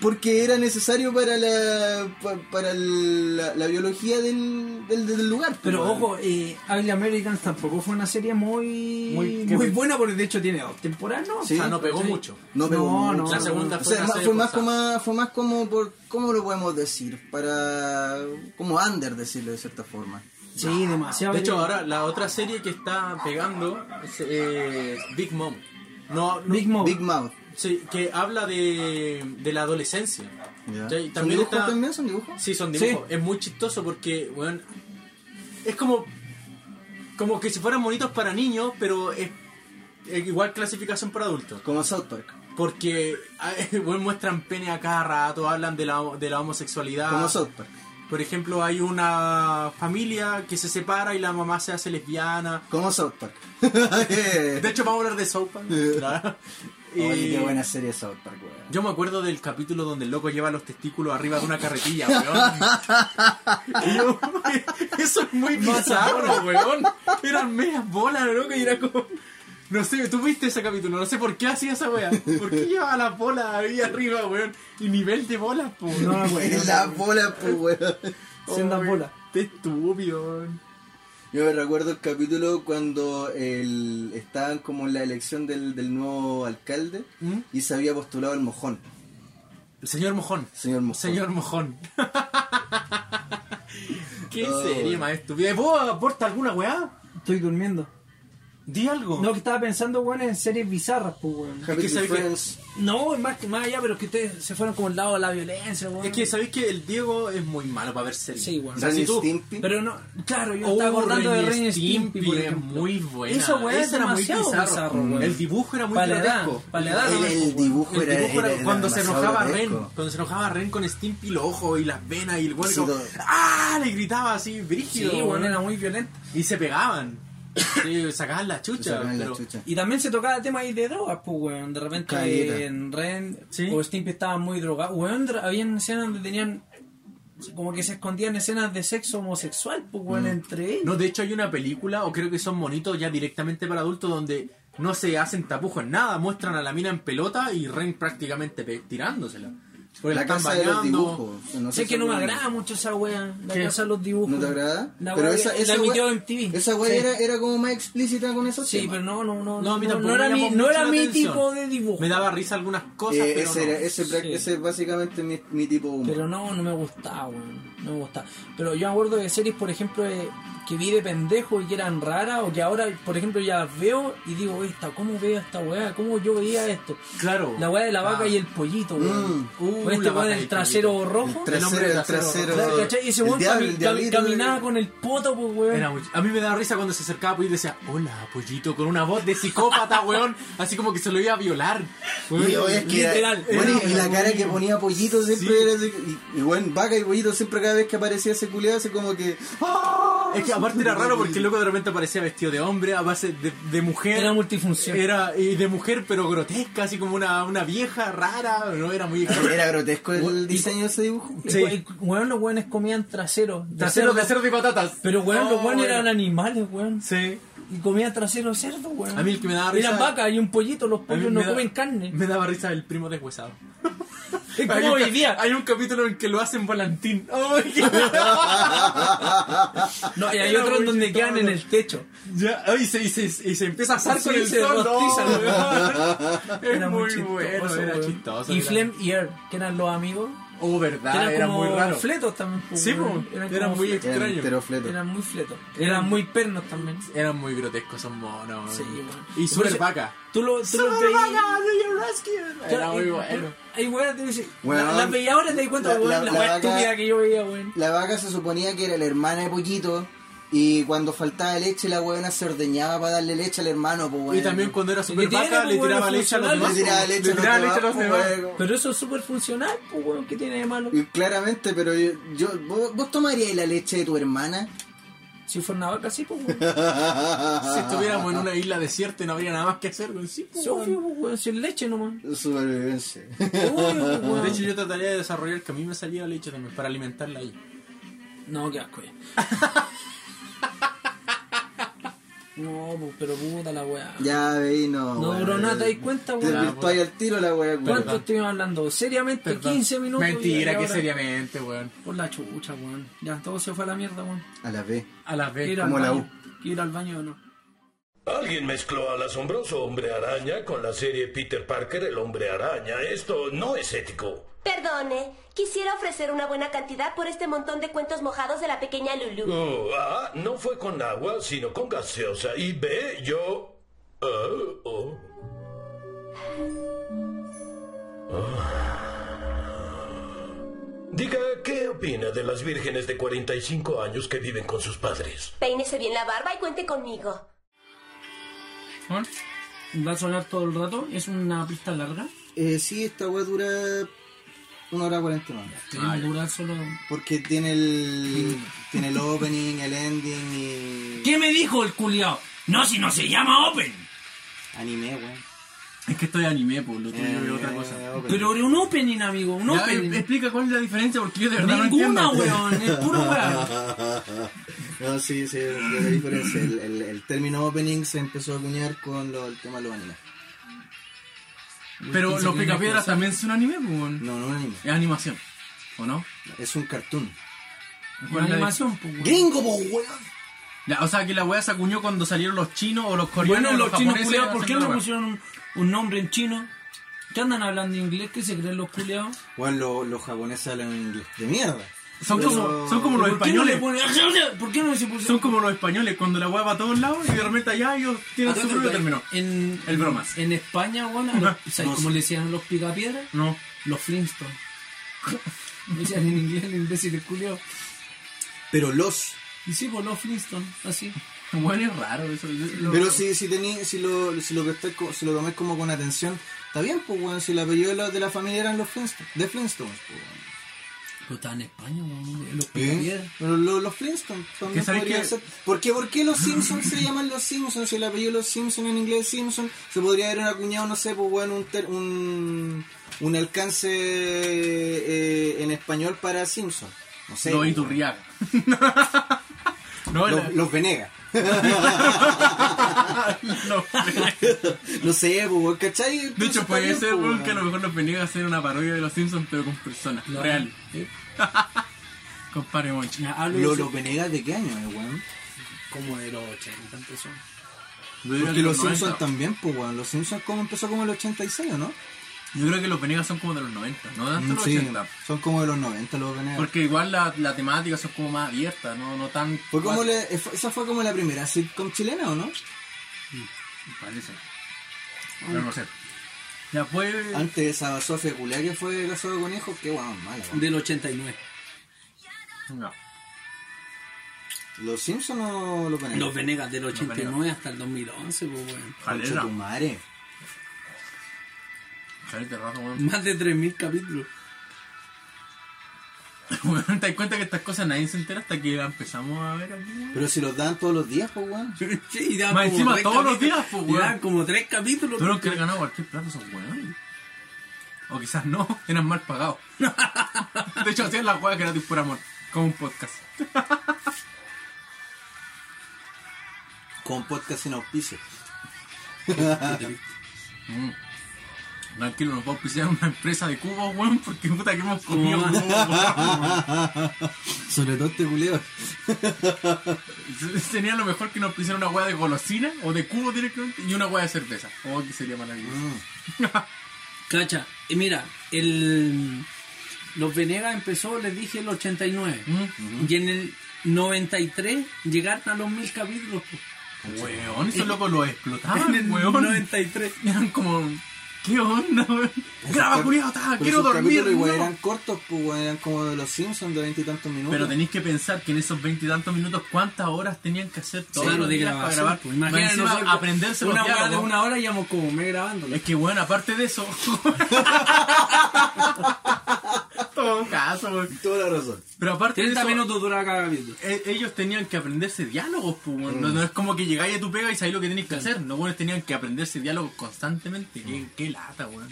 porque era necesario para la pa- para la, la biología del, del, del lugar.
Pero
pues,
ojo, eh, Ugly Americans tampoco fue una serie muy
Muy,
muy,
muy buena porque de hecho tiene dos temporadas, ¿no?
Sí.
Ah, no pegó mucho.
No, pero
No, no,
La segunda
O sea, ma- fue,
fue, una serie
más
forzada.
como, fue más como por, ¿cómo lo podemos decir? Para, como under decirlo de cierta forma.
Sí, demasiado.
De hecho, ahora la otra serie que está pegando es eh, Big Mom. No, no-
Big Mom.
Big Mouth.
sí, que habla de, de la adolescencia.
Ya.
Sí,
¿Son
También
dibujos
está,
también? ¿Son dibujos?
Sí, son dibujos. Es muy chistoso porque, weón, es como como que si fueran bonitos para niños, pero es, es igual clasificación para adultos.
Como South Park.
Porque, ah, weón, muestran pene a cada rato, hablan de la, de la homosexualidad.
Como South Park.
Por ejemplo, hay una familia que se separa y la mamá se hace lesbiana.
Como South Park.
De hecho, vamos a hablar de South Park. Claro.
Eh. Oye,
Y
qué buena serie South Park, weón.
Yo me acuerdo del capítulo donde el loco lleva los testículos arriba de una carretilla, weón. Y yo, Eso es muy bizarro, weón. Eran medias bolas, loco, y era como... No sé, tú viste ese capítulo, no sé por qué hacía esa weá. ¿Por qué llevaba las bolas ahí arriba, weón? Y nivel de bolas, pues.
No,
No,
güey, no, Oh,
La bola, pues, weón.
Siendo bola.
Qué estúpido, weón.
Yo me recuerdo el capítulo cuando el, estaban como en la elección del, del nuevo alcalde
¿Mm?
y se había postulado el mojón.
El señor Mojón.
Señor mojón.
Señor Mojón. ¿Qué
Oh.
sería más estúpida? ¿Vos aporta alguna weá?
Estoy durmiendo.
Di algo.
No, que estaba pensando, weón, en series bizarras, pues, weón.
Happy
sabes que-
Friends.
No, es más que más allá, pero que ustedes se fueron como el lado de la violencia, weón.
Es que sabéis que el Diego es muy malo para ver series.
Sí, weón.
O sea, si
Ren y
tú-
Stimpy.
Pero no, claro, yo
Oh,
estaba acordando de
Ren y
Ren y Stimpy, por
es
ejemplo.
muy buena.
Eso, weón, es
Ese era muy
demasiado
bizarro.
bizarro, weón.
El dibujo era muy
Para la edad,
grotesco.
para la edad,
El,
Ah, no me-
el dibujo
El
era,
dibujo era,
era
cuando se
demasiado
enojaba Ren,
grotesco.
cuando se enojaba Ren con Stimpy los ojos y las venas y el
Sí,
hueco.
todo.
¡Ah! Le gritaba así,
Sí,
brígido.
weón,
weón.
era muy violento.
Y se pegaban. Sí, sacaban la chucha.
Se sacaban la
pero-
chucha.
Y también se tocaba el tema ahí de drogas, pues, weón. De repente
Caleta.
eh, en Ren
Sí.
o Stimpy estaban muy drogados. Weón, dra- habían escenas donde tenían... Como que se escondían escenas de sexo homosexual, pues, weón, entre ellos.
No, de hecho hay una película, o creo que son monitos ya directamente para adultos, donde no se hacen tapujos en nada, muestran a la mina en pelota y Ren prácticamente pe- tirándosela. Porque
La
están
casa de los
bañando.
dibujos. No
sé
si
que no me
alguna-
agrada mucho esa wea, la
¿Qué?
casa de los dibujos.
¿No te agrada?
La
pero
wea
esa,
que-
esa
la emitió
wea-
en TV.
Esa wea
Sí.
era, era como más explícita con esos
Sí,
temas.
pero no, no, no.
No, a mí
no,
tampoco
no era,
me
mi,
llamó
no
mucho
era
la
mi
atención.
tipo de dibujo.
Me daba risa algunas cosas,
Eh,
pero
ese,
no.
era- ese, pra-
Sí.
ese es básicamente mi, mi tipo de humor.
Pero no, no me gustaba, weón. No me gustaba. Pero yo me acuerdo de series, por ejemplo, eh, que vi de pendejo y que eran raras, o que ahora, por ejemplo, ya las veo y digo, "Oye, esta, ¿cómo veo esta weá? ¿Cómo yo veía esto?
Claro.
La weá de la
Ah.
vaca y el pollito, weón.
Mm. Uh,
Con este
la
weón
vaca y
del
el
trasero
pollito.
rojo.
El hombre
trasero, el
trasero.
trasero.
Claro, ¿cachai? Y ese
el
weón
diablo,
cami-
el diablito,
caminaba con el poto, pues, weón.
Ah, Era muy- A mí me daba risa cuando se acercaba pues, y decía, hola, pollito, con una voz de psicópata, weón. Así como que se lo iba a violar. Weón.
Y, oye, es que era-
Literal.
bueno, y- y
Era-
la cara que ponía Pollito siempre
Sí.
era así, y, y bueno, Vaca y Pollito siempre cada vez que aparecía ese culiado, así como que. ¡ah!
Es que aparte era raro porque el loco de repente aparecía vestido de hombre, a base de, de mujer.
Era multifunción.
Era eh, de mujer, pero grotesca, así como una, una vieja rara. No era muy.
Era grotesco el diseño de ese dibujo.
Y,
Sí.
we- weón, los weones comían trasero. de
Trasero
cerdo.
de cerdo y patatas.
Pero weón, los
Oh,
weones
bueno.
eran animales, weón.
Sí.
Y comían trasero cerdo, weón.
A mí el que me daba risa-
Eran vacas y un pollito, los
A mí
pollos
me
no
da-
comen carne.
Me daba risa el primo deshuesado.
Es
Hay
como
un
hoy
ca-
día.
Hay un capítulo en que lo hacen volantín. ¡Ay, qué-
No, y hay
Era
otro en
muy
donde quedan en
chistoso.
el techo.
Ya, ay, se, y, se, y se empieza a asar
Sí,
con el
se
sol.
rostiza,
no,
weón.
es
Era
muy,
muy chistoso,
bueno, era
weón.
chistoso.
Y
era-
Flem y Air, que eran los amigos.
Oh,
que
verdad,
eran
era
como
muy raro.
fletos también. pues,
Sí,
weón.
po, eran
como
muy
fletos.
Era
Extraño.
enterofleto.
Eran muy fletos. Eran muy pernos también.
Eran muy grotescos esos monos.
Sí, weón.
Y super
Entonces,
vaca.
Tú lo, tú los
Super
veías.
vaca, Royal Rescue. Era
Claro,
muy
y-
bueno.
Hay weas que dicen,
Weón.
la- las veía ahora y te di cuenta,
La-
weón, la,
la- la
wea
vaca-
estúpida que yo veía, weón.
La vaca se suponía que era la hermana de Pollito. Y cuando faltaba leche, la huevona se ordeñaba para darle leche al hermano, pues,
Y
weón.
también cuando era super
Le tiene,
vaca, le
pues,
tiraba
bueno,
leche a los
funcional.
demás.
Le tiraba leche a los
Le tiraba
demás,
leche a los
pues,
demás.
weón.
Pero eso es súper funcional, pues, weón, ¿qué tiene de malo?
Y claramente, pero yo, yo- ¿vos, vos tomaríais la leche de tu hermana?
Si Fornavaca sí, pues, weón.
Si estuviéramos en una isla desierta y no habría nada más que hacer, weón. Sí, po,
Sí,
weón.
obvio, pues, weón, sin leche nomás.
Supervivencia.
Obvio, pues, weón.
De hecho, yo trataría de desarrollar que a mí me salía leche también para alimentarla ahí.
No, qué asco ya. No, pues, pero puta la weá.
ya, veí, no.
No
weón.
duró nada, ¿te das cuenta,
Te
weón?
desvirtuáis al tiro la weá, weón.
¿Cuánto
Perdón.
estuvimos hablando? Seriamente,
Perdón.
15 minutos.
Mentira,
y
que
ahora-
seriamente, weón.
Por la chucha, weón. Ya, todo se fue a la mierda, weón.
A la B.
A las veces.
Ir al
como la
baño. Ir al baño o no.
Alguien mezcló al asombroso hombre araña con la serie Peter Parker, el hombre araña. Esto no es ético.
Perdone, quisiera ofrecer una buena cantidad por este montón de cuentos mojados de la pequeña Lulu.
Oh, A, no fue con agua, sino con gaseosa. Y B, yo... Oh, oh. Ah. Diga, ¿qué opina de las vírgenes de 45 años que viven con sus padres?
Peínese bien la barba y cuente conmigo.
Weón, Va a sonar todo el rato. Es una pista larga.
Eh, sí, esta weá dura una hora cuarenta más.
Tiene que durar solo.
Porque tiene el. tiene el opening, el ending y.
¿Qué me dijo el culiao? No, si no se llama Open.
Anime, weón.
Es que estoy anime, pues, lo tuyo es
Eh,
otra cosa.
opening.
Pero era un opening, amigo, un
Ya,
opening.
eh, explica cuál es la diferencia, porque yo de verdad
Ninguna,
no entiendo.
weón. Es puro weón.
No, sí, sí, es la diferencia. El, el- el término opening se empezó a acuñar con lo- el tema de los animes.
Pero los picapiedras también son anime, pues, weón.
No, no un anime.
Es animación, ¿o no?
Es un cartoon.
Una
es la
animación, pues, weón.
¡Gringo, po, weón!
dif- Ya, o sea, que la weá se acuñó cuando salieron los chinos o los coreanos.
Bueno,
o
los chinos
japoneses
culiados, ¿por qué
haciendo
no
la
le
weá.
pusieron un, un nombre en chino? ¿Qué andan hablando inglés? ¿Qué se creen los culiados?
Bueno, lo- los japoneses hablan inglés de mierda.
Son
Pero-
como, son como los
¿Por qué no le
españoles.
ponen... ¿Por qué no se
Son
pusieron...
como los españoles, cuando la weá va a todos lados y de repente allá ellos tienen su propio término.
En,
El bromas.
En España, weón, a los- ¿sabes
No
cómo le
sé.
decían a los picapiedras?
No.
Los Flintstones. Le decían en inglés el imbécil el culiao.
Pero los.
Y sí, pues los Flintstones, así.
Bueno, es raro eso. Lo-
Pero si, si, tení, si, lo, si, lo prestáis co- si lo tomé como con atención, está bien, pues, weón. Si la apellido de la, de la familia eran los Flintstones. De Flintstones, pues, weón.
Pero estaban en España, weón, los
¿Eh?
picapiedras.
Pero lo- los Flintstones también
¿Qué sabes
podrían
qué?
ser. ¿Por qué, ¿Por qué los Simpsons se llaman los Simpsons? Si el apellido de los Simpsons en inglés es Simpson, se podría haber acuñado, no sé, pues bueno, un, ter- un, un alcance eh, en español para Simpson. No sé.
Los
pues,
Iturriaga. no,
bueno.
la-
Los, los Venegas.
los-
no sé, pues, bueno, ¿cachai?
De
Entonces
hecho,
está
puede
bien,
ser
pues,
weón, que a lo
bueno.
mejor los Venegas hacer una parodia de los Simpsons, pero con personas
Claro.
real. Compadre Monchi.
Ya, hablo de
¿Lo-
eso.
¿Los Venegas de qué año, eh, weón?
como de los 80 empezó.
Yo creo que
Porque los
los 90.
Simpsons también, pues, bueno, los Simpsons como empezó como el 86, ¿o no?
Yo creo que los Venegas son como de los 90, no tanto los
Mm, Sí,
80.
son como de los 90 los Venegas.
Porque igual la, la temática son como más abiertas, no, no tan.
Fue como la- esa fue como la primera sitcom chilena, ¿o no?
Parece. Pero no sé. Ya fue.
Antes de esa Sofía Culea que fue casado con hijos, qué guau, mala. weón.
Del 89.
No.
¿Los Simpsons o los Venegas?
Los Venegas del 89 hasta el 2011, pues, weón.
Concha
Jalera.
tu madre.
Jalera, rato, weón.
Más de 3.000 capítulos.
Bueno, te das cuenta que estas cosas nadie se entera hasta que la empezamos a ver aquí. weón?
Pero si los dan todos los días, pues weón.
Sí, y daban
Más
como
encima
tres
todos los
capítulos.
días, pues,
Y
weón.
daban como tres capítulos.
Tuvieron que haber ganado cualquier plato esos weones. O quizás no, eran mal pagados. De hecho, hacían la juega gratis por amor. Como un podcast.
Con podcast sin auspicio.
Tranquilo, nos va a auspiciar una empresa de cubos, weón, porque puta que hemos comido
Como
cubos, weón.
Sobre todo este culeo.
Sería lo mejor que nos auspiciara una hueá de golosina o de cubo directamente y una hueá de cerveza. O que sería maravilloso.
Mm, Cacha, y mira, el... Los Venegas empezó, les dije, el 89. Y en el 93 llegaron a los 1.000 capítulos. pues.
Weón, esos locos lo explotaban,
en el
Ah, weón.
93.
Eran como, ¿qué onda, weón? Graba, culiao, ta,
Pero
quiero
esos
dormir.
capítulos, igual,
no.
eran cortos, pues weón, eran como de los Simpsons de veintitantos minutos.
Pero tenéis que pensar que en esos veintitantos minutos, ¿cuántas horas tenían que hacer todos
Claro,
los
de
días
grabación.
para grabar?
pues, imagínate,
Más encima,
nosotros
aprenderse los
una hora de
diálogos.
una hora y íbamos como me grabándolo.
Es que, bueno, aparte de eso... como caso, weón.
Toda la razón.
Pero aparte de
30
eso,
minutos dura cada capítulo.
e- ellos tenían que aprenderse diálogos, pues, weón.
Mm.
no, no es como que llegáis a tu pega y sabéis lo que tenéis que hacer. No, bueno, tenían que aprenderse diálogos constantemente.
Mm.
Qué, qué lata, weón.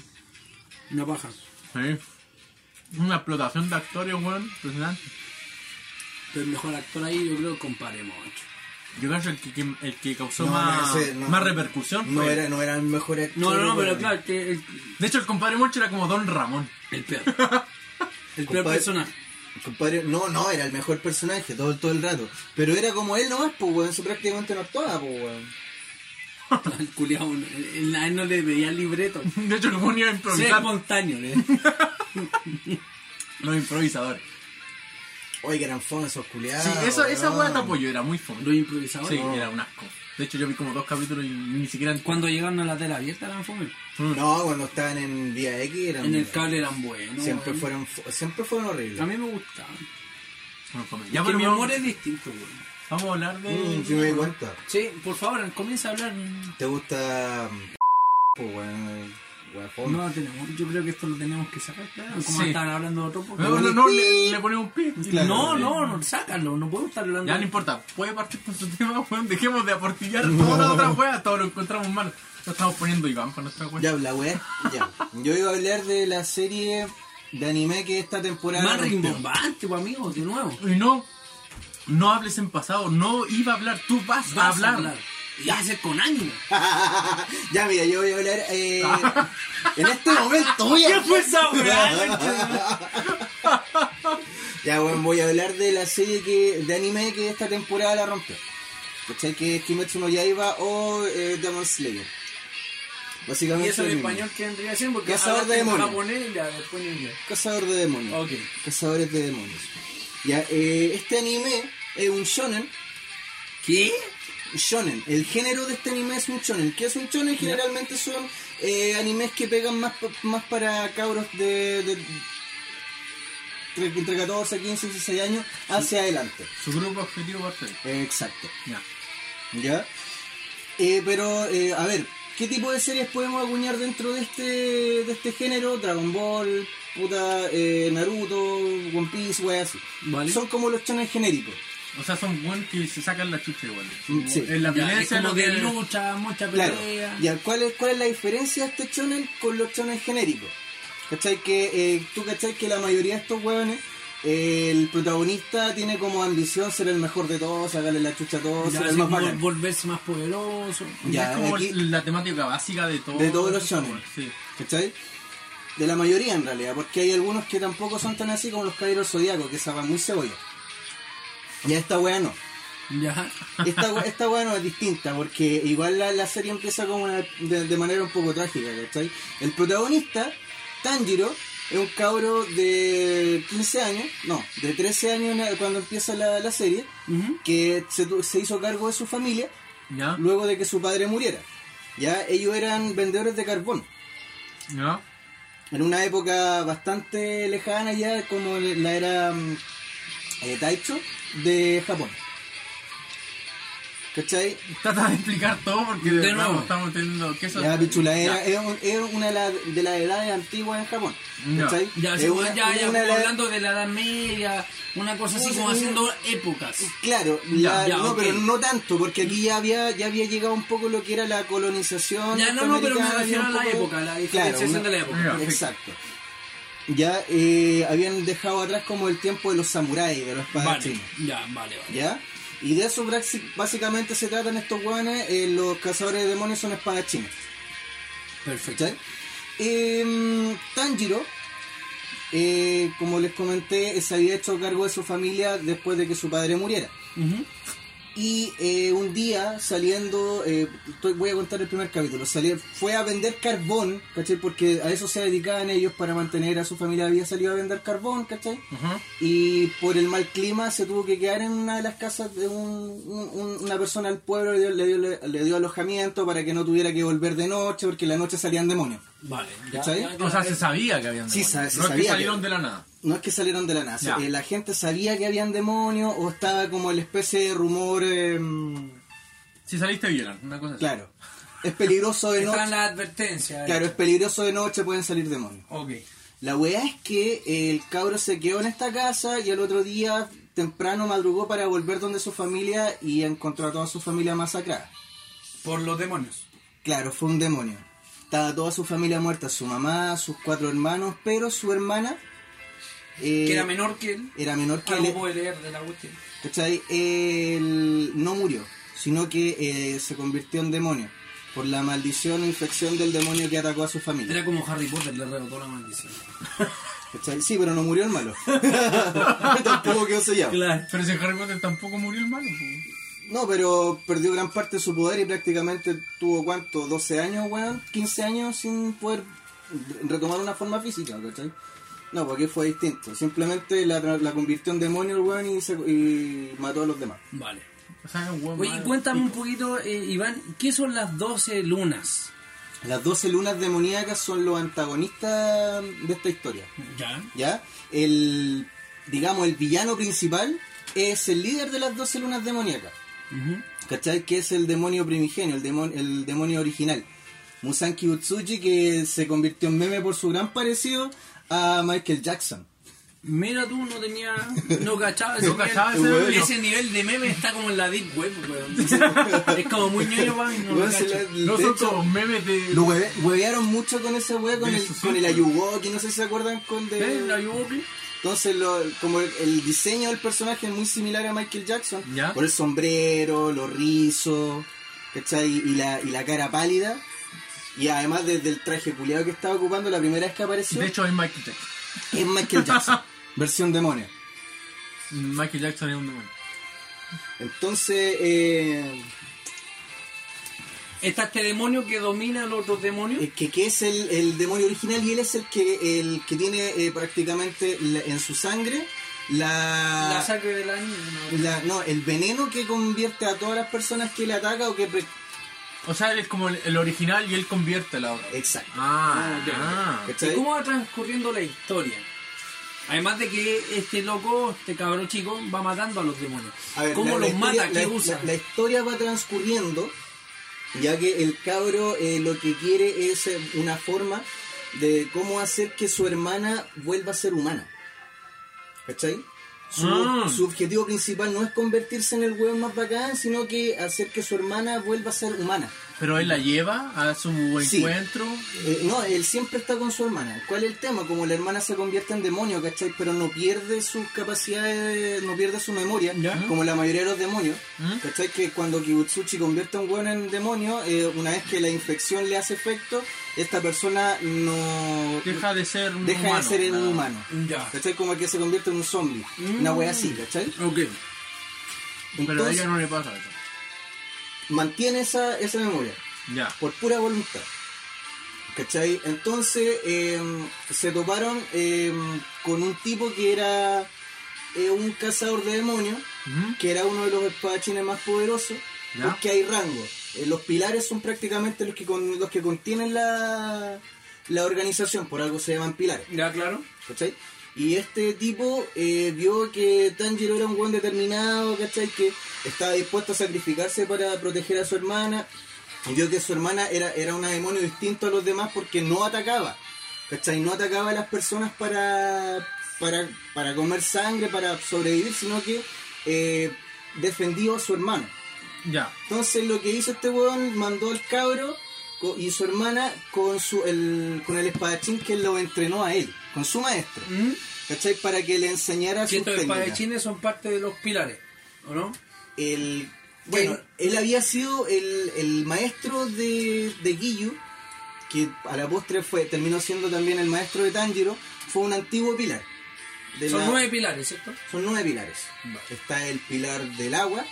Una paja.
Sí. Una explotación de actores, weón. Impresionante.
Pero el mejor actor ahí yo creo que comparemos.
Yo creo que el que, que- el que causó
No,
más,
no, ese, no.
más repercusión pues.
No
fue-
era, no era el mejor actor.
No, no, no, pero
weón.
claro, el, que- el,
De hecho, el compadre Moncho era como Don Ramón.
el peor. El peor
Compadre-
personaje.
Compadre, no, no, era el mejor personaje todo, todo el rato. Pero era como él nomás, pues, weón. Eso prácticamente no actuaba, pues, weón.
El culiao, no- el- a él no le pedía libreto.
De hecho, lo ponía a
Sí,
improvisar.
espontáneo, ¿eh?
Los improvisadores.
Oye, que eran fome esos culiados.
sí, esa, esa
Ah, weón.
weá de apoyo era muy fome.
Los improvisadores.
Sí, era un asco. De hecho, yo vi como dos capítulos y ni siquiera.
Cuando llegaron a la tela abierta eran fome.
No, cuando estaban en Vía X eran.
En el cable eran buenos.
siempre,
weón.
fueron, fo- siempre fueron horribles.
A mí me gustaban.
Bueno, fome.
Ya,
Ya, pero
mi
vamos,
amor es distinto, weón.
vamos a hablar de.
Mm, sí me di cuenta.
Sí, por favor, comienza a hablar.
¿Te gusta. mm, Pues, weón. weón, fome?
No lo tenemos. Yo creo que esto lo tenemos que sacar, claro. Como
Sí.
estaban hablando de otro porque-
No, no, no, le, le ponemos un pie.
Claro.
No, no, no, sácalo, no puedo estar hablando.
Ya no importa, puede partir con su tema, weón. Dejemos de aportillar todas las otras weas, todo lo encontramos mal. Lo estamos poniendo Iván para nuestra wea.
Ya, la weá. Ya. Yo iba a hablar de la serie de anime que esta temporada.
Más
rompió.
rimbombante, pues, amigo, de nuevo.
Y no, no hables en pasado, no iba a hablar, tú vas, a hablar.
Y hace con ánimo.
ya, mira, yo voy a hablar. eh, en este momento voy a.
¿Qué fue esa weá?
Ya, bueno, voy a hablar de la serie que, de anime que esta temporada la rompió. ¿Cachai? Que es Kimetsu no Yaiba o eh, Demon Slayer.
Y
Básicamente.
eso en
lo mismo.
español que vendría siendo porque
Ya sabes
hablaste
de
en
demonio.
japonés y ya después en inglés.
Cazador de demonios.
Ok.
Cazadores de demonios. Ya, eh, este anime es un shonen.
¿Qué?
Shonen. El género de este anime es un shonen. ¿Qué es un shonen? Generalmente son eh, animes que pegan más, pa- más para cabros de, de entre entre 14, 15, 16 años hacia adelante.
Su grupo objetivo parte de-
Eh, exacto.
Ya.
¿Ya? Eh, pero, eh, a ver, ¿qué tipo de series podemos acuñar dentro de este, de este género? Dragon Ball, puta, eh, Naruto, One Piece, weas así.
Vale.
Son como los chones genéricos.
O sea, son buenos que se sacan la chucha igual.
Mm, sí.
En
Ya,
la
es
violencia
como
lo
que
que
lucha, mucha
Claro.
pelea.
¿Y cuál es, cuál es la diferencia de este chonen con los chones genéricos? ¿Cachai? Que, eh, tú cachai que la mayoría de estos hueones, eh, el protagonista tiene como ambición ser el mejor de todos, sacarle la chucha a todos,
Ya,
ser el
así
más
como
bacán.
volverse más poderoso.
Ya,
es como
aquí-
la temática básica de todo.
De todos los shonen.
Sí.
¿Cachai? De la mayoría en realidad, porque hay algunos que tampoco son tan así como los caballeros zodiacos, que saben muy cebolla. Y a esta wea no.
Ya.
Esta, we- esta wea no es distinta, porque igual la, la serie empieza como una- de, de manera un poco trágica, ¿cachai? El protagonista, Tanjiro, es un cabro de 15 años, no, de 13 años na- cuando empieza la, la serie,
Ujú.
que se tu- se hizo cargo de su familia
¿Ya?
luego de que su padre muriera. Ya, ellos eran vendedores de carbón.
¿Ya?
en una época bastante lejana ya, como la era mm, eh, Taicho de Japón. ¿Cachai?
Trata de explicar todo porque
De nuevo.
vamos, estamos teniendo que eso.
La pichula era,
Ya.
es un- es una de, la- de las edades antiguas en Japón.
Ya.
¿Cachai?
Ya,
Es
sí,
Eh,
pues,
una-
ya, ya,
una
como
de las-
hablando de la Edad Media, una cosa así
Sí,
como
sí.
haciendo épocas.
Claro,
Ya,
la-
ya,
no,
ok.
pero no tanto, porque aquí ya había, ya había llegado un poco lo que era la colonización.
Ya, no, no, pero me
norteamericana,
refiero a
un
la
poco-
época, la
claro,
diferenciación
una-
de la época.
Ya.
Exacto. Ya eh, habían dejado atrás como el tiempo de los samuráis, de los
Vale,
padres.
ya, vale, vale.
¿Ya? Y de eso braxi- básicamente se tratan estos guanes, los cazadores de demonios son espadachines.
Perfecto.
¿Cachai? Em, Tanjiro, eh, como les comenté, se había hecho cargo de su familia después de que su padre muriera.
Ujú.
Y eh, un día saliendo, eh, estoy- voy a contar el primer capítulo, sali- fue a vender carbón, ¿cachai? Porque a eso se dedicaban ellos para mantener a su familia, había salido a vender carbón, ¿cachai?
Ajá.
y por el mal clima se tuvo que quedar en una de las casas de un- un- un- una persona del pueblo, le dio, le, dio, le dio alojamiento para que no tuviera que volver de noche, porque en la noche salían demonios.
Vale,
¿Cachai?
O sea, se sabía que habían
Sí,
demonios.
sabe- se
no es que
sabía que-
salieron de la nada.
No es que salieron de la nada,
Ya.
eh, la gente sabía que habían demonios o estaba como la especie de rumor, eh,
Si saliste, violan. Una cosa así.
claro, es peligroso de
Están
noche.
las advertencias.
Claro, es peligroso de noche, pueden salir demonios.
Ok.
La weá es que el cabro se quedó en esta casa y al otro día temprano madrugó para volver donde su familia y encontró a toda su familia masacrada.
Por los demonios.
Claro, fue un demonio. Estaba toda su familia muerta, su mamá, sus cuatro hermanos, pero su hermana... eh,
que era menor Ah, pues. que él.
era menor que
Algo
él.
puede leer de la cuestión.
¿Cachai? Él no murió, sino que eh, se convirtió en demonio por la maldición o infección del demonio que atacó a su familia.
Era como Harry Potter, le rebotó la maldición.
¿Cachai? Sí, pero no murió el malo. Tampoco quedó sellado.
Pero si Harry Potter tampoco murió el malo. pues.
No, pero perdió gran parte de su poder y prácticamente tuvo, ¿cuánto? ¿12 años, weón? ¿15 años sin poder re- retomar una forma física, ¿cachai? No, porque fue distinto. Simplemente la, tra- la convirtió en demonio el weón y, se- y mató a los demás.
Vale.
O sea, es un hueón
Oye,
malo.
cuéntame un poquito, eh, Iván, ¿qué son las 12 lunas?
Las 12 lunas demoníacas son los antagonistas de esta historia.
Ya.
¿ya? El, digamos, el villano principal es el líder de las 12 lunas demoníacas. ¿Cachai? Que es el demonio primigenio, el, demon- el demonio original. Musanki Utsuji, que se convirtió en meme por su gran parecido a Michael Jackson.
Mira tú, no tenía. No cachaba ese
No
nivel.
cachaba ese
Weón.
nivel.
Ese nivel de meme está como en la deep web, weón. Es como muy ñoño para mí, no lo
Weón, se
cacho.
la-
No
de
son
hecho,
como memes de.
lo hueve- huevearon mucho con ese weón, con
De
el,
su
con el
círculo.
Ayuwoki, no sé si se acuerdan con de...
¿Ves? La Yuwoki.
Entonces, lo- como el, el diseño del personaje es muy similar a Michael Jackson,
Ya.
por el sombrero, los rizos, ¿cachai? Y la, y la cara pálida. Y además desde el traje culiado que estaba ocupando la primera vez que apareció,
De hecho, es Michael Jackson.
es Michael Jackson, versión demonio.
Michael Jackson es un demonio.
Entonces, eh,
Está este demonio que domina a los otros demonios.
eh, que, que es el, el demonio original y él es el que, el que tiene eh, prácticamente la- en su sangre la,
La sangre de la niña. ¿no?
la- no, el veneno que convierte a todas las personas que le ataca o que... pre-
O sea, él es como el, el original y él convierte la obra.
Exacto.
Ah, ah.
¿cachai?
¿Y cómo va transcurriendo la historia? Además de que este loco, este cabrón chico, va matando a los demonios.
A ver,
¿Cómo
la- la
los
historia-
mata? ¿Qué
la,
usa?
la- la historia va transcurriendo, ya que el cabro eh, lo que quiere es eh, una forma de cómo hacer que su hermana vuelva a ser humana. ¿Cachai? Su,
Ah.
su objetivo principal no es convertirse en el hueón más bacán, sino que hacer que su hermana vuelva a ser humana.
Pero él la lleva a su
Sí.
encuentro.
Eh, no, él siempre está con su hermana. ¿Cuál es el tema? Como la hermana se convierte en demonio, ¿cachai? Pero no pierde sus capacidades, no pierde su memoria, ¿Mm?
Ya. ¿Mm?
como la mayoría de los demonios. ¿Cachai? Que cuando Kibutsuchi convierte a un weón en demonio, eh, una vez que la infección le hace efecto, esta persona no
Deja de ser un
deja
humano,
de ser un
nada.
humano.
Ya.
¿Cachai? Como que se convierte en un zombie. Una wea así, ¿cachai?
Ok.
Mm. Pero a
Entonces,
ella no le pasa eso.
mantiene esa, esa memoria.
Ya.
por pura voluntad. ¿Cachai? Entonces eh, se toparon eh, con un tipo que era eh, un cazador de demonios,
Ujú.
que era uno de los espadachines más poderosos,
Ya.
porque hay rangos. Eh, los pilares son prácticamente los que, con- los que contienen la, la organización, por algo se llaman pilares.
Ya, claro.
¿cachai? Y este tipo eh, vio que Tanjiro era un buen determinado, ¿cachai? Que estaba dispuesto a sacrificarse para proteger a su hermana. Y vio que su hermana era, era una demonio distinto a los demás porque no atacaba, ¿cachai? No atacaba a las personas para, para, para comer sangre, para sobrevivir, sino que eh, defendió a su hermano.
Ya.
Entonces lo que hizo este weón, mandó al cabro co- y su hermana con su el, con el espadachín que lo entrenó a él, con su maestro.
Mm.
¿Cachai? Para que le enseñara
Si
sus
estos
técnicas.
espadachines son parte de los pilares, ¿o no?
El, bueno, él había sido el, el maestro de, de Giyu, que a la postre fue, terminó siendo también el maestro de Tanjiro, fue un antiguo pilar. de
Son
la-
nueve pilares, ¿cierto?
son nueve pilares. Está el pilar del agua,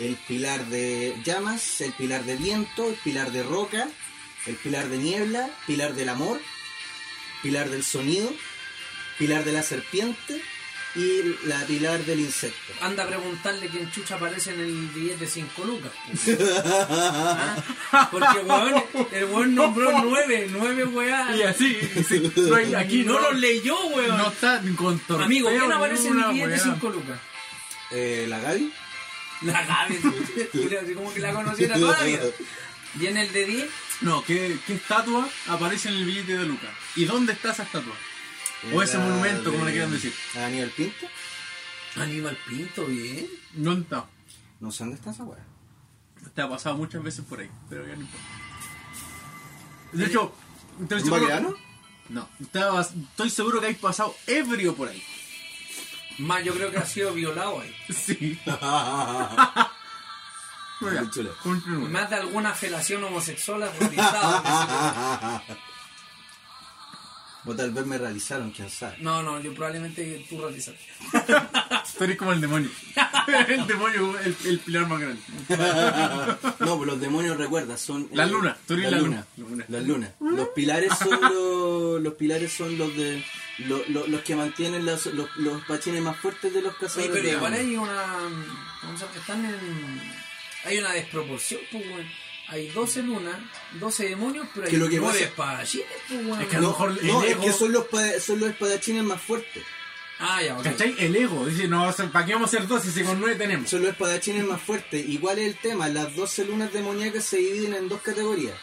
el pilar de llamas, el pilar de viento, el pilar de roca, el pilar de niebla, pilar del amor, pilar del sonido, pilar de la serpiente y la pilar del insecto.
Anda a preguntarle quién chucha aparece en el billete de 5 lucas. Ah, Porque weón, el weón nombró nueve, nueve weá.
Y así. sí. No hay- aquí
No los leyó, weón.
No está ni con torpeo
Amigo, ¿quién
ni
aparece en
una
el billete de
weá.
5 lucas?
Eh, ¿La Gaby?
La Gaby, Julia, así como que la conociera toda la vida. Y en el de 10,
No, ¿qué, qué estatua aparece en el billete de Luca? ¿Y dónde está esa estatua? O ese
Era
monumento, como
de-
le quieran decir.
¿A Daniel Pinto?
Aníbal Pinto, bien.
No está.
No sé dónde está esa weá.
Te ha pasado muchas veces por ahí, pero ya no importa. De hecho, estoy
¿En
seguro-
Baquedano?
No, estabas- estoy seguro que hay pasado ebrio por ahí.
Más, yo creo que ha sido violado ahí.
Sí. Pero ya,
Chula.
continúa.
Más de alguna felación homosexual ha realizado.
O Pues tal vez me realizaron, quién sabe.
No, no, yo probablemente tú realizaste.
Tú eres como el demonio. El demonio, el, el pilar más grande.
No, pues los demonios recuerda, son.
La
eh,
luna, tú eres la luna. Luna.
Las lunas. Los pilares son los. Los pilares son los de. lo- lo- los que mantienen las- los, los pachines más fuertes de los
Oye,
cazadores.
pero
de
igual
árboles.
hay una. ¿Cómo se llama? Están en. Hay una desproporción, pues, weón. Hay 12 lunas, 12 demonios, pero hay
Que lo que
9
pasa-
espadachines, pues, weón.
Es que a lo
No,
mejor el
no, es
ego-
que son los, pa- son los espadachines más fuertes.
Ah, ya, ok.
¿Cachai? El ego. Dice, no, ¿para qué vamos a ser 12 si con 9 tenemos?
Son los espadachines más fuertes. Igual es el tema, las 12 lunas demoníacas se dividen en dos categorías.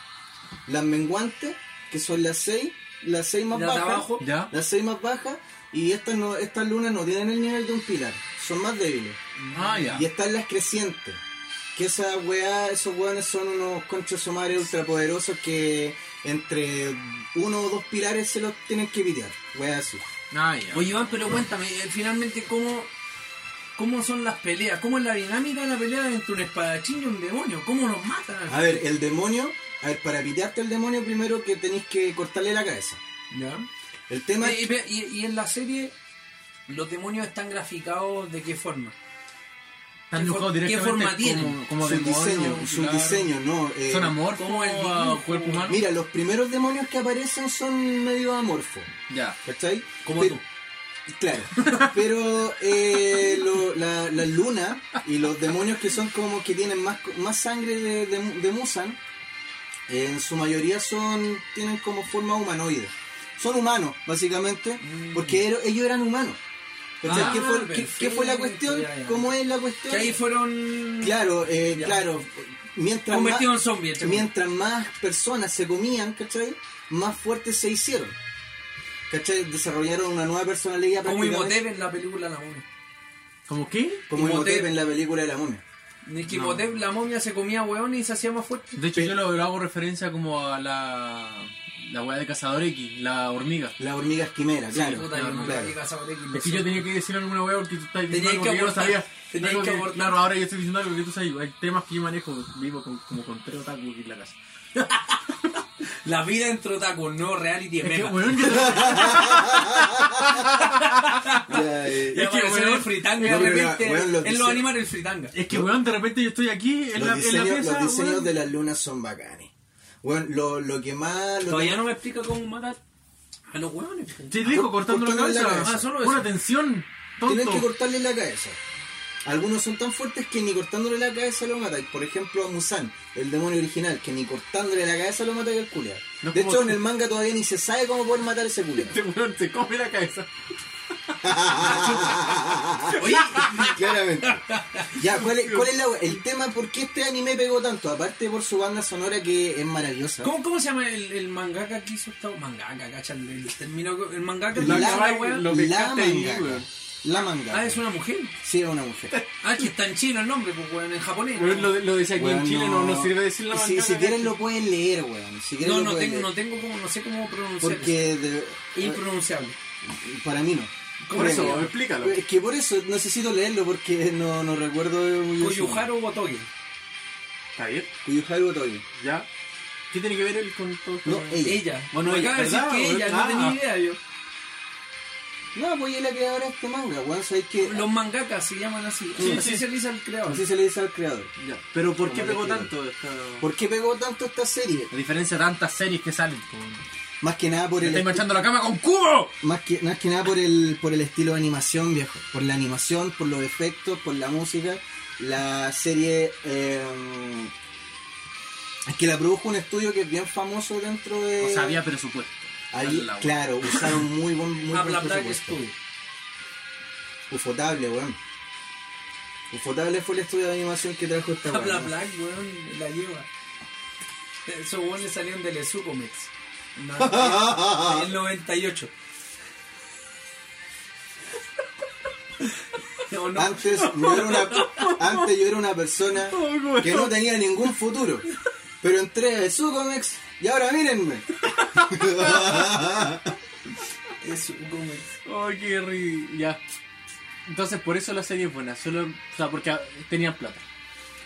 Las menguantes, que son las 6, las 6 más
Las de
bajas.
abajo.
Ya.
Las 6 más bajas. Y estas, no, estas lunas no tienen el nivel de un pilar. Son más débiles.
Ah, ya.
Y están las crecientes. Que esa weá, esos weones son unos conchos sumarios ultrapoderosos que entre uno o dos pilares se los tienen que pitear. Weá así.
Ah, ya.
Oye, Iván, pero cuéntame, eh, finalmente, ¿cómo, ¿cómo son las peleas? ¿Cómo es la dinámica de la pelea entre un espadachín y un demonio? ¿Cómo los matan? al
A ver, el demonio, a ver, para pitearte el demonio primero que tenéis que cortarle la cabeza.
final? ¿Ya?
El tema
Y, y- y- y en la serie, los demonios están graficados de qué forma?
Están
¿Qué
dibujados
for- qué
directamente
forma
como-
tienen?
Como
su
demonios,
diseño, su
claro.
diseño, no. eh,
Son amor,
como
como
el
el
dibujo.
cuerpo humano.
mira, los primeros demonios que aparecen son medio amorfos,
Ya.
¿cachai?
Como
Pe-
tú.
Claro, pero eh, lo- la, la luna y los demonios que son como que tienen más, más sangre de, de, de Musan, en su mayoría son tienen como forma humanoide. Son humanos, básicamente, porque er- ellos eran humanos. ¿Cachai?
Mm. Ah,
¿Qué, fue, qué-
perfecto,
qué fue la cuestión?
ya, ya.
¿Cómo es la cuestión?
Que ahí fueron
Mm,
Claro, eh,
Ya.
claro. Mientras más,
convertidos en zombies. entre comillas.
mientras más personas se comían, ¿cachai? Más fuertes se hicieron. ¿Cachai? Desarrollaron una nueva personalidad
Como
prácticamente-
Imhotep en la película La Momia.
¿Cómo qué?
Como
Imhotep.
Imhotep en la película de la momia.
Ni que Imhotep, la momia se comía hueones y se hacía más fuerte.
De hecho, yo lo, lo hago referencia como a la. La weá de Cazador X, la hormiga.
La hormiga esquimera, claro.
Puta, yo nunca
claro.
llegué a saber X, no
Es que
sé.
yo tenía que decir alguna weá porque tú estás diciendo
Tenías
algo
que
que yo no
aportar,
sabía.
tenías
Algo
que
que-
aportar.
Claro, ahora yo estoy diciendo algo que tú sabes. Hay temas que yo manejo, vivo con- como con tres otakus en la casa.
La vida entre otaku, no reality
Es que,
mega.
weón, yo
Ya, eh,
Y
Es que,
apareció
weón,
el fritanga
no,
de
pero,
repente.
weón, los
en los
dise-
animales el fritanga.
Es que, weón, de repente yo estoy aquí
los,
en, la, en la
diseños,
pieza.
los diseños
weón.
de las lunas son bacanes. Bueno, lo, lo que más... Lo
Todavía
que,
no me explica cómo matar a los hueones. po.
Te dijo
Cort-
cortando la
cortándole la
cabeza.
cabeza.
Ah, solo eso. Pon atención,
Tienen que
tonto.
cortarle la cabeza. Algunos son tan fuertes que ni cortándole la cabeza lo matan. Por ejemplo, a Musan, el demonio original, que ni cortándole la cabeza lo mata que el culiao.
No
de
como
hecho,
tú.
en el manga todavía ni se sabe cómo poder matar a ese culiao.
Este weón te come la cabeza.
Oye,
Claramente. Ya, ¿cuál es, cuál es la- el tema? ¿Por qué este anime pegó tanto? Aparte por su banda sonora que es maravillosa.
¿cómo, cómo se llama el, el mangaka que hizo esta Mangaka, cachan. El término. que- El mangaka que
La,
hizo
la,
la wea.
lo pescaste ahí,
manga.
weón.
la manga.
Ah, es una mujer.
Sí, es una mujer.
Ah, que está en chino el nombre, pues, weón, en japonés.
Weón, lo, lo decía aquí
Weón,
en Chile, no, no sirve decir la
Si,
bandera,
si
¿cachai?
quieren lo pueden leer, weón. Si quieren
No,
lo
no
pueden
tengo, no
leer.
tengo como, no sé cómo pronunciar.
Porque de- eh,
eso. Impronunciable.
para mí no.
Por eso,
Bueno,
explícalo.
Es que por eso necesito leerlo porque no, no recuerdo muy bien su nombre.
Koyuharu Botoge.
Está bien,
Koyuharu Otogi.
ya. ¿Qué tiene que ver él con todo esto?
No, ella.
Ella.
Bueno,
Me acaba de decir
¿verdad?
que ella, no
Ah.
tenía idea yo.
No, pues ella es la creadora de este manga, weón. Sabéis que
Los mangakas se llaman así.
Sí,
así
sí.
se le dice al creador.
así se le dice al creador.
Ya. Pero ¿por qué
Como
pegó
elegido.
tanto esta.?
¿Por qué pegó tanto esta serie?
A diferencia de tantas series que salen. po.
Más que nada por
Te
el
estáis manchando la cama con cubo.
más que más que nada por el por el estilo de animación, viejo, por la animación, por los efectos, por la música. La serie eh, es que la produjo un estudio que es bien famoso dentro de
O sea, había presupuesto.
Ahí,
La-
claro, usaron muy buen muy
Habla
buen
Black
presupuesto.
Studio.
Ufotable, weón. Ufotable fue el estudio de animación que trajo esta
Habla
weón.
Black, weón, la lleva. Esos weones salieron del Ezucomex. En el 98.
Ah.
¿O no?
Antes, yo era una, antes yo era una persona que no tenía ningún futuro. Pero entré al Sucomex y ahora mírenme.
Es un cómic.
Oh, qué ri- Ya. Entonces, por eso la serie es buena. Solo, o sea, porque ah, tenían plata.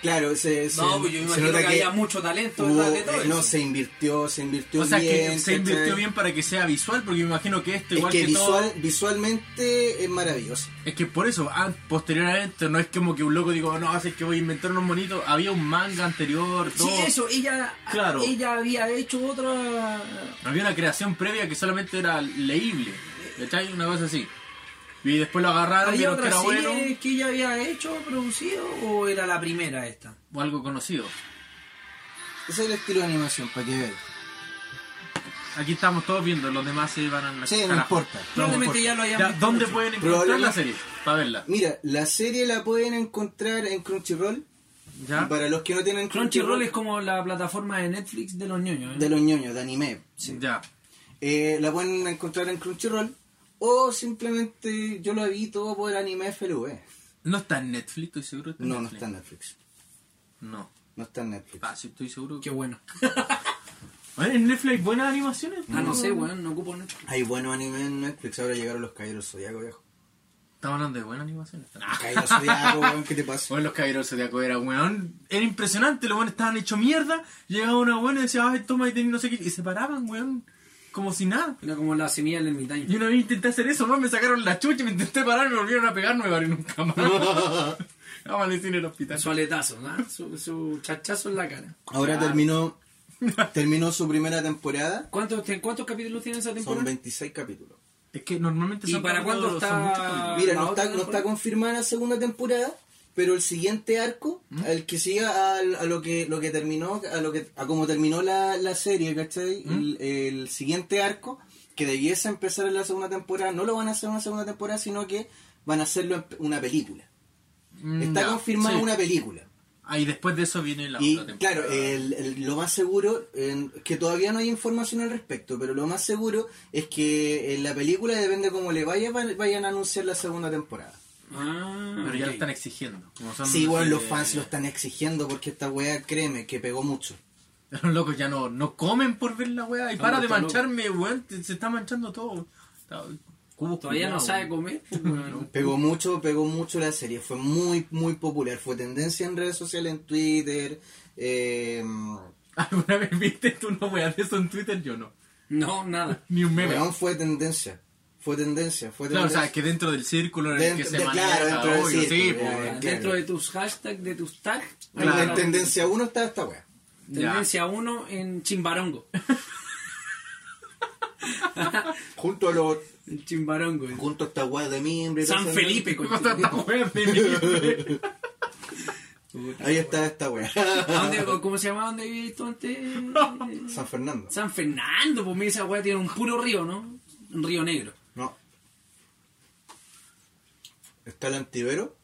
Claro, se, se-
No, pues yo me
se
imagino
nota
que, había mucho talento
hubo- eh,
detrás de todo
no,
eso.
se invirtió, se invirtió
O sea,
bien.
que se
¿cachai?
invirtió bien para que sea visual, porque me imagino que esto,
Es
igual
que
que, todo.
visual- visualmente es maravilloso.
Es que por eso, ah, posteriormente, no es como que un loco digo, no, hace que voy a inventar unos monitos. Había un manga anterior, todo.
Sí, eso, ella,
Claro.
ella había hecho otra.
Había una creación previa que solamente era leíble. ¿Cachai? Una cosa así. Y después lo agarraron,
¿Había
vieron que
otra
era
serie
bueno.
que ella había hecho, producido, o era la primera esta?
O algo conocido.
Ese es el estilo de animación, para que vean.
Aquí estamos todos viendo, los demás se van a...
Sí, no importa.
Probablemente ya lo hayan visto
¿Dónde
mucho.
pueden encontrar
Probablemente-
la serie? Para verla.
Mira, la serie la pueden encontrar en Crunchyroll.
¿Ya?
Y Para los que no tienen
Crunchyroll es como la plataforma de Netflix de los ¿eh? niños.
de los ñoños, de anime.
Ya.
Eh, la pueden encontrar en Crunchyroll. O simplemente yo lo vi todo por anime FLV.
No está en Netflix, estoy seguro. que
No, no
Netflix.
está en Netflix.
No.
No está en Netflix.
Ah, sí, estoy seguro.
Qué
Que...
bueno.
Oye, ¿En Netflix buenas animaciones?
Ah, no sé, weón, no ocupo Netflix.
Hay buenos animes en Netflix. Ahora llegaron los Caballeros Zodíaco, viejo.
Estamos hablando de buenas animaciones.
Caballeros Zodíaco, weón, ¿qué te pasa?
Bueno, los caballeros zodiaco era weón. Era impresionante, los buenos estaban hechos mierda. Llegaba una buena y decía, ay, toma y ten- no sé qué. Y se paraban, weón. Como si nada.
Era como la semilla del ermitaño.
Y una vez intenté hacer eso, weón, me sacaron la chucha, me intenté parar, me volvieron a pegar, no me paré nunca más. Amanecí en el hospital.
Su aletazo, ¿no? su, su chachazo en la cara.
Ahora terminó, terminó su primera temporada.
¿Cuántos, te- ¿Cuántos capítulos tiene esa
Son
temporada?
26 capítulos.
Es que normalmente
¿Y
son
para cuándo
capítulos- son muchos capítulos.
está?
Mira,
la
no
otra
está, no está
temporada?
confirmada la segunda temporada, pero el siguiente arco,
¿Mm?
el que siga al- a, lo que lo que terminó, a lo que a como terminó la, la serie, ¿cachai?
¿Mm?
El, el siguiente arco, que debiese empezar en la segunda temporada, no lo van a hacer en una segunda temporada, sino que van a hacerlo en una película.
Mm,
Está
ya,
confirmada
sí.
una película.
Ah, y después de eso viene la
y
otra temporada.
claro, eh, el- el- lo más seguro, en- que todavía no hay información al respecto, pero lo más seguro es que en la película depende cómo le vaya, va- vayan a anunciar la segunda temporada.
Ah,
Pero ya lo
ok.
están exigiendo. Como son
Sí, bueno, los
eh,
fans lo están exigiendo porque esta weá, créeme, que pegó mucho.
Los locos ya no, no comen por ver la weá. Y
Son
para de
vueltos
mancharme, weón. te- Se está manchando todo. Está- cubos
Todavía no
culiados,
sabe
weón.
comer. pues,
¿Mm?
weón.
Pegó mucho, pegó mucho la serie. Fue muy, muy popular. Fue tendencia en redes sociales, en Twitter. eh,
¿Alguna vez viste tú una weá de eso en Twitter? Yo no.
No, nada.
Ni un meme.
weón, fue tendencia. Fue tendencia, fue
claro, o
tendencia.
sea, que dentro del círculo en el que
Dentro-
se
de-
maneja.
claro, dentro del
obvio, sí, pues,
círculo,
po,
ya,
weón.
Claro.
Dentro de tus hashtags, de tus tags.
En-
claro.
En tendencia 1 está esta weá.
Tendencia 1 en Chimbarongo.
Junto a los.
En Chimbarongo.
Junto a esta weá de mimbre.
San
todo eso,
Felipe,
¿Qué
coño.
cosa esta weá de meme?
Ahí está esta weá.
¿A dónde- ¿Cómo se llama? ¿Dónde vivías tú antes?
San Fernando.
San Fernando, pues mira, esa weá tiene un puro río, ¿no? Un río negro.
No. Está el Antivero.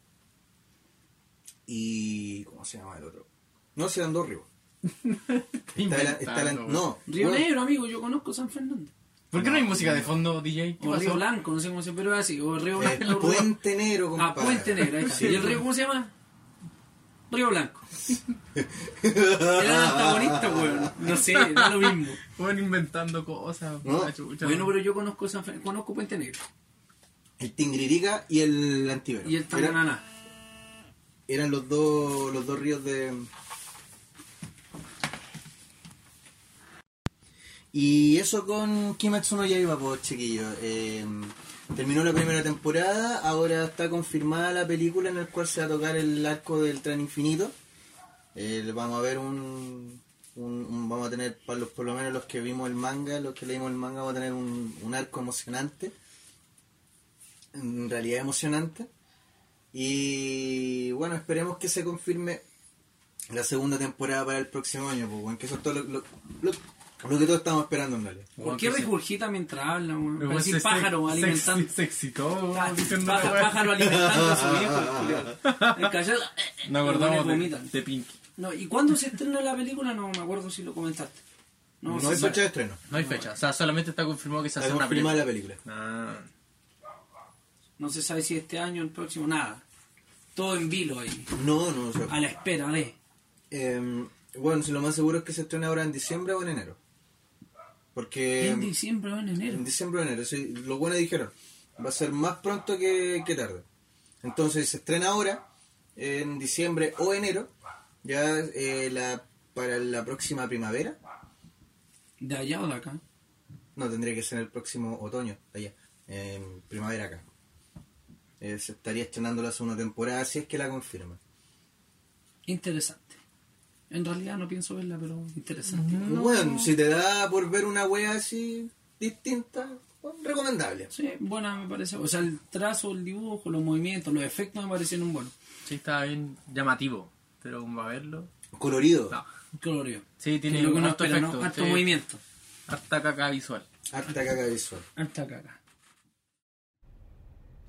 Y. ¿Cómo se llama el otro? No, se dan dos ríos. Está el, está el-
Inventando, weón.
no, eh,
Río
bueno,
Negro, amigo, yo conozco San Fernando.
¿Por qué no hay música de fondo, DJ? ¿Qué
O Río
pasó?
Blanco, no sé cómo se llama, pero es así. O Río
eh,
Blanco. Río-
Puente Negro,
Ah,
compadre.
Puente Negro. ahí está. ¿Y el río cómo se llama? Río Blanco. Era antagonista, weón. No sé, da lo mismo.
Weón inventando cosas.
No.
la chucha.
Bueno, pero yo conozco San Fernando, conozco Puente Negro.
El Tingririca y el Antivero.
Y el
Era-
Tananana.
eran los dos, los dos ríos de. Y eso con Kimetsu no Yaiba, pues chiquillos. Eh, terminó la primera temporada, ahora está confirmada la película en la cual se va a tocar el arco del tren infinito. Eh, vamos a ver un, un- un- Vamos a tener, para los, por lo menos los que vimos el manga, los que leímos el manga, vamos a tener un, un arco emocionante. En realidad emocionante. Y bueno, esperemos que se confirme la segunda temporada para el próximo año, pues, weón, que eso es todo lo, lo- lo- lo que todos estamos esperando en realidad.
¿Por qué
Weón, que se-
regurgita mientras habla, weón?
Pero
Parece
se-
un pájaro
se-
alimentando.
Se, se excitó.
Pá-
weón, Ah, diciendo
pá-
la weá.
Pájaro alimentando a su hijo. El callado, eh, eh,
Nos
los buenos
acordamos de,
vomitan.
de Pinky.
No, ¿Y cuándo se estrena la película? No me acuerdo si lo comentaste.
No,
se
hay
sabe.
fecha de estreno.
No hay fecha, o sea, solamente está confirmado que se
Está
hace una Ah,
confirmada
película.
la película.
Ah,
No se sabe si este año, el próximo, nada.
todo en vilo ahí,
No, no, o sea,
Ah.
a la espera de.
em, bueno, si lo más seguro es que se estrene ahora en diciembre o en enero. Porque
en diciembre o en enero.
Eh, en diciembre o enero, sí, los buenos dijeron, va a ser más pronto que, que tarde. Entonces se estrena ahora, en diciembre o enero, ya eh, la, para la próxima primavera,
De allá o de acá.
no tendría que ser el próximo otoño, allá, em, primavera acá. Eh, se estaría estrenando la segunda temporada si es que la confirma.
Interesante. En realidad no pienso verla, pero interesante.
Bueno, si te da por ver una wea así distinta, bueno, recomendable.
Sí, buena me parece. O sea, el trazo, el dibujo, los movimientos, los efectos me parecieron buenos.
Sí, está bien llamativo, pero como va a verlo.
Colorido,
No.
Colorio.
Sí, tiene
Que es lo que uno
harto
espera, ¿no?
efecto,
Harto
sí.
movimiento.
Harta caca visual.
harta caca visual.
Harta caca.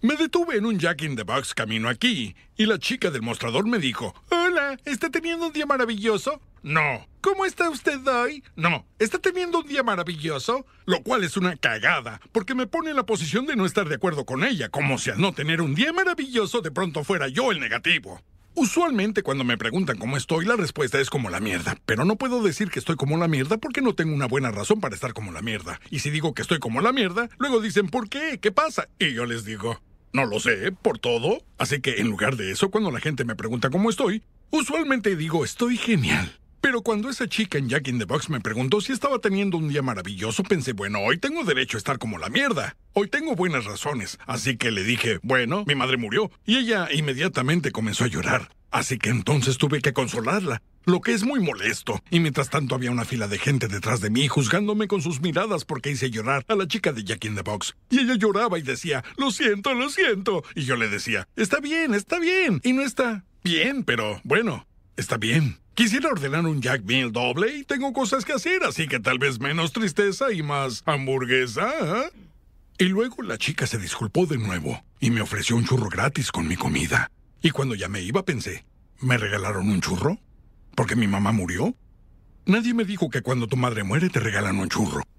Me detuve en un Jack in the Box camino aquí y la chica del mostrador me dijo, Hola, ¿está teniendo un día maravilloso? No. ¿Cómo está usted hoy? No. ¿Está teniendo un día maravilloso? Lo cual es una cagada, porque me pone en la posición de no estar de acuerdo con ella, como si al no tener un día maravilloso de pronto fuera yo el negativo. Usualmente cuando me preguntan cómo estoy, la respuesta es como la mierda, pero no puedo decir que estoy como la mierda porque no tengo una buena razón para estar como la mierda. Y si digo que estoy como la mierda, luego dicen ¿por qué? ¿Qué pasa? Y yo les digo, no lo sé, por todo. Así que en lugar de eso, cuando la gente me pregunta cómo estoy, usualmente digo estoy genial. Pero cuando esa chica en Jack in the Box me preguntó si estaba teniendo un día maravilloso, pensé, bueno, hoy tengo derecho a estar como la mierda. Hoy tengo buenas razones. Así que le dije, bueno, mi madre murió. Y ella inmediatamente comenzó a llorar. Así que entonces tuve que consolarla, lo que es muy molesto. Y mientras tanto había una fila de gente detrás de mí juzgándome con sus miradas porque hice llorar a la chica de Jack in the Box. Y ella lloraba y decía, lo siento, lo siento. Y yo le decía, está bien, está bien. Y no está bien, pero bueno, Está bien. Quisiera ordenar un Jack Meal doble y tengo cosas que hacer, así que tal vez menos tristeza y más hamburguesa. ¿ah? Y luego la chica se disculpó de nuevo y me ofreció un churro gratis con mi comida. Y cuando ya me iba pensé, ¿me regalaron un churro? ¿Porque mi mamá murió? Nadie me dijo que cuando tu madre muere te regalan un churro.